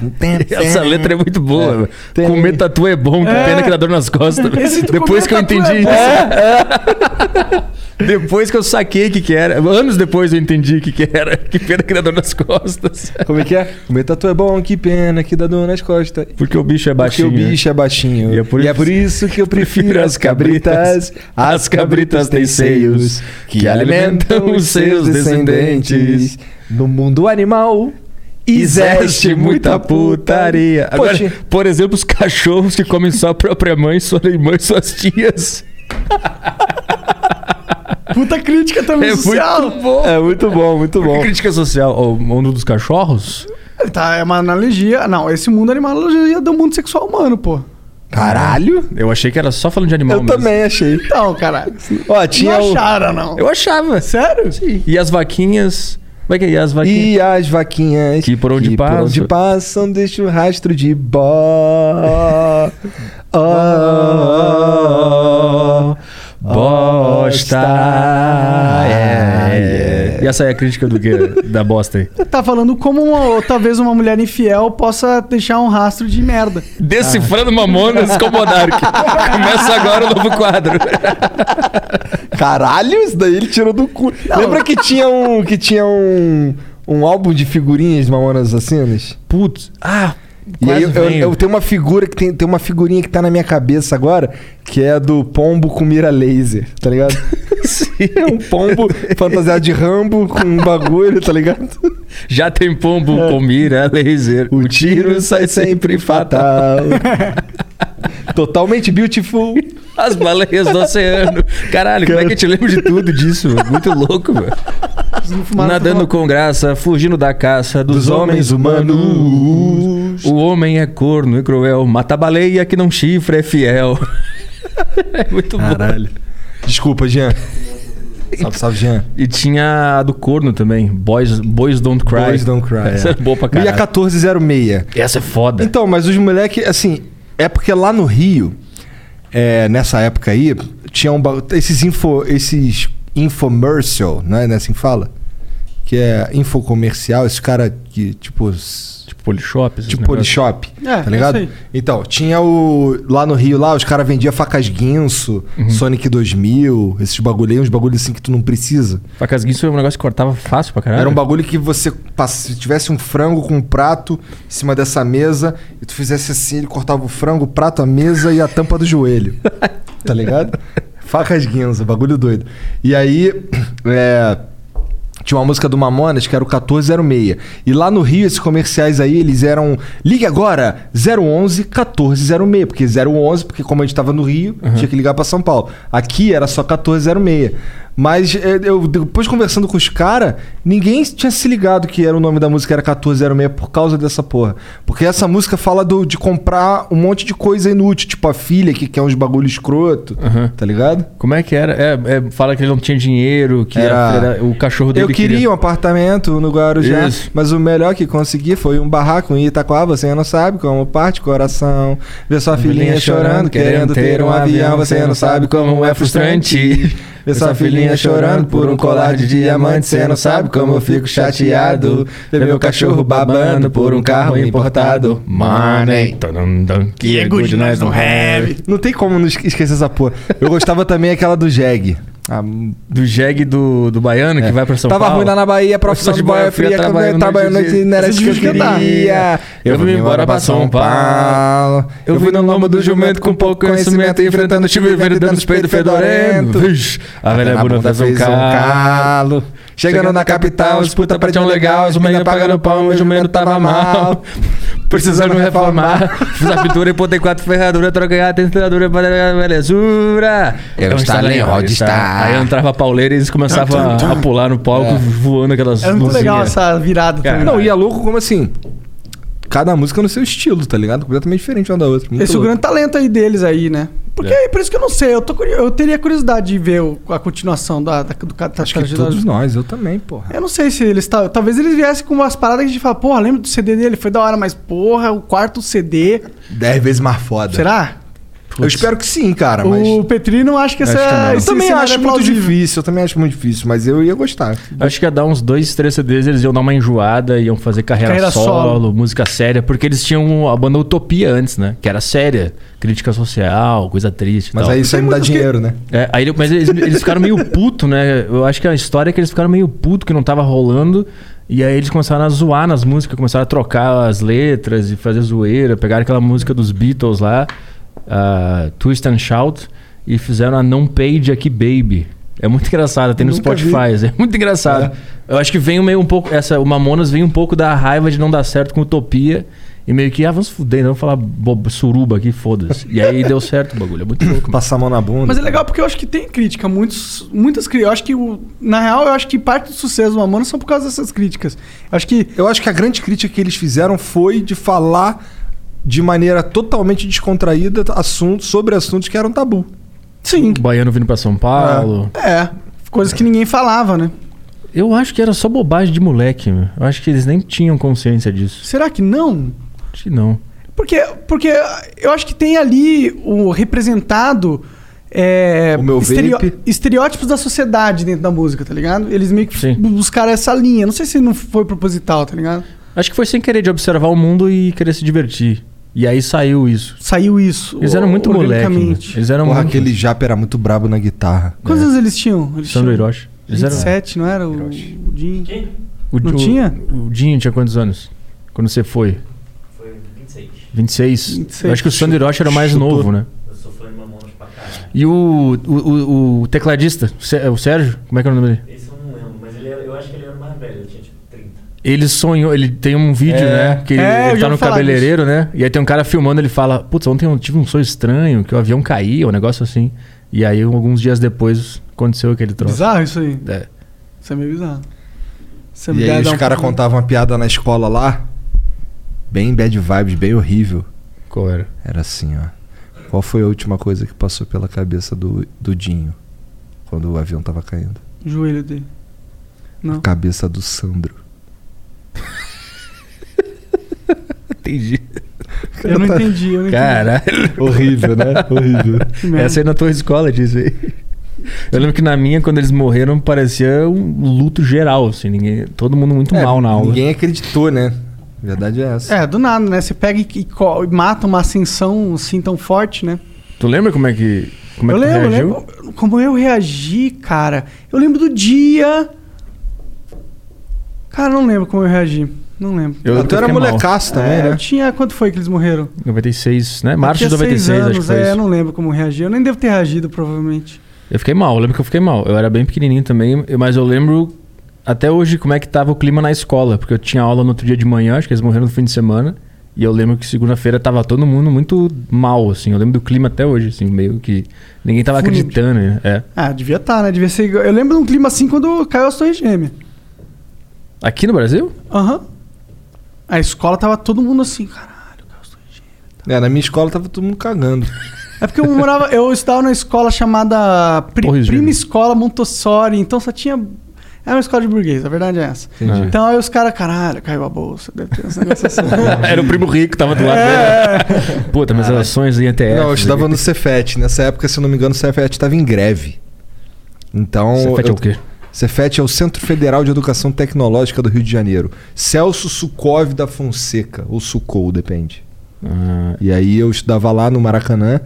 Speaker 7: Essa letra é muito boa.
Speaker 2: Tem-
Speaker 7: velho. Comer tatu é bom, que pena que dá dor nas costas.
Speaker 3: Esse tu
Speaker 7: Depois
Speaker 3: comer
Speaker 7: que eu
Speaker 3: tatu é
Speaker 7: entendi
Speaker 3: bom.
Speaker 7: isso. Depois que eu saquei o que, que era. Anos depois eu entendi o que, que era. Que pena que dá dor nas costas.
Speaker 2: Como é que é? O meu tatu é bom, que pena, que dá dor nas costas.
Speaker 7: Porque o bicho é
Speaker 2: Porque
Speaker 7: baixinho.
Speaker 2: o bicho é baixinho.
Speaker 7: E é por isso-
Speaker 2: que eu prefiro as cabritas. As cabritas têm seios que alimentam os seus descendentes.
Speaker 7: No mundo animal existe muita putaria. Agora,
Speaker 2: Poxa.
Speaker 7: por exemplo, os cachorros que comem só a própria mãe, sua irmã e suas tias.
Speaker 3: Puta crítica
Speaker 2: tá
Speaker 3: também
Speaker 7: É
Speaker 3: social.
Speaker 7: muito bom. É muito bom, muito bom. Crítica social ao mundo dos cachorros?
Speaker 3: Tá, é uma analogia. Não, esse mundo animal é uma analogia do mundo sexual humano, pô.
Speaker 7: Caralho! Eu achei que era só falando de animal
Speaker 2: Eu
Speaker 7: mesmo.
Speaker 2: também achei.
Speaker 3: Então, caralho.
Speaker 2: Ó, tinha um-
Speaker 3: não
Speaker 2: o-
Speaker 3: acharam, não.
Speaker 7: Eu achava.
Speaker 3: Sério?
Speaker 7: E as vaquinhas? Como é que é? E as vaquinhas?
Speaker 2: E as vaquinhas
Speaker 7: Que por onde passam.
Speaker 2: passam, deixa o rastro de bó. Ó, ó, ó,
Speaker 7: Bosta! É, é. Ah, E essa é a crítica do quê? Da bosta aí.
Speaker 3: Tá falando como uma- ou talvez uma mulher infiel possa deixar um rastro de merda.
Speaker 7: Decifrando Mamonas com Monark. Começa agora o novo quadro.
Speaker 2: Caralho, isso daí ele tirou do cu. Lembra que tinha um que tinha um, um álbum de figurinhas de Mamonas Assassinas?
Speaker 7: Putz, ah,
Speaker 2: E aí
Speaker 7: quase
Speaker 2: eu, eu-
Speaker 7: venho.
Speaker 2: eu tenho uma figura que tem, tem uma figurinha que tá na minha cabeça agora, que é a do pombo com mira laser, tá ligado? É um pombo fantasiado de Rambo com um bagulho, tá ligado?
Speaker 7: já tem pombo com mira, laser.
Speaker 2: É. O tiro sai sempre fatal. Ah, Totalmente beautiful.
Speaker 7: As baleias do oceano. Caralho, como é que eu te lembro de tudo disso? mano? Muito louco, velho. Nadando com graça, fugindo da caça dos, homens humanos. O homem é corno e cruel, mata a baleia que não chifra é fiel. é muito bom.
Speaker 2: Desculpa, Jean. Salve, salve, Jean.
Speaker 7: E tinha a do corno também, Boys, Boys Don't Cry.
Speaker 2: Boys don't cry.
Speaker 7: Essa é, boa pra
Speaker 2: E a
Speaker 7: caralho.
Speaker 2: 1406.
Speaker 7: Essa é foda.
Speaker 2: Então, mas os moleques, assim, é porque lá no Rio, é, nessa época aí, tinha um ba- esses info, esses infomercial, né, né, assim que fala, que é infocomercial, esses cara que tipo s-
Speaker 7: Tipo Polishop. esses
Speaker 2: Tipo
Speaker 7: negócios.
Speaker 2: Polishop,
Speaker 3: É,
Speaker 2: tá ligado?
Speaker 3: é isso
Speaker 2: Então, tinha o. Lá no Rio, lá, os caras vendiam facas Guinso,
Speaker 3: Uhum.
Speaker 2: Sonic 2000, esses bagulho aí, uns bagulho assim que tu não precisa.
Speaker 7: Facas Guinso era um negócio que cortava fácil pra caralho.
Speaker 2: Era um bagulho que você pass- se tivesse um frango com um prato em cima dessa mesa e tu fizesse assim, ele cortava o frango, o prato, a mesa e a tampa do joelho. tá ligado? Facas guinza, bagulho doido. E aí, é, tinha uma música do Mamonas que era o 1406. E lá no Rio, esses comerciais aí, eles eram. Ligue agora! 011 1406. Porque 011, porque como a gente tava no Rio, tinha que ligar pra São Paulo. Aqui era só 1406. Mas é, eu, depois conversando com os caras, ninguém tinha se ligado que era o nome da música era 1406 por causa dessa porra. Porque essa música fala do- de comprar um monte de coisa inútil, tipo a filha que quer uns bagulho escroto, tá ligado?
Speaker 7: Como é que era? É, é, fala que ele não tinha dinheiro, que era, era- o cachorro dele
Speaker 2: Eu queria, um apartamento no Guarujá,
Speaker 7: Isso.
Speaker 2: mas o melhor que consegui foi um barraco em Itaquá. Você não sabe como parte o coração. Ver sua filhinha chorando, querendo ter um avião. Você não sabe como é frustrante. Ver sua filhinha chorando por um colar de diamante. Você não sabe como eu fico chateado. Ver meu cachorro babando por um carro importado.
Speaker 7: Money. Tanam, dam.
Speaker 3: Que é good, nós
Speaker 7: né?
Speaker 3: não have.
Speaker 2: Não tem como não esque- esquecer essa porra. Eu gostava também aquela do Jeg. A
Speaker 7: Do jegue do, do baiano que vai pra São
Speaker 2: É. Tava
Speaker 7: Paulo.
Speaker 2: ruim lá na Bahia, profissão
Speaker 7: Profissão
Speaker 2: de
Speaker 7: de
Speaker 2: boia
Speaker 7: boia
Speaker 2: fria,
Speaker 7: fria,
Speaker 2: trabalhando,
Speaker 7: trabalhando
Speaker 2: trabalhando
Speaker 7: noite-
Speaker 2: não era isso que eu
Speaker 7: Isso que eu
Speaker 2: queria.
Speaker 7: queria.
Speaker 2: Eu vim embora pra São Paulo.
Speaker 7: Eu vim no lombo do jumento com pouco conhecimento, enfrentando o time verde, dando os peitos fedorento. Vixe, A velha bunda fez um carro.
Speaker 2: Chegando na capital, os puta pra tão legal, os meninos pagando pau, meu jumento tava mal.
Speaker 7: Precisando reformar. Fiz a pintura e botei quatro ferraduras, troquei a tentadura para a belezura.
Speaker 2: Eu estalei o Rodstar.
Speaker 7: Aí entrava a pauleira e eles começavam a- a pular no palco, voando aquelas
Speaker 3: Era É muito legal
Speaker 7: luzinhas.
Speaker 3: essa virada
Speaker 7: Cara,
Speaker 3: também.
Speaker 2: Não, e é louco como assim? Cada música no seu estilo, tá ligado? Completamente diferente uma da outra. Muito
Speaker 3: Esse é o
Speaker 2: louco.
Speaker 3: grande talento aí deles aí, né? Porque é. por isso que eu não sei, eu, tô curi- eu teria curiosidade de ver o- a continuação da, da, do cara
Speaker 2: Acho que todos nós, eu também, porra.
Speaker 3: Eu não sei se eles. ta- Talvez eles viessem com umas paradas que a gente fala, porra, lembra do CD dele? Foi da hora, mas porra, o quarto CD.
Speaker 2: Dez vezes mais foda.
Speaker 3: Será?
Speaker 2: Eu espero que sim, cara, É. Tá, mas...
Speaker 3: O Petri não acha que essa
Speaker 7: Acho que não.
Speaker 3: esse
Speaker 2: Eu também
Speaker 3: cenário
Speaker 2: acho
Speaker 3: é
Speaker 2: muito
Speaker 3: plausível.
Speaker 2: difícil, eu também acho muito difícil, mas eu ia gostar.
Speaker 7: Acho que ia dar uns dois, três CDs, eles iam dar uma enjoada, iam fazer carreira,
Speaker 3: Carreira
Speaker 7: solo,
Speaker 3: solo.
Speaker 7: música séria, porque eles tinham a banda Utopia antes, né? Que era séria, crítica social, coisa triste e
Speaker 2: Mas
Speaker 7: tal.
Speaker 2: aí isso aí não dá
Speaker 3: muitos que-
Speaker 2: dinheiro, né?
Speaker 7: É, aí ele- mas eles, eles ficaram meio puto, né? Eu acho que a história é que eles ficaram meio puto que não tava rolando. E aí eles começaram a zoar nas músicas, começaram a trocar as letras e fazer zoeira. Pegaram aquela música dos Beatles lá, ah, Twist and Shout, e fizeram a Não Page Aqui Baby. É muito engraçado, tem no
Speaker 11: Nunca vi. É.
Speaker 7: Spotify. É muito engraçado. Eu acho que vem meio um pouco. Essa, o Mamonas vem um pouco da raiva de não dar certo com Utopia. E meio que, ah, vamos fuder, não vamos falar bobo- suruba aqui, foda-se. E aí deu certo o bagulho. É muito louco.
Speaker 2: Passar a mão na bunda.
Speaker 3: Mas é legal porque eu acho que tem crítica, muitos, muitas críticas. Eu acho que, o- na real, eu acho que parte do sucesso do Mamonas são por causa dessas críticas. Acho que
Speaker 2: Eu acho que a grande crítica que eles fizeram foi de falar de maneira totalmente descontraída assuntos sobre assuntos que eram tabu.
Speaker 3: Sim.
Speaker 7: Baiano vindo pra São Paulo.
Speaker 3: É, coisas que ninguém falava, né?
Speaker 7: Eu acho que era só bobagem de moleque, meu. Eu acho que eles nem tinham consciência disso.
Speaker 3: Será que não?
Speaker 7: Acho que não.
Speaker 3: Porque, porque eu acho que tem ali o representado. é,
Speaker 2: O meu vape.
Speaker 3: Estereótipos da sociedade dentro da música, tá ligado? Eles meio que bu- buscaram essa linha. Não sei se não foi proposital, tá ligado?
Speaker 7: Acho que foi sem querer de observar o mundo e querer se divertir. E aí saiu isso.
Speaker 3: Saiu isso.
Speaker 7: Eles eram muito moleque. né?
Speaker 3: organicamente.
Speaker 7: Eles eram
Speaker 2: Porra,
Speaker 7: muito...
Speaker 2: aquele japa era muito brabo na guitarra.
Speaker 3: Quantos anos eles tinham? Eles
Speaker 7: É.
Speaker 3: tinham
Speaker 7: Sandro Hiroshi. Eles eram-
Speaker 3: 27, não era? O, o Dinho.
Speaker 7: O,
Speaker 3: Não
Speaker 7: o-
Speaker 3: tinha?
Speaker 7: O Dinho tinha quantos anos? Quando você foi?
Speaker 12: Foi 26.
Speaker 7: 26?
Speaker 3: 26.
Speaker 7: Eu acho que o Sandro Hiroshi era mais
Speaker 2: Chutou.
Speaker 7: novo, né?
Speaker 12: Eu sou fã de Mamonas pra caralho.
Speaker 7: E o, o, o- o tecladista, o Sé- o Sérgio, como é que é o nome dele?
Speaker 12: Esse eu não lembro, mas ele era- eu acho que ele era mais velho, ele tinha tipo 30.
Speaker 7: Ele sonhou, ele tem um vídeo,
Speaker 2: É.
Speaker 7: né? Que
Speaker 3: É, eu
Speaker 7: ele
Speaker 3: já
Speaker 7: tá no
Speaker 3: ouvi falar
Speaker 7: cabeleireiro, né? E aí tem um cara filmando, ele fala: Putz, ontem eu tive um sonho estranho, que o avião caía, um negócio assim. E aí, alguns dias depois, aconteceu aquele troço.
Speaker 3: Bizarro isso aí.
Speaker 7: É.
Speaker 3: Isso é meio bizarro. Você
Speaker 2: E aí os
Speaker 7: um
Speaker 2: caras contavam uma piada na escola lá, bem bad vibes, bem horrível.
Speaker 7: Qual era?
Speaker 2: Era assim, ó. Qual foi a última coisa que passou pela cabeça do, do Dinho quando o avião tava caindo?
Speaker 3: O joelho dele. Não.
Speaker 2: A cabeça do Sandro.
Speaker 7: Entendi.
Speaker 3: Eu
Speaker 2: tá-
Speaker 3: não entendi, eu não entendi.
Speaker 7: Caralho.
Speaker 2: Horrível, né? Horrível.
Speaker 3: Que merda.
Speaker 2: é
Speaker 7: Essa aí na tua escola disso aí. Eu lembro que na minha, quando eles morreram, parecia um luto geral, assim. Ninguém, todo mundo muito mal na aula.
Speaker 2: É, Ninguém acreditou, né? A verdade é essa.
Speaker 3: É, do nada, né? Você pega e, e co- e mata uma ascensão assim tão forte, né?
Speaker 7: Tu lembra como é que. Como é
Speaker 3: eu
Speaker 7: que tu
Speaker 3: lembro,
Speaker 7: reagiu?
Speaker 3: lembro. Como eu reagi, cara. Eu lembro do dia. Cara, não lembro como eu reagi. Não lembro.
Speaker 7: Eu lembro
Speaker 2: Ah, tu
Speaker 7: que
Speaker 2: era
Speaker 7: fiquei mal.
Speaker 2: molecaço também,
Speaker 3: É,
Speaker 2: né?
Speaker 3: eu tinha. Quanto foi que eles morreram?
Speaker 7: 96, né?
Speaker 3: Eu
Speaker 7: Março
Speaker 3: tinha
Speaker 7: de 96,
Speaker 3: seis
Speaker 7: acho que
Speaker 3: anos,
Speaker 7: foi.
Speaker 3: é,
Speaker 7: isso.
Speaker 3: eu não lembro como eu reagi. Eu nem devo ter reagido, provavelmente.
Speaker 7: Eu fiquei mal, eu lembro que eu fiquei mal. Eu era bem pequenininho também, eu- mas eu lembro até hoje como é que tava o clima na escola, porque eu tinha aula no outro dia de manhã, acho que eles morreram no fim de semana, e eu lembro que segunda-feira tava todo mundo muito mal, assim. Eu lembro do clima até hoje, assim, meio que ninguém tava
Speaker 3: Fúnebre.
Speaker 7: acreditando, né? É.
Speaker 3: Ah, devia estar, né? Devia ser. igual- Eu lembro de um clima assim quando caiu as Torres Gêmeas.
Speaker 7: Aqui no Brasil?
Speaker 3: Aham. A escola tava todo mundo assim, caralho, caiu as Torres Gêmeas.
Speaker 2: É, na minha escola tava todo mundo cagando.
Speaker 3: É porque eu morava, eu estudava numa escola chamada Pri-
Speaker 7: Torres
Speaker 3: Prima
Speaker 7: Gêmeas.
Speaker 3: Escola Montessori, então só tinha. Era uma escola de burguês, a verdade é essa.
Speaker 2: Entendi.
Speaker 3: Então aí os caras, caralho, caiu a bolsa, deve ter uns negócios assim.
Speaker 7: era o primo rico, tava do lado dele. Puta, minhas ações em ETF.
Speaker 2: É. não, eu estudava no Cefet. Nessa época, se eu não me engano, o Cefet tava em greve. Então.
Speaker 7: Cefet é
Speaker 2: eu-
Speaker 7: o quê?
Speaker 2: Cefet é o Centro Federal de Educação Tecnológica do Rio de Janeiro. Celso Sukov da Fonseca, ou Sucou, depende.
Speaker 7: Ah,
Speaker 2: E aí eu estudava lá no Maracanã.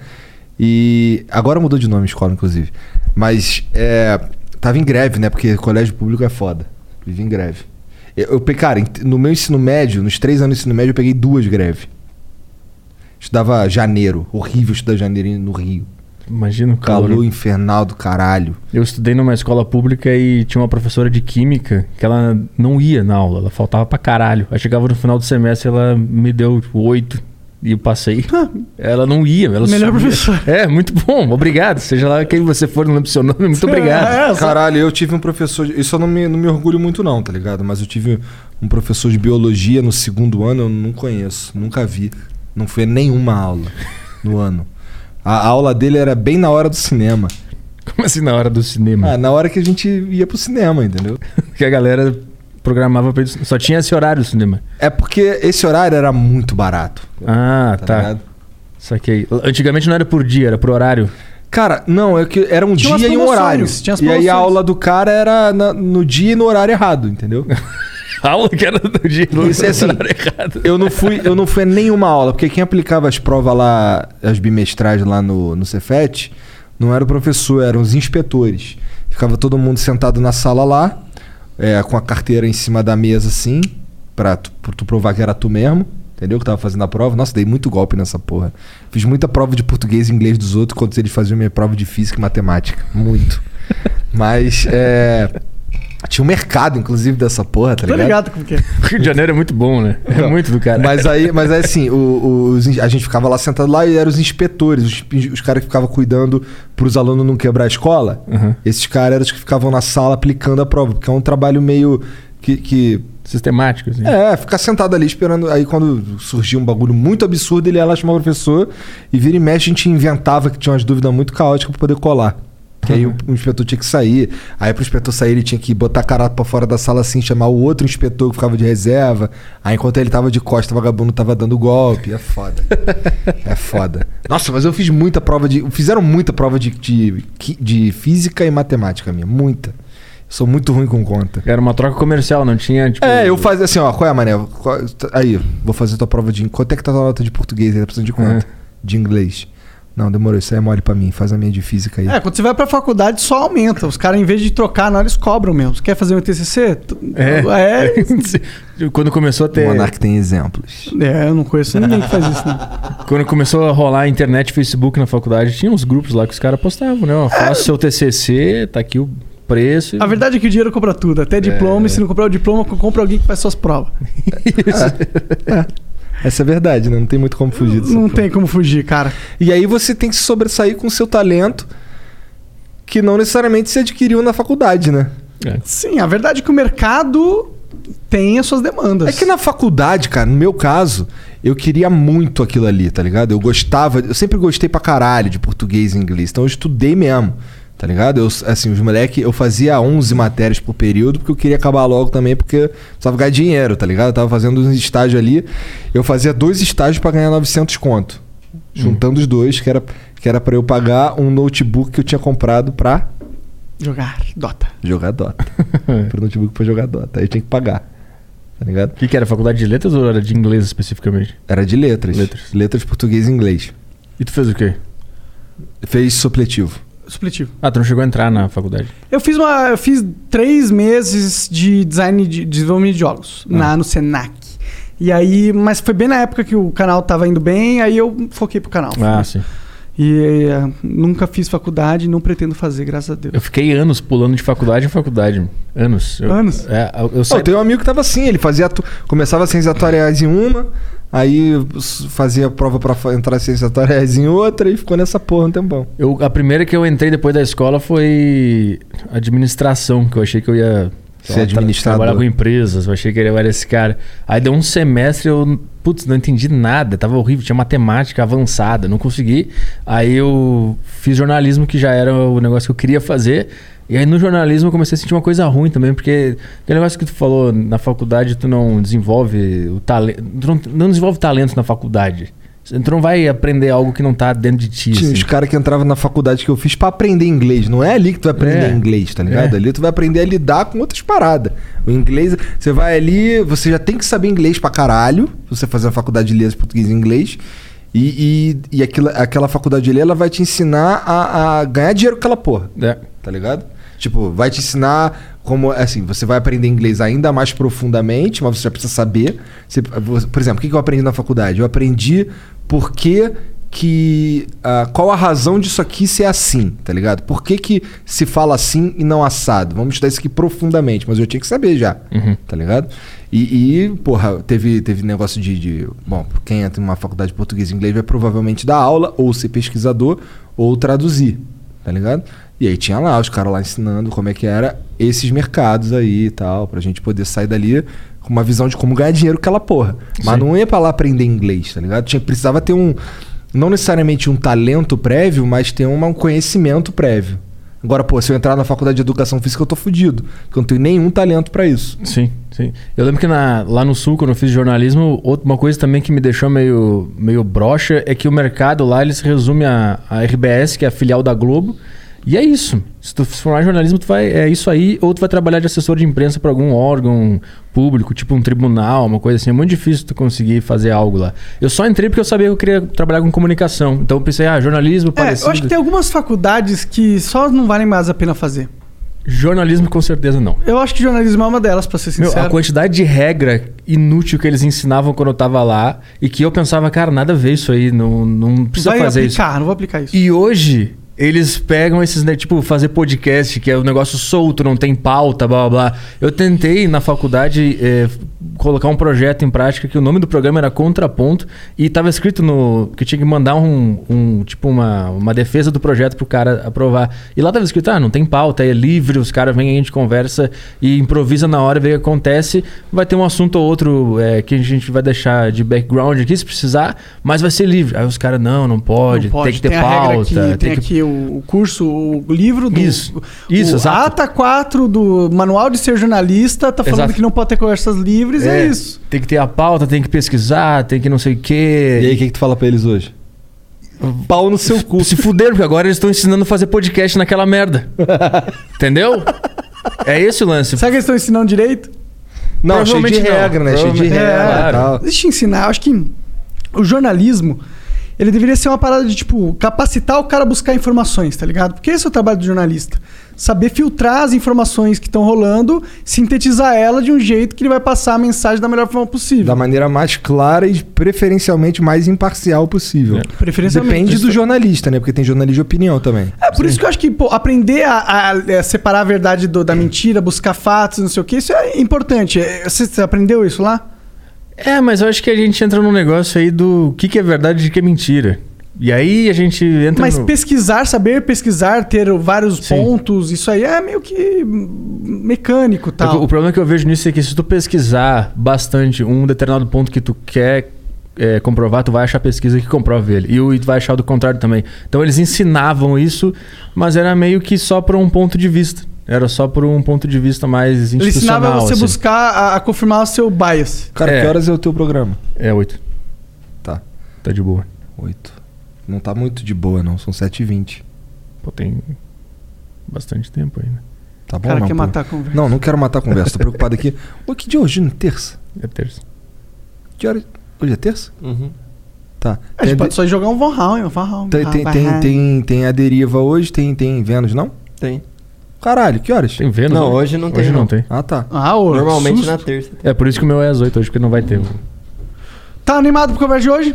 Speaker 2: E agora mudou de nome a escola, inclusive. Mas é, tava em greve, né? Porque colégio público é foda. Vivi em greve. Eu, eu pe- cara, ent- no meu ensino médio, nos três anos de ensino médio, eu peguei duas greves. Estudava janeiro. Horrível estudar janeiro em- no Rio.
Speaker 7: imagina o
Speaker 2: Calor
Speaker 7: calor. né?
Speaker 2: infernal do caralho.
Speaker 7: Eu estudei numa escola pública e tinha uma professora de química que ela não ia na aula, ela faltava pra caralho. Aí chegava no final do semestre ela me deu tipo, oito e eu passei. ela não ia, ela
Speaker 3: Melhor
Speaker 7: sumia.
Speaker 3: professora.
Speaker 7: É, muito bom, obrigado. Seja lá quem você for, não lembro seu nome, muito obrigado.
Speaker 3: É, só-
Speaker 2: Caralho, eu tive um professor. De, isso eu não me, não me orgulho muito, não, tá ligado? Mas eu tive um professor de biologia no segundo ano, eu não conheço, nunca vi. Não foi nenhuma aula no ano. A, a aula dele era bem na hora do cinema.
Speaker 7: Como assim na hora do cinema?
Speaker 2: Ah, na hora que a gente ia pro cinema, entendeu?
Speaker 7: Que a galera programava pra eles. Só tinha esse horário o cinema.
Speaker 2: É porque esse horário era muito barato.
Speaker 7: Ah,
Speaker 2: Tá,
Speaker 7: tá.
Speaker 2: ligado?
Speaker 7: Saquei. Antigamente não era por dia, era por horário.
Speaker 2: Cara, não, é que era um
Speaker 3: Tinha umas
Speaker 2: dia e um
Speaker 3: promoções,
Speaker 2: horário.
Speaker 3: tinha as
Speaker 2: E aí a
Speaker 3: promoções.
Speaker 2: aula do cara era na- no dia e no horário errado, entendeu?
Speaker 7: aula que era do dia, não
Speaker 2: Isso é assim.
Speaker 7: horário errado.
Speaker 2: Eu não fui, eu não fui a nenhuma aula, porque quem aplicava as provas lá, as bimestrais lá no, no Cefet, não era o professor, eram os inspetores. Ficava todo mundo sentado na sala lá, é, com a carteira em cima da mesa assim, pra tu, pra tu provar que era tu mesmo. Entendeu? Que tava fazendo a prova. Nossa, dei muito golpe nessa porra. Fiz muita prova de português e inglês dos outros quando eles faziam minha prova de física e matemática. Muito. Mas é. Tinha um mercado, inclusive, dessa porra, tá
Speaker 3: Tô
Speaker 2: ligado?
Speaker 3: ligado com o quê?
Speaker 7: Rio de Janeiro é muito bom, né? É muito do cara.
Speaker 2: Mas aí, mas aí, assim, o- os in- a gente ficava lá sentado lá e eram os inspetores, os, in- os caras que ficavam cuidando pros alunos não quebrar a escola. Esses caras eram os que ficavam na sala aplicando a prova, porque é um trabalho meio que. que-
Speaker 7: Sistemático, assim.
Speaker 2: É, ficar sentado ali esperando. Aí quando surgia um bagulho muito absurdo, ele ia lá chamar o professor e vira e mexe, a gente inventava que tinha umas dúvidas muito caóticas pra poder colar. Que aí o, o inspetor tinha que sair. Aí pro inspetor sair, ele tinha que botar a cara pra fora da sala assim, chamar o outro inspetor que ficava de reserva. Aí enquanto ele tava de costa, o vagabundo tava dando golpe. É foda. é foda. Nossa, mas eu fiz muita prova de. Fizeram muita prova de, de, de física e matemática minha. Muita. Sou muito ruim com conta.
Speaker 7: Era uma troca comercial, não tinha, tipo.
Speaker 2: É, eu fazia assim, ó, qual é, mané? Qual- Aí, vou fazer tua prova de. Quanto é que tá tua nota de português aí? Tá precisando de quanto? De inglês. Não, demorou, isso aí é mole pra mim. Faz a minha de física aí.
Speaker 3: É, quando você vai pra faculdade só aumenta. Os caras, em vez de trocar, na hora eles cobram mesmo. Você quer fazer um TCC? Tu-
Speaker 7: É. Quando começou a ter.
Speaker 2: O Monark tem exemplos.
Speaker 3: É, eu não conheço ninguém que faz isso, não.
Speaker 7: Quando começou a rolar a internet, Facebook na faculdade, tinha uns grupos lá que os caras postavam, né? Ó, faça seu TCC, tá aqui o preço.
Speaker 3: A verdade é que o dinheiro compra tudo. Até diploma.
Speaker 7: É.
Speaker 3: E se não comprar o diploma, compra alguém que faz suas provas.
Speaker 2: Essa é verdade, né? Não tem muito como fugir disso.
Speaker 3: Não tem como fugir, cara.
Speaker 2: E aí você tem que se sobressair com o seu talento, que não necessariamente se adquiriu na faculdade, né?
Speaker 3: Sim, a verdade é que o mercado tem as suas demandas.
Speaker 2: É que na faculdade, cara, no meu caso, eu queria muito aquilo ali, tá ligado? Eu gostava, eu sempre gostei pra caralho de português e inglês, então eu estudei mesmo, tá ligado? Eu, assim, os moleques, eu fazia 11 matérias por período porque eu queria acabar logo também, porque eu precisava ganhar dinheiro, tá ligado? Eu tava fazendo uns estágios ali, eu fazia dois estágios pra ganhar 900 conto. Juntando os dois, que era, que era pra eu pagar um notebook que eu tinha comprado pra
Speaker 3: Jogar Dota.
Speaker 2: jogar Dota. pro notebook pra jogar Dota. Aí eu tinha que pagar. Tá ligado? O
Speaker 7: que, que era? Faculdade de letras ou era de inglês especificamente?
Speaker 2: Era de letras. Letras, português e inglês.
Speaker 7: E tu fez o quê?
Speaker 2: Fez supletivo.
Speaker 3: Supletivo.
Speaker 7: Ah, tu não chegou a entrar na faculdade.
Speaker 3: Eu fiz uma. Eu fiz três meses de design de de desenvolvimento de jogos
Speaker 7: Uhum.
Speaker 3: na, no Senac. E aí, mas foi bem na época que o canal tava indo bem, aí eu foquei pro canal.
Speaker 7: Ah, sim.
Speaker 3: E eh, nunca fiz faculdade, não pretendo fazer, graças a Deus.
Speaker 7: Eu fiquei anos pulando de faculdade em faculdade. Anos. Eu-
Speaker 3: Anos?
Speaker 7: É, eu, eu
Speaker 2: Eu
Speaker 7: saí-
Speaker 2: tenho um amigo que tava assim, ele fazia atu- começava ciências atuariais em uma, aí s- fazia prova pra fa- entrar em ciências atuariais em outra e ficou nessa porra um tempão.
Speaker 7: eu- a primeira que eu entrei depois da escola foi administração, que eu achei que eu ia sei
Speaker 2: Ser
Speaker 7: lá, tra-
Speaker 2: administrador.
Speaker 7: trabalhar com empresas, eu achei que eu era esse cara. Aí deu um semestre, eu, putz, não entendi nada, tava horrível, tinha matemática avançada, não consegui. Aí eu fiz jornalismo, que já era o negócio que eu queria fazer. E aí no jornalismo eu comecei a sentir uma coisa ruim também, porque aquele negócio que tu falou, na faculdade tu não desenvolve o talento, tu não, não desenvolve talento na faculdade. Tu não vai aprender algo que não tá dentro de ti.
Speaker 2: Tinha
Speaker 7: assim.
Speaker 2: os caras que entravam na faculdade que eu fiz pra aprender inglês. Não é ali que tu vai aprender
Speaker 7: É.
Speaker 2: inglês, tá ligado?
Speaker 7: É.
Speaker 2: Ali tu vai aprender a lidar com outras paradas. O inglês, você vai ali, você já tem que saber inglês pra caralho, se você fazer a faculdade de letras, português e inglês. E, e, e aquela, aquela faculdade ali, ela vai te ensinar a, a ganhar dinheiro com aquela porra.
Speaker 7: É.
Speaker 2: Tá ligado? Tipo, vai te ensinar como, assim, você vai aprender inglês ainda mais profundamente, mas você já precisa saber. Você- você- por exemplo, o que que eu aprendi na faculdade? Eu aprendi por que que... ah, qual a razão disso aqui ser assim, tá ligado? Por que que se fala assim e não assado? Vamos estudar isso aqui profundamente, mas eu tinha que saber já, tá ligado? E, e, porra, teve, teve negócio de, de... Bom, quem entra numa faculdade de português e inglês vai provavelmente dar aula, ou ser pesquisador, ou traduzir tá ligado? E aí tinha lá os caras lá ensinando como é que era esses mercados aí e tal, pra gente poder sair dali com uma visão de como ganhar dinheiro com aquela porra. Mas não ia pra lá aprender inglês, tá ligado? Tinha, precisava ter um. Não necessariamente um talento prévio, mas ter uma- um conhecimento prévio. Agora, pô, se eu entrar na faculdade de educação física, eu tô fudido. Porque eu não tenho nenhum talento pra isso.
Speaker 7: Sim, sim. Eu lembro que na- lá no Sul, quando eu fiz jornalismo, outra, uma coisa também que me deixou meio, meio broxa é que o mercado lá ele se resume a, a RBS, que é a filial da Globo. E é isso. Se tu se formar em jornalismo, tu vai, é isso aí, ou tu vai trabalhar de assessor de imprensa para algum órgão público, tipo um tribunal, uma coisa assim. É muito difícil tu conseguir fazer algo lá. Eu só entrei porque eu sabia que eu queria trabalhar com comunicação. Então eu pensei, ah, jornalismo
Speaker 3: É,
Speaker 7: parecido.
Speaker 3: eu acho que tem algumas faculdades que só não valem mais a pena fazer.
Speaker 7: Jornalismo com certeza não.
Speaker 3: Eu acho que jornalismo é uma delas, pra ser
Speaker 7: Meu, a
Speaker 3: sincero.
Speaker 7: quantidade de regra inútil que eles ensinavam quando eu tava lá e que eu pensava, cara, nada a ver isso aí, não, não precisa
Speaker 3: Vai
Speaker 7: fazer
Speaker 3: aplicar, não vou aplicar isso.
Speaker 7: isso. E hoje Eles pegam esses, né, tipo, fazer podcast, que é um negócio solto, não tem pauta, blá blá blá. Eu tentei na faculdade é, colocar um projeto em prática que o nome do programa era Contraponto e tava escrito no. que tinha que mandar um. um- tipo, uma, uma defesa do projeto pro cara aprovar. E lá tava escrito, ah, não tem pauta, é livre, os caras vêm, a gente conversa e improvisa na hora, vê o que acontece. Vai ter um assunto ou outro é, que a gente vai deixar de background aqui se precisar, mas vai ser livre. Aí os caras, não, não pode,
Speaker 3: Não pode,
Speaker 7: tem que ter
Speaker 3: tem a regra
Speaker 7: pauta.
Speaker 3: aqui,
Speaker 7: tem
Speaker 3: tem
Speaker 7: que
Speaker 3: aqui o, o curso, o livro do.
Speaker 7: Isso, isso,
Speaker 3: o
Speaker 7: exato.
Speaker 3: ATA 4 do Manual de Ser Jornalista tá falando
Speaker 7: Exato.
Speaker 3: que não pode ter conversas livres, é, isso.
Speaker 7: Tem que ter a pauta, tem que pesquisar, tem que não sei o quê. E aí, o
Speaker 2: que, tu fala pra eles hoje? Pau no seu cu.
Speaker 7: Se fuderam, porque agora eles estão ensinando a fazer podcast naquela merda. Entendeu? É esse o lance.
Speaker 3: Será que eles estão ensinando direito?
Speaker 2: Não, cheio de
Speaker 7: Provavelmente não.
Speaker 2: regra, né? Cheio de
Speaker 7: Provavelmente-
Speaker 2: regra
Speaker 7: É,
Speaker 2: e tal.
Speaker 3: Deixa eu ensinar, eu acho que o jornalismo, ele deveria ser uma parada de, tipo, capacitar o cara a buscar informações, tá ligado? Porque esse é o trabalho do jornalista. Saber filtrar as informações que estão rolando, sintetizar ela de um jeito que ele vai passar a mensagem da melhor forma possível.
Speaker 2: Da maneira mais clara e preferencialmente mais imparcial possível.
Speaker 3: Preferencialmente.
Speaker 2: Depende do jornalista, né? Porque tem jornalista de opinião também.
Speaker 3: É, por isso que eu acho que pô, aprender a, a- a separar a verdade do- da mentira, buscar fatos, não sei o que, isso é importante. É, Você você aprendeu isso lá?
Speaker 7: É, mas eu acho que a gente entra num negócio aí do que, que é verdade e o que é mentira. E aí a gente entra
Speaker 3: Mas
Speaker 7: no...
Speaker 3: pesquisar, saber pesquisar, ter vários pontos, isso aí é meio que hum, mecânico,
Speaker 7: É que
Speaker 3: tal.
Speaker 7: O problema que eu vejo nisso é que se tu pesquisar bastante um determinado ponto que tu quer é, comprovar, tu vai achar pesquisa que comprove ele. E o- e tu vai achar do contrário também. Então eles ensinavam isso, mas era meio que só por um ponto de vista. Era só por um ponto de vista mais
Speaker 2: é
Speaker 3: Ele
Speaker 7: institucional.
Speaker 3: ensinava você
Speaker 7: assim.
Speaker 3: buscar a, a confirmar o seu bias.
Speaker 2: Cara, que horas é o teu programa?
Speaker 7: É, oito.
Speaker 2: Tá.
Speaker 7: Tá de boa.
Speaker 2: Oito. Não tá muito de boa, não. São 7h20.
Speaker 7: Pô, tem bastante tempo ainda.
Speaker 2: Tá bom,
Speaker 3: Cara,
Speaker 2: não,
Speaker 3: quer
Speaker 2: pô.
Speaker 3: matar a conversa.
Speaker 2: Não, não quero matar a conversa. Tô preocupado aqui. Ô, que dia é hoje? Não, Terça?
Speaker 7: É terça.
Speaker 2: Que hora... Hoje é terça?
Speaker 4: Uhum.
Speaker 2: Tá.
Speaker 3: A
Speaker 2: Tem
Speaker 3: gente
Speaker 2: a
Speaker 3: pode só jogar um Von Raun, um Von Raun.
Speaker 2: Tem, tem, tem, tem, tem a deriva hoje, tem, tem Uhum. Vênus, não?
Speaker 4: Tem.
Speaker 2: Caralho, que horas?
Speaker 7: Tem Vênus? né?
Speaker 4: Não, hoje não tem,
Speaker 7: Hoje não,
Speaker 4: não.
Speaker 7: tem.
Speaker 2: Ah, tá.
Speaker 3: Ah, ô,
Speaker 4: Normalmente
Speaker 3: susto.
Speaker 4: né? na terça.
Speaker 7: É por isso que o meu é às oito hoje, porque não vai ter.
Speaker 3: Tá animado pro conversa de hoje?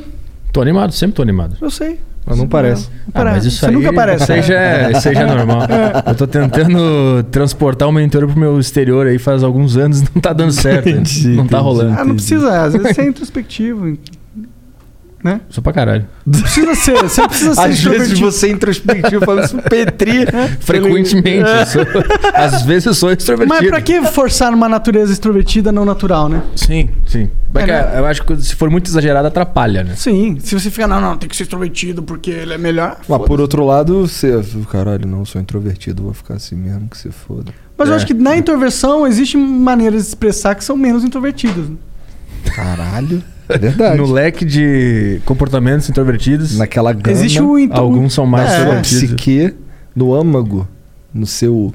Speaker 7: Tô animado, sempre tô animado.
Speaker 3: Eu sei.
Speaker 2: Mas não parece.
Speaker 7: Ah, mas isso
Speaker 3: Você
Speaker 7: aí,
Speaker 3: nunca parece.
Speaker 7: Isso aí já é, isso aí já é normal. Eu tô tentando transportar o meu interior pro meu exterior aí faz alguns anos não tá dando certo.
Speaker 2: Entendi,
Speaker 7: não tá
Speaker 2: entendi.
Speaker 7: rolando.
Speaker 3: Ah, não precisa, às vezes você é introspectivo.
Speaker 7: Só pra caralho.
Speaker 3: Não precisa ser, você precisa ser
Speaker 2: Às vezes
Speaker 3: extrovertido.
Speaker 2: você é introspectivo falando
Speaker 7: um
Speaker 2: isso, Petri.
Speaker 7: Frequentemente. eu sou- às vezes eu sou extrovertido.
Speaker 3: Mas pra que forçar uma natureza extrovertida não natural, né?
Speaker 7: Sim, sim. Mas,
Speaker 3: É,
Speaker 7: cara, eu acho que se for muito exagerado, atrapalha, né?
Speaker 3: Sim, se você ficar, não, não, tem que ser extrovertido porque ele é melhor.
Speaker 2: Mas por outro lado, você. Caralho, não, eu sou introvertido, vou ficar assim mesmo que você foda.
Speaker 3: Mas eu
Speaker 7: É.
Speaker 3: acho que na introversão existem maneiras de expressar que são menos introvertidas.
Speaker 2: Caralho. É verdade.
Speaker 7: No leque de comportamentos introvertidos,
Speaker 2: Naquela gama,
Speaker 3: Existe o então.
Speaker 7: É, né? alguns são mais
Speaker 2: na sua
Speaker 7: introvertidos.
Speaker 2: psique, no âmago, no seu
Speaker 3: Hum.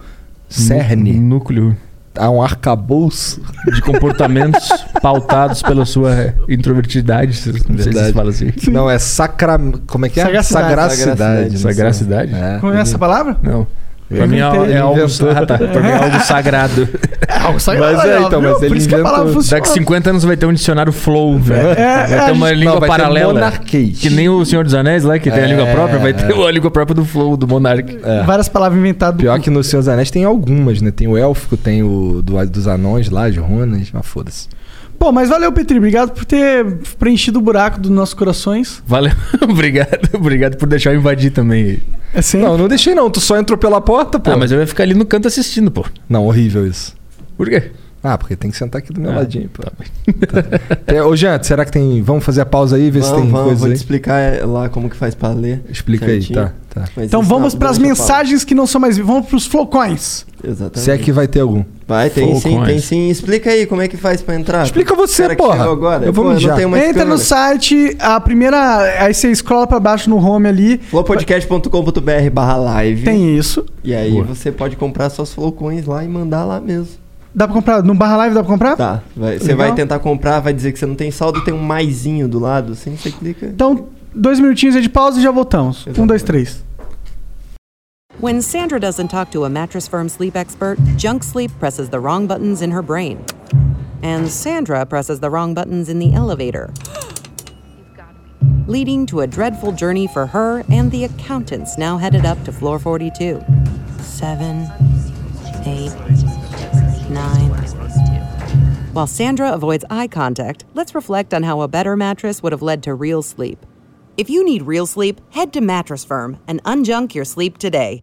Speaker 2: cerne,
Speaker 7: Núcleo
Speaker 2: há um arcabouço.
Speaker 7: de comportamentos pautados pela sua introvertidade. Não sei se
Speaker 2: Verdade.
Speaker 7: se fala assim.
Speaker 2: Não, é sacra... Como é que é?
Speaker 3: Sagacidade.
Speaker 2: Sagacidade. né?
Speaker 7: Sagacidade?
Speaker 2: É.
Speaker 3: Como é essa palavra?
Speaker 7: Não.
Speaker 2: Eu
Speaker 7: Pra mim é,
Speaker 3: inventei,
Speaker 7: é
Speaker 2: ele
Speaker 7: algo,
Speaker 2: inventou.
Speaker 7: ah, tá. pra mim é algo sagrado.
Speaker 3: algo sai
Speaker 2: Mas é, então, mas ele
Speaker 3: Por isso que a
Speaker 2: inventou.
Speaker 3: palavra funciona.
Speaker 7: Daqui 50 anos vai ter um dicionário flow, né?
Speaker 3: É,
Speaker 7: Vai ter
Speaker 3: é,
Speaker 7: uma
Speaker 3: a gente-
Speaker 7: língua
Speaker 2: Não, vai ter
Speaker 7: paralela.
Speaker 2: monarquês.
Speaker 7: Que nem o Senhor dos Anéis lá, que tem a língua
Speaker 2: É,
Speaker 7: própria, vai ter a língua própria do flow, do monarca.
Speaker 3: Várias palavras inventadas.
Speaker 2: Pior que no Senhor dos Anéis tem algumas, né? Tem o élfico, tem o do- dos anões lá, as runas, mas foda-se.
Speaker 3: Bom, mas valeu, Petri. Obrigado por ter preenchido o buraco dos nossos corações.
Speaker 7: Valeu. obrigado. Obrigado por deixar eu invadir também.
Speaker 3: É sempre.
Speaker 2: Não, não deixei não, tu só entrou pela porta, pô.
Speaker 7: Ah, mas eu ia ficar ali no canto assistindo, pô.
Speaker 2: Não, horrível isso.
Speaker 7: Por quê?
Speaker 2: Ah, porque tem que sentar aqui do
Speaker 3: É.
Speaker 2: meu
Speaker 7: Ah,
Speaker 2: ladinho, pô. Tá. É, Ô, Jean, será que tem. Vamos fazer a pausa aí, ver se
Speaker 4: Vamos,
Speaker 2: tem
Speaker 4: vamos,
Speaker 2: coisa
Speaker 4: vou te
Speaker 2: aí?
Speaker 4: explicar é, lá como que faz pra ler.
Speaker 2: Explica
Speaker 4: certinho.
Speaker 2: aí, tá. tá.
Speaker 4: Mas
Speaker 3: Então
Speaker 4: isso
Speaker 7: né?
Speaker 3: vamos
Speaker 4: na-
Speaker 3: pras
Speaker 4: durante a pausa.
Speaker 3: mensagens que não são mais. Vamos pros flocões.
Speaker 4: Exatamente.
Speaker 2: Se é que vai ter algum.
Speaker 4: Vai, tem
Speaker 7: Falcões.
Speaker 4: sim, tem sim. Explica aí como é que faz pra entrar.
Speaker 2: Explica você,
Speaker 4: Cara que
Speaker 2: porra.
Speaker 4: chegou Agora.
Speaker 2: Eu vou
Speaker 4: Pô,
Speaker 2: mijar.
Speaker 4: Não tenho mais
Speaker 3: Entra no
Speaker 4: câmera.
Speaker 3: site, a primeira. Aí você scrolla pra baixo no home ali.
Speaker 4: flowpodcast.com.br barra live.
Speaker 3: Tem isso.
Speaker 4: E aí
Speaker 7: Boa.
Speaker 4: você pode comprar suas flowcoins lá e mandar lá mesmo.
Speaker 3: Dá pra comprar? No barra live dá pra comprar?
Speaker 4: Tá. vai- você
Speaker 3: Legal.
Speaker 4: vai tentar comprar, vai dizer que você não tem saldo, tem um maisinho do lado. Assim você clica.
Speaker 3: Então, dois minutinhos aí de pausa e já voltamos. Um, dois, três.
Speaker 5: When Sandra doesn't talk to a mattress firm sleep expert, junk sleep presses the wrong buttons in her brain. And Sandra presses the wrong buttons in the elevator.
Speaker 11: leading to a dreadful journey for her and the accountants now headed up to floor 42. Seven, eight, nine. While Sandra avoids eye contact, let's reflect on how a better mattress would have led to real sleep. If you need real sleep, head to Mattress Firm and unjunk your sleep today.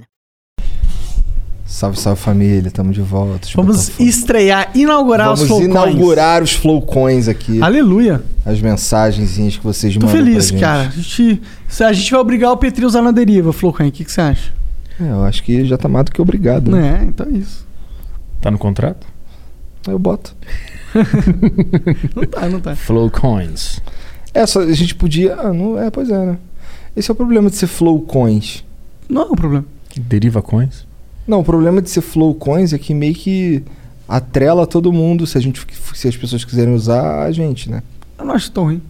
Speaker 2: Salve, salve família, estamos de volta.
Speaker 3: Vamos estrear, inaugurar os
Speaker 2: Vamos
Speaker 3: flowcoins.
Speaker 2: inaugurar os flowcoins aqui.
Speaker 3: Aleluia.
Speaker 2: As mensagenzinhas que vocês
Speaker 3: Tô
Speaker 2: mandam pra
Speaker 3: feliz,
Speaker 2: gente.
Speaker 3: cara. A gente, se a gente vai obrigar o Petri a usar na deriva, Flowcoin. O que, que você acha?
Speaker 2: É, eu acho que já tá mais do que obrigado.
Speaker 3: É, então é isso.
Speaker 7: Tá no contrato?
Speaker 2: Eu boto.
Speaker 3: não tá, não tá.
Speaker 7: Flow Coins.
Speaker 2: É, só a gente podia. Ah, não, é, pois é, né? Esse é o problema de ser flow coins.
Speaker 3: Não é um problema.
Speaker 7: Deriva Coins?
Speaker 2: Não, o problema de ser flow coins é que meio que atrela todo mundo se, a gente, se as pessoas quiserem usar a gente, né?
Speaker 3: Eu não acho tão ruim.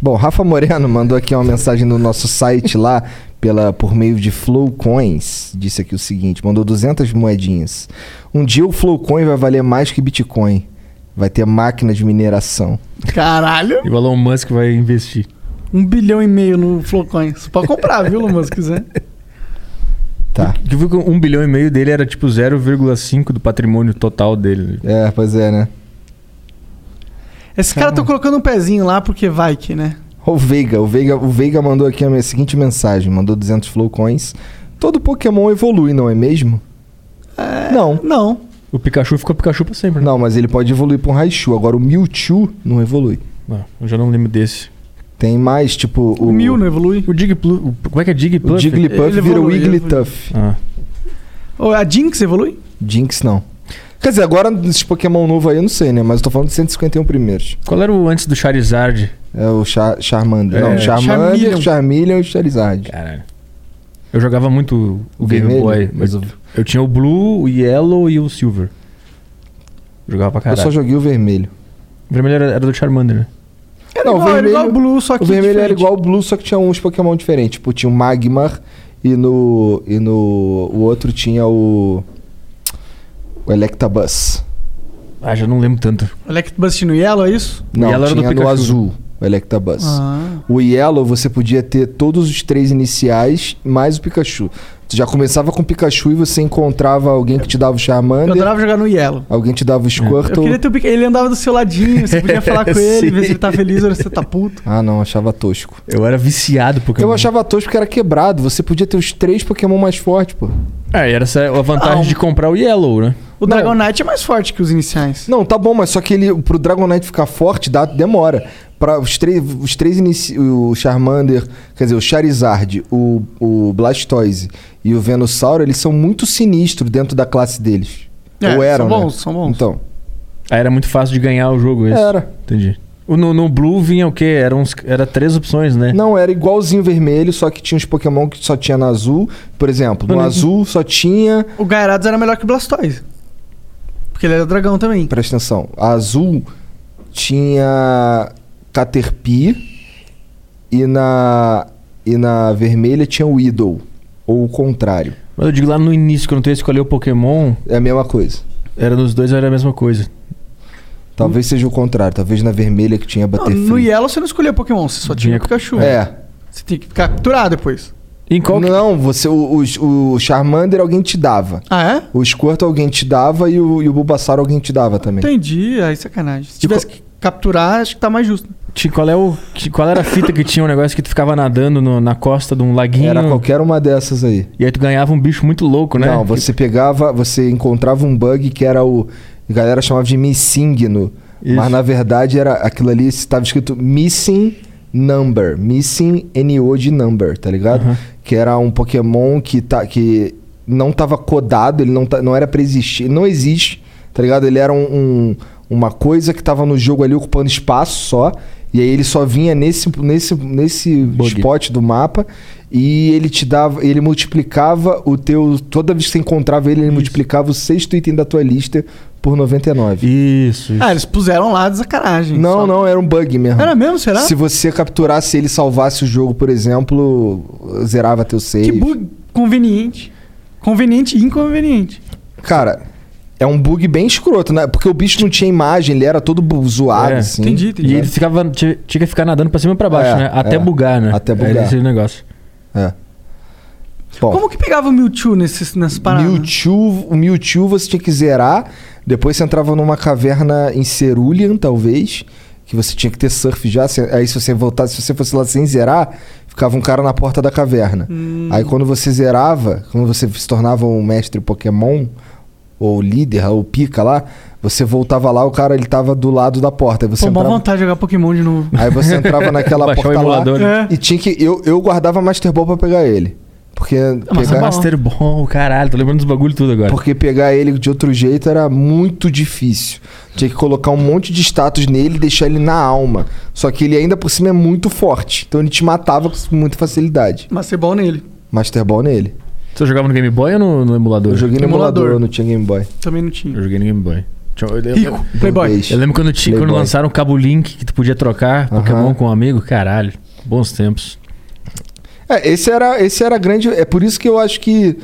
Speaker 2: Bom, Rafa Moreno mandou aqui uma mensagem no nosso site lá pela por meio de Flowcoins. Disse aqui o seguinte, mandou 200 moedinhas. Um dia o Flowcoin vai valer mais que Bitcoin. Vai ter máquina de mineração.
Speaker 3: Caralho.
Speaker 7: E o Elon Musk vai investir.
Speaker 3: Um bilhão e meio no Flowcoin. Você pode comprar, viu, Lumos, se quiser.
Speaker 2: Tá.
Speaker 7: Que viu que um bilhão e meio dele era tipo 0,5 do patrimônio total dele.
Speaker 2: É, pois é, né?
Speaker 3: Esses caras estão colocando um pezinho lá porque vai que, né?
Speaker 2: O Veiga, o Veiga, o Veiga mandou aqui a minha seguinte mensagem, mandou 200 flowcoins. Todo Pokémon evolui, não é mesmo? não.
Speaker 3: Não.
Speaker 7: O Pikachu ficou Pikachu pra sempre. né?
Speaker 2: Não, mas ele pode evoluir pra um Raichu. Agora o Mewtwo não evolui.
Speaker 7: Não, Ah, eu já não lembro desse.
Speaker 2: Tem mais, tipo... O,
Speaker 3: Mew não evolui.
Speaker 7: O Digiplu... Como é que é Digipluff?
Speaker 2: O Jigglypuff
Speaker 3: Ele
Speaker 2: vira o
Speaker 3: evolui, ele
Speaker 2: Wigglytuff.
Speaker 7: Ah.
Speaker 3: Ô, A Jinx evolui?
Speaker 2: Jinx não. Quer dizer, agora nesses Pokémon novo aí eu não sei, né? Mas eu tô falando de 151 primeiros.
Speaker 7: Qual era o antes do Charizard?
Speaker 2: É o Char Charmander.
Speaker 7: É.
Speaker 2: Não, Charmander,
Speaker 7: Charmeleon.
Speaker 2: Charmeleon, e Charizard.
Speaker 7: Caralho. Eu jogava muito o,
Speaker 2: O
Speaker 7: Game
Speaker 2: vermelho?
Speaker 7: Boy. Mas
Speaker 2: Mas
Speaker 7: eu...
Speaker 2: o-
Speaker 7: tinha o Blue, o Yellow e o Silver. Jogava pra
Speaker 2: Eu
Speaker 7: caralho.
Speaker 2: só joguei o vermelho.
Speaker 7: O vermelho era, era do Charmander, né?
Speaker 3: Era igual- era igual o Blue, só que
Speaker 2: O É, vermelho era
Speaker 3: diferente.
Speaker 2: igual o Blue, só que tinha uns Pokémon diferentes. Tipo, tinha o Magmar e no. E no. O outro tinha o. O Electabuzz.
Speaker 7: Ah, já não lembro tanto.
Speaker 3: Electabuzz no Yellow, é isso?
Speaker 2: Não,
Speaker 7: Yellow era do
Speaker 2: tinha no
Speaker 7: Pikachu.
Speaker 2: azul, o Electabuzz.
Speaker 3: né? Ah.
Speaker 2: O Yellow você podia ter todos os três iniciais mais o Pikachu. Tu já começava com o Pikachu e você encontrava alguém que te dava o
Speaker 3: Eu
Speaker 2: Charmander,
Speaker 3: adorava jogar no Yellow.
Speaker 2: alguém te dava o
Speaker 3: É. Eu
Speaker 2: Squirtle.
Speaker 3: queria ter o Pikachu. Ele andava do seu ladinho, você podia falar com ele,
Speaker 7: Sim.
Speaker 3: ver se ele tá feliz ou se ele tá puto.
Speaker 2: Ah, não, achava tosco.
Speaker 7: Eu era viciado Pokémon.
Speaker 2: Eu achava tosco porque era quebrado. Você podia ter os três Pokémon mais fortes, pô.
Speaker 7: É, e era essa a vantagem
Speaker 3: Ah, um-
Speaker 7: de comprar o Yellow, né?
Speaker 3: O Dragonite é mais forte que os iniciais.
Speaker 2: Não, tá bom, mas só que ele pro Dragonite ficar forte dá, demora. Para os três, os três inici... o Charmander, quer dizer, o Charizard, o, o Blastoise e o Venusaur, eles são muito sinistros dentro da classe deles.
Speaker 3: É,
Speaker 2: Ou eram,
Speaker 3: são bons,
Speaker 2: né?
Speaker 3: são bons.
Speaker 2: Então,
Speaker 7: Aí era muito fácil de ganhar o jogo esse.
Speaker 2: Era.
Speaker 7: Entendi. O, no, no Blue vinha o quê? Era, uns, era três opções, né?
Speaker 2: não era igualzinho o vermelho, só que tinha os Pokémon que só tinha no azul, por exemplo, no
Speaker 7: Olha.
Speaker 2: azul só tinha,
Speaker 3: O Gyarados era melhor que o Blastoise. Porque ele era dragão também.
Speaker 2: presta atenção, azul tinha Caterpie e na e na vermelha tinha o Idol, ou o contrário.
Speaker 7: Mas eu digo lá no início, quando tu ia escolher o Pokémon,
Speaker 2: É a mesma coisa.
Speaker 7: era nos dois era a mesma coisa.
Speaker 2: Talvez seja o contrário. Talvez na vermelha que tinha
Speaker 3: Não,
Speaker 2: bater
Speaker 3: no Yellow você não escolhia Pokémon, você só tinha
Speaker 7: Vinha
Speaker 3: o
Speaker 7: com-
Speaker 3: Pikachu.
Speaker 2: É.
Speaker 3: Você tinha que capturar depois.
Speaker 7: Em qual que-
Speaker 2: Não, você, o, o, o Charmander alguém te dava.
Speaker 3: Ah, é?
Speaker 2: O Squirtle alguém te dava e o, e o Bulbasaur alguém te dava também.
Speaker 3: Entendi, aí sacanagem. Se tivesse que capturar, acho que tá mais justo.
Speaker 7: ti- qual, é o, que- qual era a fita que tinha um negócio que tu ficava nadando no- na costa de um laguinho?
Speaker 2: Era qualquer uma dessas aí.
Speaker 7: E aí tu ganhava um bicho muito louco, né?
Speaker 2: Não,
Speaker 7: Que-
Speaker 2: você pegava, você encontrava um bug que era o. A galera chamava de missigno.
Speaker 7: Isso.
Speaker 2: Mas na verdade era aquilo ali, estava escrito Missing Number. Missing NO de number, tá ligado? Que era um Pokémon que, tá, que não tava codado, ele não, tá- não era pra existir. Não existe, tá ligado? Ele era um. um uma coisa que tava no jogo ali ocupando espaço só. E aí ele só vinha nesse, nesse, nesse spot do mapa e ele te dava. Ele multiplicava o teu. Toda vez que você encontrava ele, ele multiplicava o sexto item da tua lista por 99.
Speaker 7: Isso,
Speaker 3: Ah, eles puseram lá de sacanagem.
Speaker 2: Não, não, era um bug mesmo.
Speaker 3: Era mesmo, será?
Speaker 2: Se você capturasse ele e salvasse o jogo, por exemplo, zerava teu save. Que
Speaker 3: bug conveniente. Conveniente e inconveniente.
Speaker 2: Cara, é um bug bem escroto, né? Porque o bicho não tinha imagem, ele era todo bu- zoado,
Speaker 7: É.
Speaker 2: assim.
Speaker 7: E ele ficava, tinha, tinha que ficar nadando pra cima e pra baixo,
Speaker 2: É,
Speaker 7: né? Até
Speaker 2: é.
Speaker 7: bugar, né?
Speaker 2: Até bugar.
Speaker 7: Era esse negócio.
Speaker 2: É. Bom.
Speaker 3: Como que pegava o Mewtwo nesses, nessas paradas?
Speaker 2: Mewtwo, o Mewtwo você tinha que zerar, depois você entrava numa caverna em Cerulean, talvez, que você tinha que ter surf já, se- aí se você voltasse, se você fosse lá sem zerar, ficava um cara na porta da caverna.
Speaker 3: Hum.
Speaker 2: Aí quando você zerava, quando você se tornava um mestre Pokémon, ou líder, ou pica lá, você voltava lá, o cara ele tava do lado da porta. Aí você
Speaker 3: Pô, mó
Speaker 2: entrava...
Speaker 3: vontade É. de jogar Pokémon de novo.
Speaker 2: Aí você entrava naquela
Speaker 7: Baixar o
Speaker 2: porta lá
Speaker 7: emulador, né?
Speaker 2: e tinha que. Eu, eu guardava Master Ball pra pegar ele. Porque.
Speaker 7: Mas
Speaker 3: é
Speaker 2: pegar-
Speaker 7: Master Ball, caralho, tô lembrando dos bagulho tudo agora.
Speaker 2: Porque pegar ele de outro jeito era muito difícil. Tinha que colocar um monte de status nele e deixar ele na alma. Só que ele ainda por cima é muito forte. Então ele te matava com muita facilidade.
Speaker 3: Master Ball nele.
Speaker 2: Master Ball nele.
Speaker 7: Você jogava no Game Boy ou no, no emulador?
Speaker 2: Eu joguei no
Speaker 3: Emulador.
Speaker 2: emulador, eu não tinha Game Boy.
Speaker 3: Também não tinha.
Speaker 7: Eu joguei no Game Boy. Tinha-
Speaker 2: um-
Speaker 7: eu lembro-
Speaker 3: Rico. Playboy.
Speaker 7: Eu lembro quando, tinha, quando
Speaker 2: Playboy.
Speaker 7: lançaram o Cabo Link, que tu podia trocar Pokémon com um amigo. Caralho, bons tempos.
Speaker 2: É, esse era, esse era grande. É por isso que eu acho que.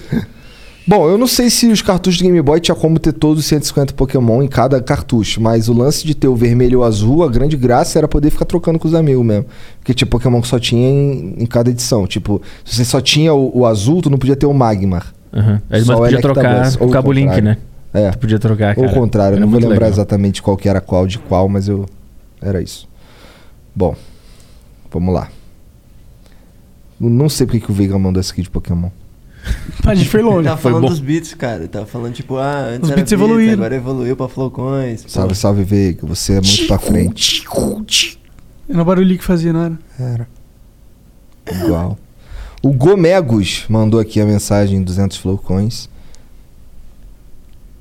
Speaker 2: Bom, eu não sei se os cartuchos do Game Boy tinha como ter todos os 150 Pokémon em cada cartucho, mas o lance de ter o vermelho ou azul, a grande graça era poder ficar trocando com os amigos mesmo. Porque tinha Pokémon que só tinha em, em cada edição. Tipo, se você só tinha o, o azul, tu não podia ter o Magmar.
Speaker 7: Aham. Aí,
Speaker 2: Só é
Speaker 7: Mas podia
Speaker 2: Electabuzz,
Speaker 7: trocar
Speaker 2: tá ou
Speaker 7: o Cabo Link,
Speaker 2: contrário.
Speaker 7: né?
Speaker 2: É.
Speaker 7: Tu podia trocar,
Speaker 2: Ou
Speaker 7: cara.
Speaker 2: o contrário, eu
Speaker 7: Era
Speaker 2: não vou
Speaker 7: muito
Speaker 2: lembrar
Speaker 7: legal.
Speaker 2: exatamente qual que era qual de qual, mas eu. Era isso. Bom, vamos lá. Eu não sei porque que o Veiga mandou esse aqui de Pokémon.
Speaker 3: A gente foi longe.
Speaker 4: Tava Tá falando dos beats, cara. Tava falando, tipo, ah, antes
Speaker 3: Os
Speaker 4: era
Speaker 3: beats
Speaker 4: beat,
Speaker 3: evoluíram.
Speaker 4: agora evoluiu pra flowcoins. pô.
Speaker 2: Salve, salve, Veiga. Você é muito pra frente.
Speaker 3: Era o barulhinho que fazia, não era?
Speaker 2: Era. Igual. O Gomegos mandou aqui a mensagem 200 flowcoins.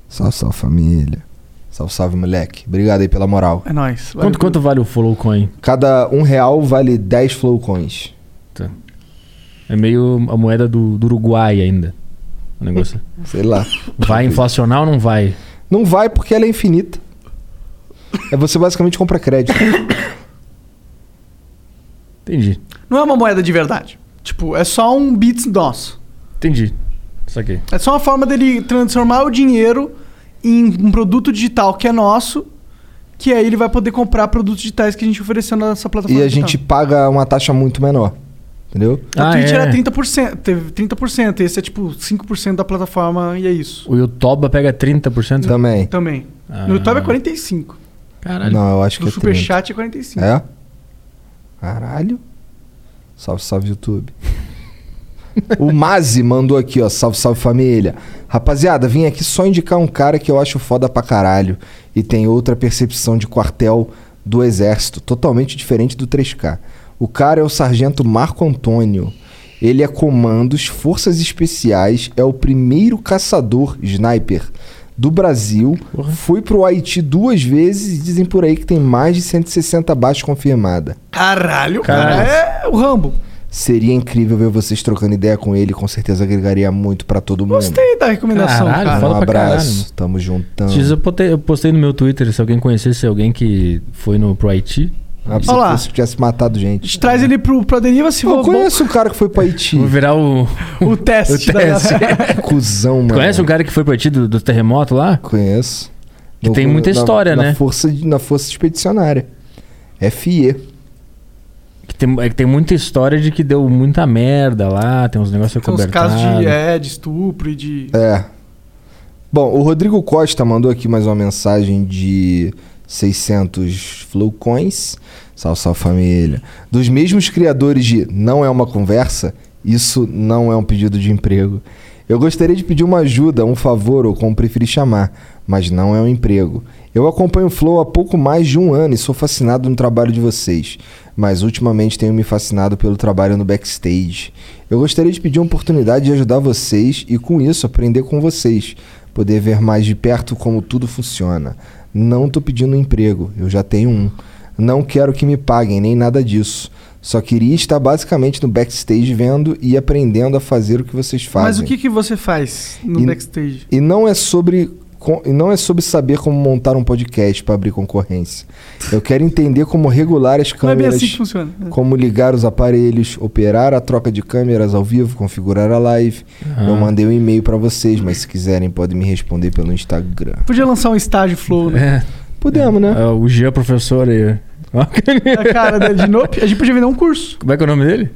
Speaker 2: Salve, salve, família. Salve, salve, moleque. Obrigado aí pela moral.
Speaker 3: É nóis. Valeu.
Speaker 7: Quanto, quanto vale o Follow Coin?
Speaker 2: Cada um real vale 10 flowcoins.
Speaker 7: Tá. É meio a moeda do, do Uruguai ainda. O negócio.
Speaker 2: Sei lá.
Speaker 7: Vai inflacionar ou não vai?
Speaker 2: Não vai porque ela é infinita. É você basicamente compra crédito.
Speaker 7: Entendi.
Speaker 3: Não é uma moeda de verdade. Tipo, é só um bits nosso.
Speaker 7: Entendi. Saquei.
Speaker 3: É só uma forma dele transformar o dinheiro em um produto digital que é nosso, que aí ele vai poder comprar produtos digitais que a gente ofereceu na nossa plataforma.
Speaker 2: e a gente paga uma taxa muito menor. Entendeu?
Speaker 3: A
Speaker 7: Ah,
Speaker 3: Twitch
Speaker 7: é.
Speaker 3: era 30%, teve 30%, esse é tipo 5% da plataforma e é isso.
Speaker 7: O Yotoba pega 30%?
Speaker 2: Também.
Speaker 3: Também.
Speaker 7: Ah.
Speaker 3: No YouTube é 45.
Speaker 7: Caralho.
Speaker 2: Não, eu acho que
Speaker 3: No
Speaker 2: é 30.
Speaker 3: Superchat é 45.
Speaker 2: É? Caralho. Salve, salve, YouTube. o Mazi mandou aqui, ó. Salve, salve, família. Rapaziada, vim aqui só indicar um cara que eu acho foda pra caralho. E tem outra percepção de quartel do exército, totalmente diferente do 3K. O cara é o sargento Marco Antônio. Ele é comandos, forças especiais, é o primeiro caçador sniper do Brasil. Fui pro Haiti duas vezes e dizem por aí que tem mais de 160 baixas confirmada.
Speaker 3: Caralho, o cara
Speaker 7: Caralho.
Speaker 3: é o Rambo.
Speaker 2: Seria incrível ver vocês trocando ideia com ele, com certeza agregaria muito pra todo mundo.
Speaker 3: Gostei da recomendação,
Speaker 7: Caralho,
Speaker 3: cara.
Speaker 7: Fala
Speaker 2: um
Speaker 7: pra
Speaker 2: abraço,
Speaker 7: caralho.
Speaker 2: tamo juntando.
Speaker 7: Esses dias Eu postei, eu postei no meu Twitter, se alguém conhecesse alguém que foi no pro Haiti.
Speaker 2: Ah, se
Speaker 3: Olha lá.
Speaker 2: fosse que tivesse matado
Speaker 3: A
Speaker 2: gente.
Speaker 3: gente traz ele pro, pra deriva se
Speaker 2: Eu
Speaker 3: for bom,
Speaker 2: conheço um cara que foi pra Haiti.
Speaker 7: Vou virar Tipo, o.
Speaker 3: Hum. o teste.
Speaker 7: O teste.
Speaker 3: Da...
Speaker 2: Cusão, mano.
Speaker 7: Conhece um cara que foi pro Haiti do, do terremoto lá?
Speaker 2: Conheço.
Speaker 7: Que tem muita história,
Speaker 2: na
Speaker 7: né?
Speaker 2: Força, de- na Força Expedicionária. FE.
Speaker 7: Que tem, é que tem muita história de que deu muita merda lá, tem uns negócios
Speaker 3: Tem uns
Speaker 7: acobertados.
Speaker 3: casos de, é, de estupro e de.
Speaker 2: É. Bom, o Rodrigo Costa mandou aqui mais uma mensagem de 600 flowcoins. Salve, salve família. Dos mesmos criadores de Não é uma conversa, isso não é um pedido de emprego. Eu gostaria de pedir uma ajuda, um favor ou como preferir chamar, mas não é um emprego. Eu acompanho o Flow há pouco mais de um ano e sou fascinado no trabalho de vocês, mas ultimamente tenho me fascinado pelo trabalho no backstage. Eu gostaria de pedir uma oportunidade de ajudar vocês e com isso aprender com vocês poder ver mais de perto como tudo funciona. Não tô pedindo um emprego, eu já tenho um. Não quero que me paguem, nem nada disso. Só queria estar basicamente no backstage vendo e aprendendo a fazer o que vocês fazem.
Speaker 3: Mas o que, que você faz no
Speaker 2: E-
Speaker 3: backstage?
Speaker 2: E não é sobre com- e não é sobre saber como montar um podcast para abrir concorrência. Eu quero entender como regular as
Speaker 3: Não é
Speaker 2: câmeras,
Speaker 3: bem assim que funciona.
Speaker 2: como ligar os aparelhos, operar a troca de câmeras ao vivo, configurar a live.
Speaker 3: Aham.
Speaker 2: Eu mandei um e-mail para vocês, mas se quiserem podem me responder pelo Instagram.
Speaker 3: Podia lançar um estágio flow, né?
Speaker 2: Podemos, né?
Speaker 7: É, o Jean professor aí. ó.
Speaker 3: A cara dele de nope. A gente podia vender um curso.
Speaker 7: Como é que é o nome dele?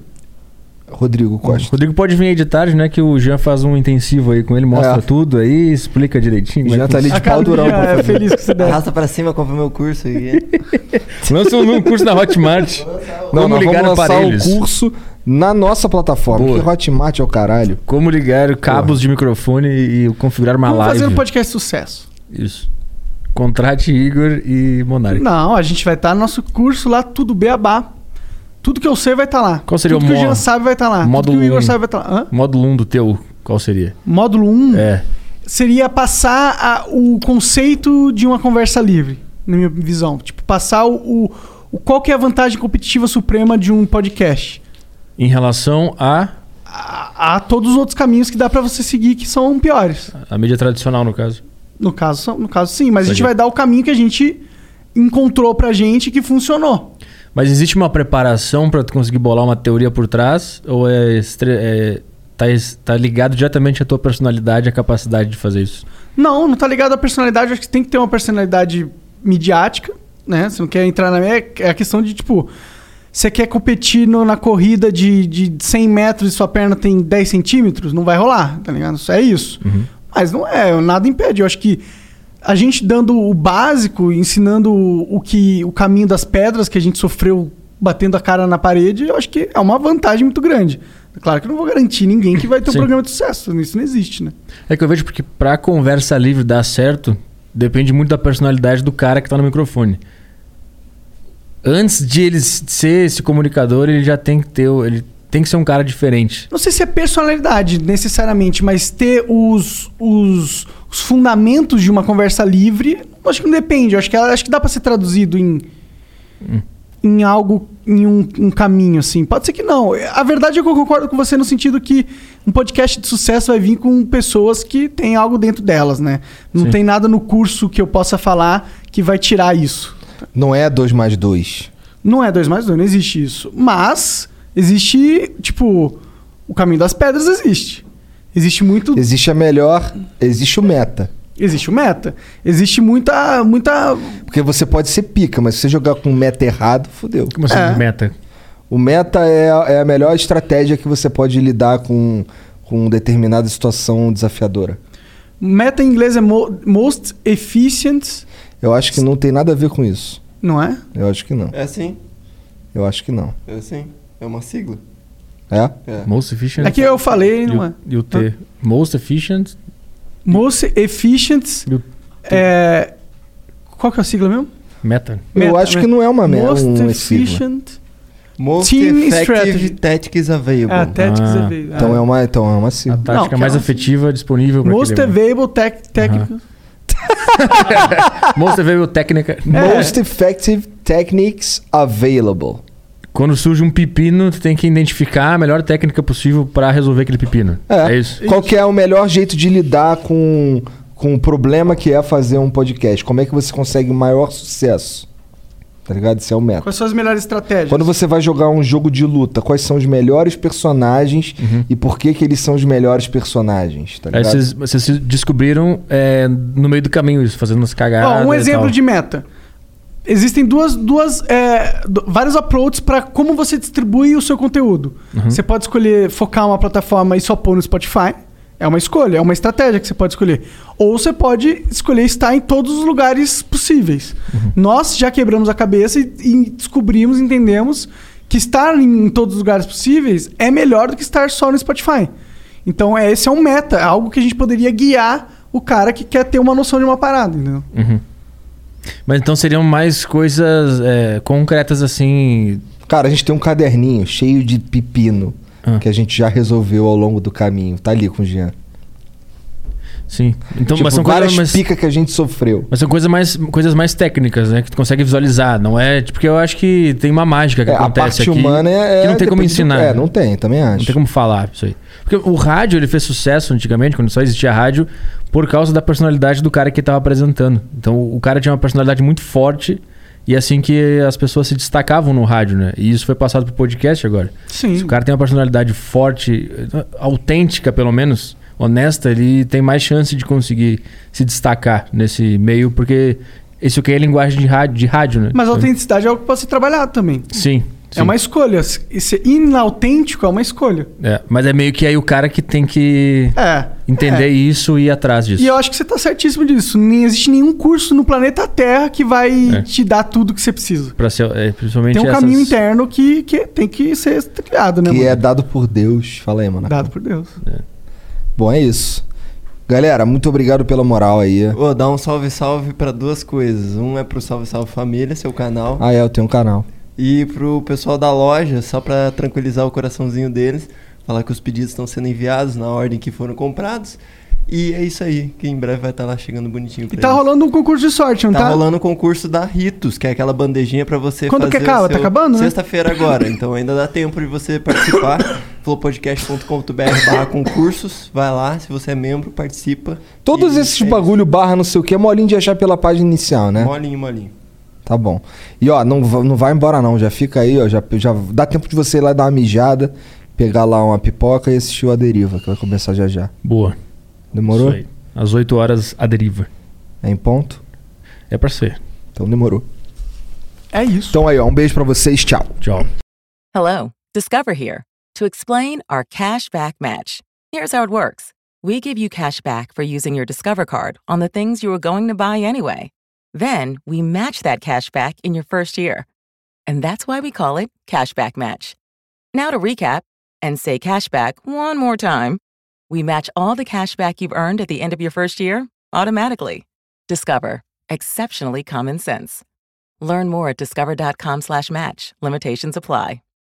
Speaker 2: É, Rodrigo Costa.
Speaker 7: Rodrigo pode vir aí de tarde, né? Que o Jean faz um intensivo aí com ele, mostra tudo aí, explica direitinho. como é
Speaker 2: Jean
Speaker 7: que
Speaker 2: É. tá ali de
Speaker 7: funciona.
Speaker 2: pau durão pra
Speaker 3: é
Speaker 2: fazer.
Speaker 4: Arrasta pra cima, compra meu curso aí.
Speaker 7: Lança um um curso na Hotmart.
Speaker 2: Não,
Speaker 7: Como
Speaker 2: nós
Speaker 7: ligar
Speaker 2: vamos lançar
Speaker 7: aparelhos.
Speaker 2: um curso na nossa plataforma. Que Hotmart é o caralho.
Speaker 7: Como ligar cabos de microfone e configurar uma
Speaker 3: Vamos
Speaker 7: live.
Speaker 3: fazer um podcast sucesso.
Speaker 7: Isso. Contrate Igor e Monark.
Speaker 3: Não, a gente vai estar no nosso curso lá, tudo beabá. Tudo que eu sei vai estar lá.
Speaker 7: Qual seria
Speaker 3: tudo
Speaker 7: o
Speaker 3: que o
Speaker 7: mo-
Speaker 3: Jean sabe vai estar lá. tudo
Speaker 7: módulo
Speaker 3: que o Igor
Speaker 7: um?
Speaker 3: sabe vai estar lá. Hã?
Speaker 7: Módulo 1 um do teu, qual seria?
Speaker 3: Módulo 1 um
Speaker 7: É.
Speaker 3: seria passar a- o conceito de uma conversa livre, na minha visão. Tipo, passar o, o- o- qual que é a vantagem competitiva suprema de um podcast.
Speaker 7: Em relação a.
Speaker 3: Há todos os outros caminhos que dá pra você seguir que são piores.
Speaker 7: A mídia tradicional, no caso.
Speaker 3: No caso, são- no caso sim, mas a gente
Speaker 7: Entendi.
Speaker 3: vai dar o caminho que a gente encontrou pra gente que funcionou.
Speaker 7: Mas existe uma preparação pra tu conseguir bolar uma teoria por trás? Ou é, estre- é- tá, es- tá ligado diretamente à tua personalidade e à capacidade de fazer isso?
Speaker 3: Não, não tá ligado à personalidade. Eu acho que tem que ter uma personalidade midiática, né? Você não quer entrar na... É é a questão de, tipo... Você quer competir no- na corrida de, de 100 metros e sua perna tem 10 centímetros? Não vai rolar, tá ligado? Isso é isso. Mas não é, nada impede. Eu acho que a gente dando o básico, ensinando o, o que o caminho das pedras que a gente sofreu batendo a cara na parede, eu acho que é uma vantagem muito grande. Claro que eu não vou garantir ninguém que vai ter um
Speaker 7: Sim.
Speaker 3: programa de sucesso. Isso não existe, né?
Speaker 7: É que eu vejo porque pra conversa livre dar certo, depende muito da personalidade do cara que tá no microfone. Antes de ele ser esse comunicador, ele já tem que ter. o- Ele tem que ser um cara diferente.
Speaker 3: Não sei se é personalidade necessariamente, mas ter os, os, os fundamentos de uma conversa livre, eu acho que não depende. eu acho que, ela- acho que dá pra ser traduzido em, em algo, em um, um caminho, assim. Pode ser que não. A verdade é que eu concordo com você no sentido que um podcast de sucesso vai vir com pessoas que têm algo dentro delas, né? Não
Speaker 2: Sim.
Speaker 3: tem nada no curso que eu possa falar que vai tirar isso.
Speaker 2: Não é 2 mais 2.
Speaker 3: Não é 2 mais 2, não existe isso. Mas existe, tipo, o caminho das pedras existe. Existe muito.
Speaker 2: Existe a melhor, existe o meta.
Speaker 3: Existe o meta. Existe muita. muita...
Speaker 2: Porque você pode ser pica, mas se você jogar com o meta errado, fodeu.
Speaker 7: Como assim, É. meta?
Speaker 2: O meta é, a- é a melhor estratégia que você pode lidar com, com determinada situação desafiadora.
Speaker 3: Meta em inglês é mo- most efficient,
Speaker 2: Eu acho que não tem nada a ver com isso.
Speaker 3: não é?
Speaker 2: Eu acho que não.
Speaker 4: É sim,
Speaker 2: Eu acho que não.
Speaker 4: é sim. É uma sigla.
Speaker 2: É?
Speaker 4: É.
Speaker 7: Most efficient.
Speaker 3: É que eu falei, não
Speaker 7: e o,
Speaker 3: é?
Speaker 7: E o T. Most efficient.
Speaker 3: Most efficient. É... Qual que é a sigla mesmo?
Speaker 7: Meta.
Speaker 2: Eu acho que não é uma me-
Speaker 3: Most
Speaker 2: uma sigla.
Speaker 3: efficient.
Speaker 4: Most
Speaker 3: Team
Speaker 4: Effective
Speaker 3: Strategy.
Speaker 4: Tactics Available.
Speaker 3: Ah, Tactics Ah. Available.
Speaker 2: Então é uma, então é uma sigla.
Speaker 7: A tática
Speaker 3: que
Speaker 7: mais
Speaker 3: é uma-
Speaker 7: efetiva disponível pra
Speaker 3: Most
Speaker 7: aquele-
Speaker 3: available tech, technical.
Speaker 7: Most available técnica.
Speaker 2: Most effective techniques available.
Speaker 7: Quando surge um pepino, tu tem que identificar a melhor técnica possível pra resolver aquele pepino. É, isso.
Speaker 2: Qual que é o melhor jeito de lidar com, com o problema que é fazer um podcast? Como é que você consegue o maior sucesso? Tá ligado? Isso é o método.
Speaker 3: Quais são as melhores estratégias?
Speaker 2: Quando você vai jogar um jogo de luta, quais são os melhores personagens e por que que eles são os melhores personagens, tá
Speaker 7: Uhum. Aí
Speaker 2: ligado?
Speaker 7: vocês, vocês se descobriram é, no meio do caminho isso, fazendo umas cagadas.
Speaker 3: Ó, um
Speaker 7: e
Speaker 3: exemplo
Speaker 7: tal.
Speaker 3: de meta. Existem duas, duas é, do- vários approaches para como você distribui o seu conteúdo.
Speaker 7: Uhum.
Speaker 3: Você pode escolher focar uma plataforma e só pôr no Spotify. É uma escolha, é uma estratégia que você pode escolher. Ou você pode escolher estar em todos os lugares possíveis.
Speaker 7: Uhum.
Speaker 3: Nós já quebramos a cabeça e, e descobrimos, entendemos que estar em todos os lugares possíveis é melhor do que estar só no Spotify. Então, é, esse é um meta, é algo que a gente poderia guiar o cara que quer ter uma noção de uma parada, entendeu?
Speaker 7: Uhum. Mas então seriam mais coisas é, concretas assim.
Speaker 2: Cara, a gente tem um caderninho cheio de
Speaker 7: Ah.
Speaker 2: pepino que a gente já resolveu ao longo do caminho. Tá ali com o Jean.
Speaker 7: Sim. Então,
Speaker 2: tipo,
Speaker 7: mas são
Speaker 2: várias
Speaker 7: coisas mais,
Speaker 2: picas que a gente sofreu.
Speaker 7: mas são coisas mais, coisas mais técnicas, né? Que tu consegue visualizar. Não é. tipo, Porque eu acho que tem uma mágica que
Speaker 2: É, a
Speaker 7: acontece
Speaker 2: parte
Speaker 7: aqui.
Speaker 2: humana é-
Speaker 7: Que não
Speaker 2: é-
Speaker 7: tem como
Speaker 2: depende do-
Speaker 7: ensinar.
Speaker 2: é,
Speaker 7: né?
Speaker 2: não tem, também acho.
Speaker 7: Não tem como falar isso aí. Porque o rádio, ele fez sucesso antigamente, quando só existia rádio, por causa da personalidade do cara que tava apresentando. Então, o cara tinha uma personalidade muito forte e é assim que as pessoas se destacavam no rádio, né? E isso foi passado pro podcast agora.
Speaker 3: Sim.
Speaker 7: Se o cara tem uma personalidade forte, eh, autêntica pelo menos, honesta, ele tem mais chance de conseguir se destacar nesse meio, porque isso aqui é linguagem de rádio, de rádio né?
Speaker 3: Mas a
Speaker 7: Então,
Speaker 3: autenticidade é algo que pode ser trabalhado também.
Speaker 7: Sim.
Speaker 3: É uma escolha. E ser inautêntico é uma escolha.
Speaker 7: É, mas é meio que aí o cara que tem que
Speaker 3: É,
Speaker 7: entender
Speaker 3: é.
Speaker 7: isso e ir atrás disso.
Speaker 3: E eu acho que você tá certíssimo disso. Nem existe nenhum curso no planeta Terra que vai te dar tudo que você precisa.
Speaker 7: Pra ser, é, principalmente
Speaker 3: Tem um
Speaker 7: essas-
Speaker 3: caminho interno que, que tem que ser trilhado, né?
Speaker 2: Que
Speaker 3: mano?
Speaker 2: é dado por Deus. Fala aí, mano.
Speaker 3: Dado por Deus.
Speaker 2: Bom, é isso. Galera, muito obrigado pela moral aí.
Speaker 4: Vou dar um salve salve pra duas coisas. Um é pro Salve Salve Família, seu canal.
Speaker 2: Ah, é, eu tenho um canal.
Speaker 4: E pro pessoal da loja, só pra tranquilizar o coraçãozinho deles, falar que os pedidos estão sendo enviados na ordem que foram comprados. E é isso aí, que em breve vai estar lá chegando bonitinho pra
Speaker 3: E tá
Speaker 4: eles.
Speaker 3: rolando um concurso de sorte, não
Speaker 4: É Tá
Speaker 3: tá?
Speaker 4: rolando o concurso da Ritos, que é aquela bandejinha pra você
Speaker 3: Quando
Speaker 4: fazer
Speaker 3: que acaba?
Speaker 4: o seu-
Speaker 3: Tá acabando, né?
Speaker 4: Sexta-feira agora, então ainda dá tempo de você participar. flowpodcast.com.br barra concursos, vai lá, se você é membro, participa.
Speaker 2: Todos esses bagulho barra não sei o que é molinho de achar pela página inicial, né?
Speaker 4: Molinho, molinho.
Speaker 2: Tá bom. E ó, não, va- não vai embora não, já fica aí, ó, já, já dá tempo de você ir lá dar uma mijada, pegar lá uma pipoca e assistir o A Deriva, que vai começar já já.
Speaker 7: Boa.
Speaker 2: Demorou?
Speaker 7: Isso aí. Às 8 horas, a deriva.
Speaker 2: É em ponto?
Speaker 7: É pra ser.
Speaker 2: Então demorou.
Speaker 3: É isso.
Speaker 2: Então aí, ó, um beijo pra vocês, tchau.
Speaker 7: Tchau.
Speaker 5: Hello, Discover here to explain our cash back match. Here's how it works we give you cash back for using your Discover card on the things you were going to buy anyway. Then we match that cash back in your first year. And that's why we call it Cashback Match. Now to recap and say cashback one more time. We match all the cashback you've earned at the end of your first year automatically. Discover. Exceptionally common sense. Learn more at discover.com/match. Limitations apply.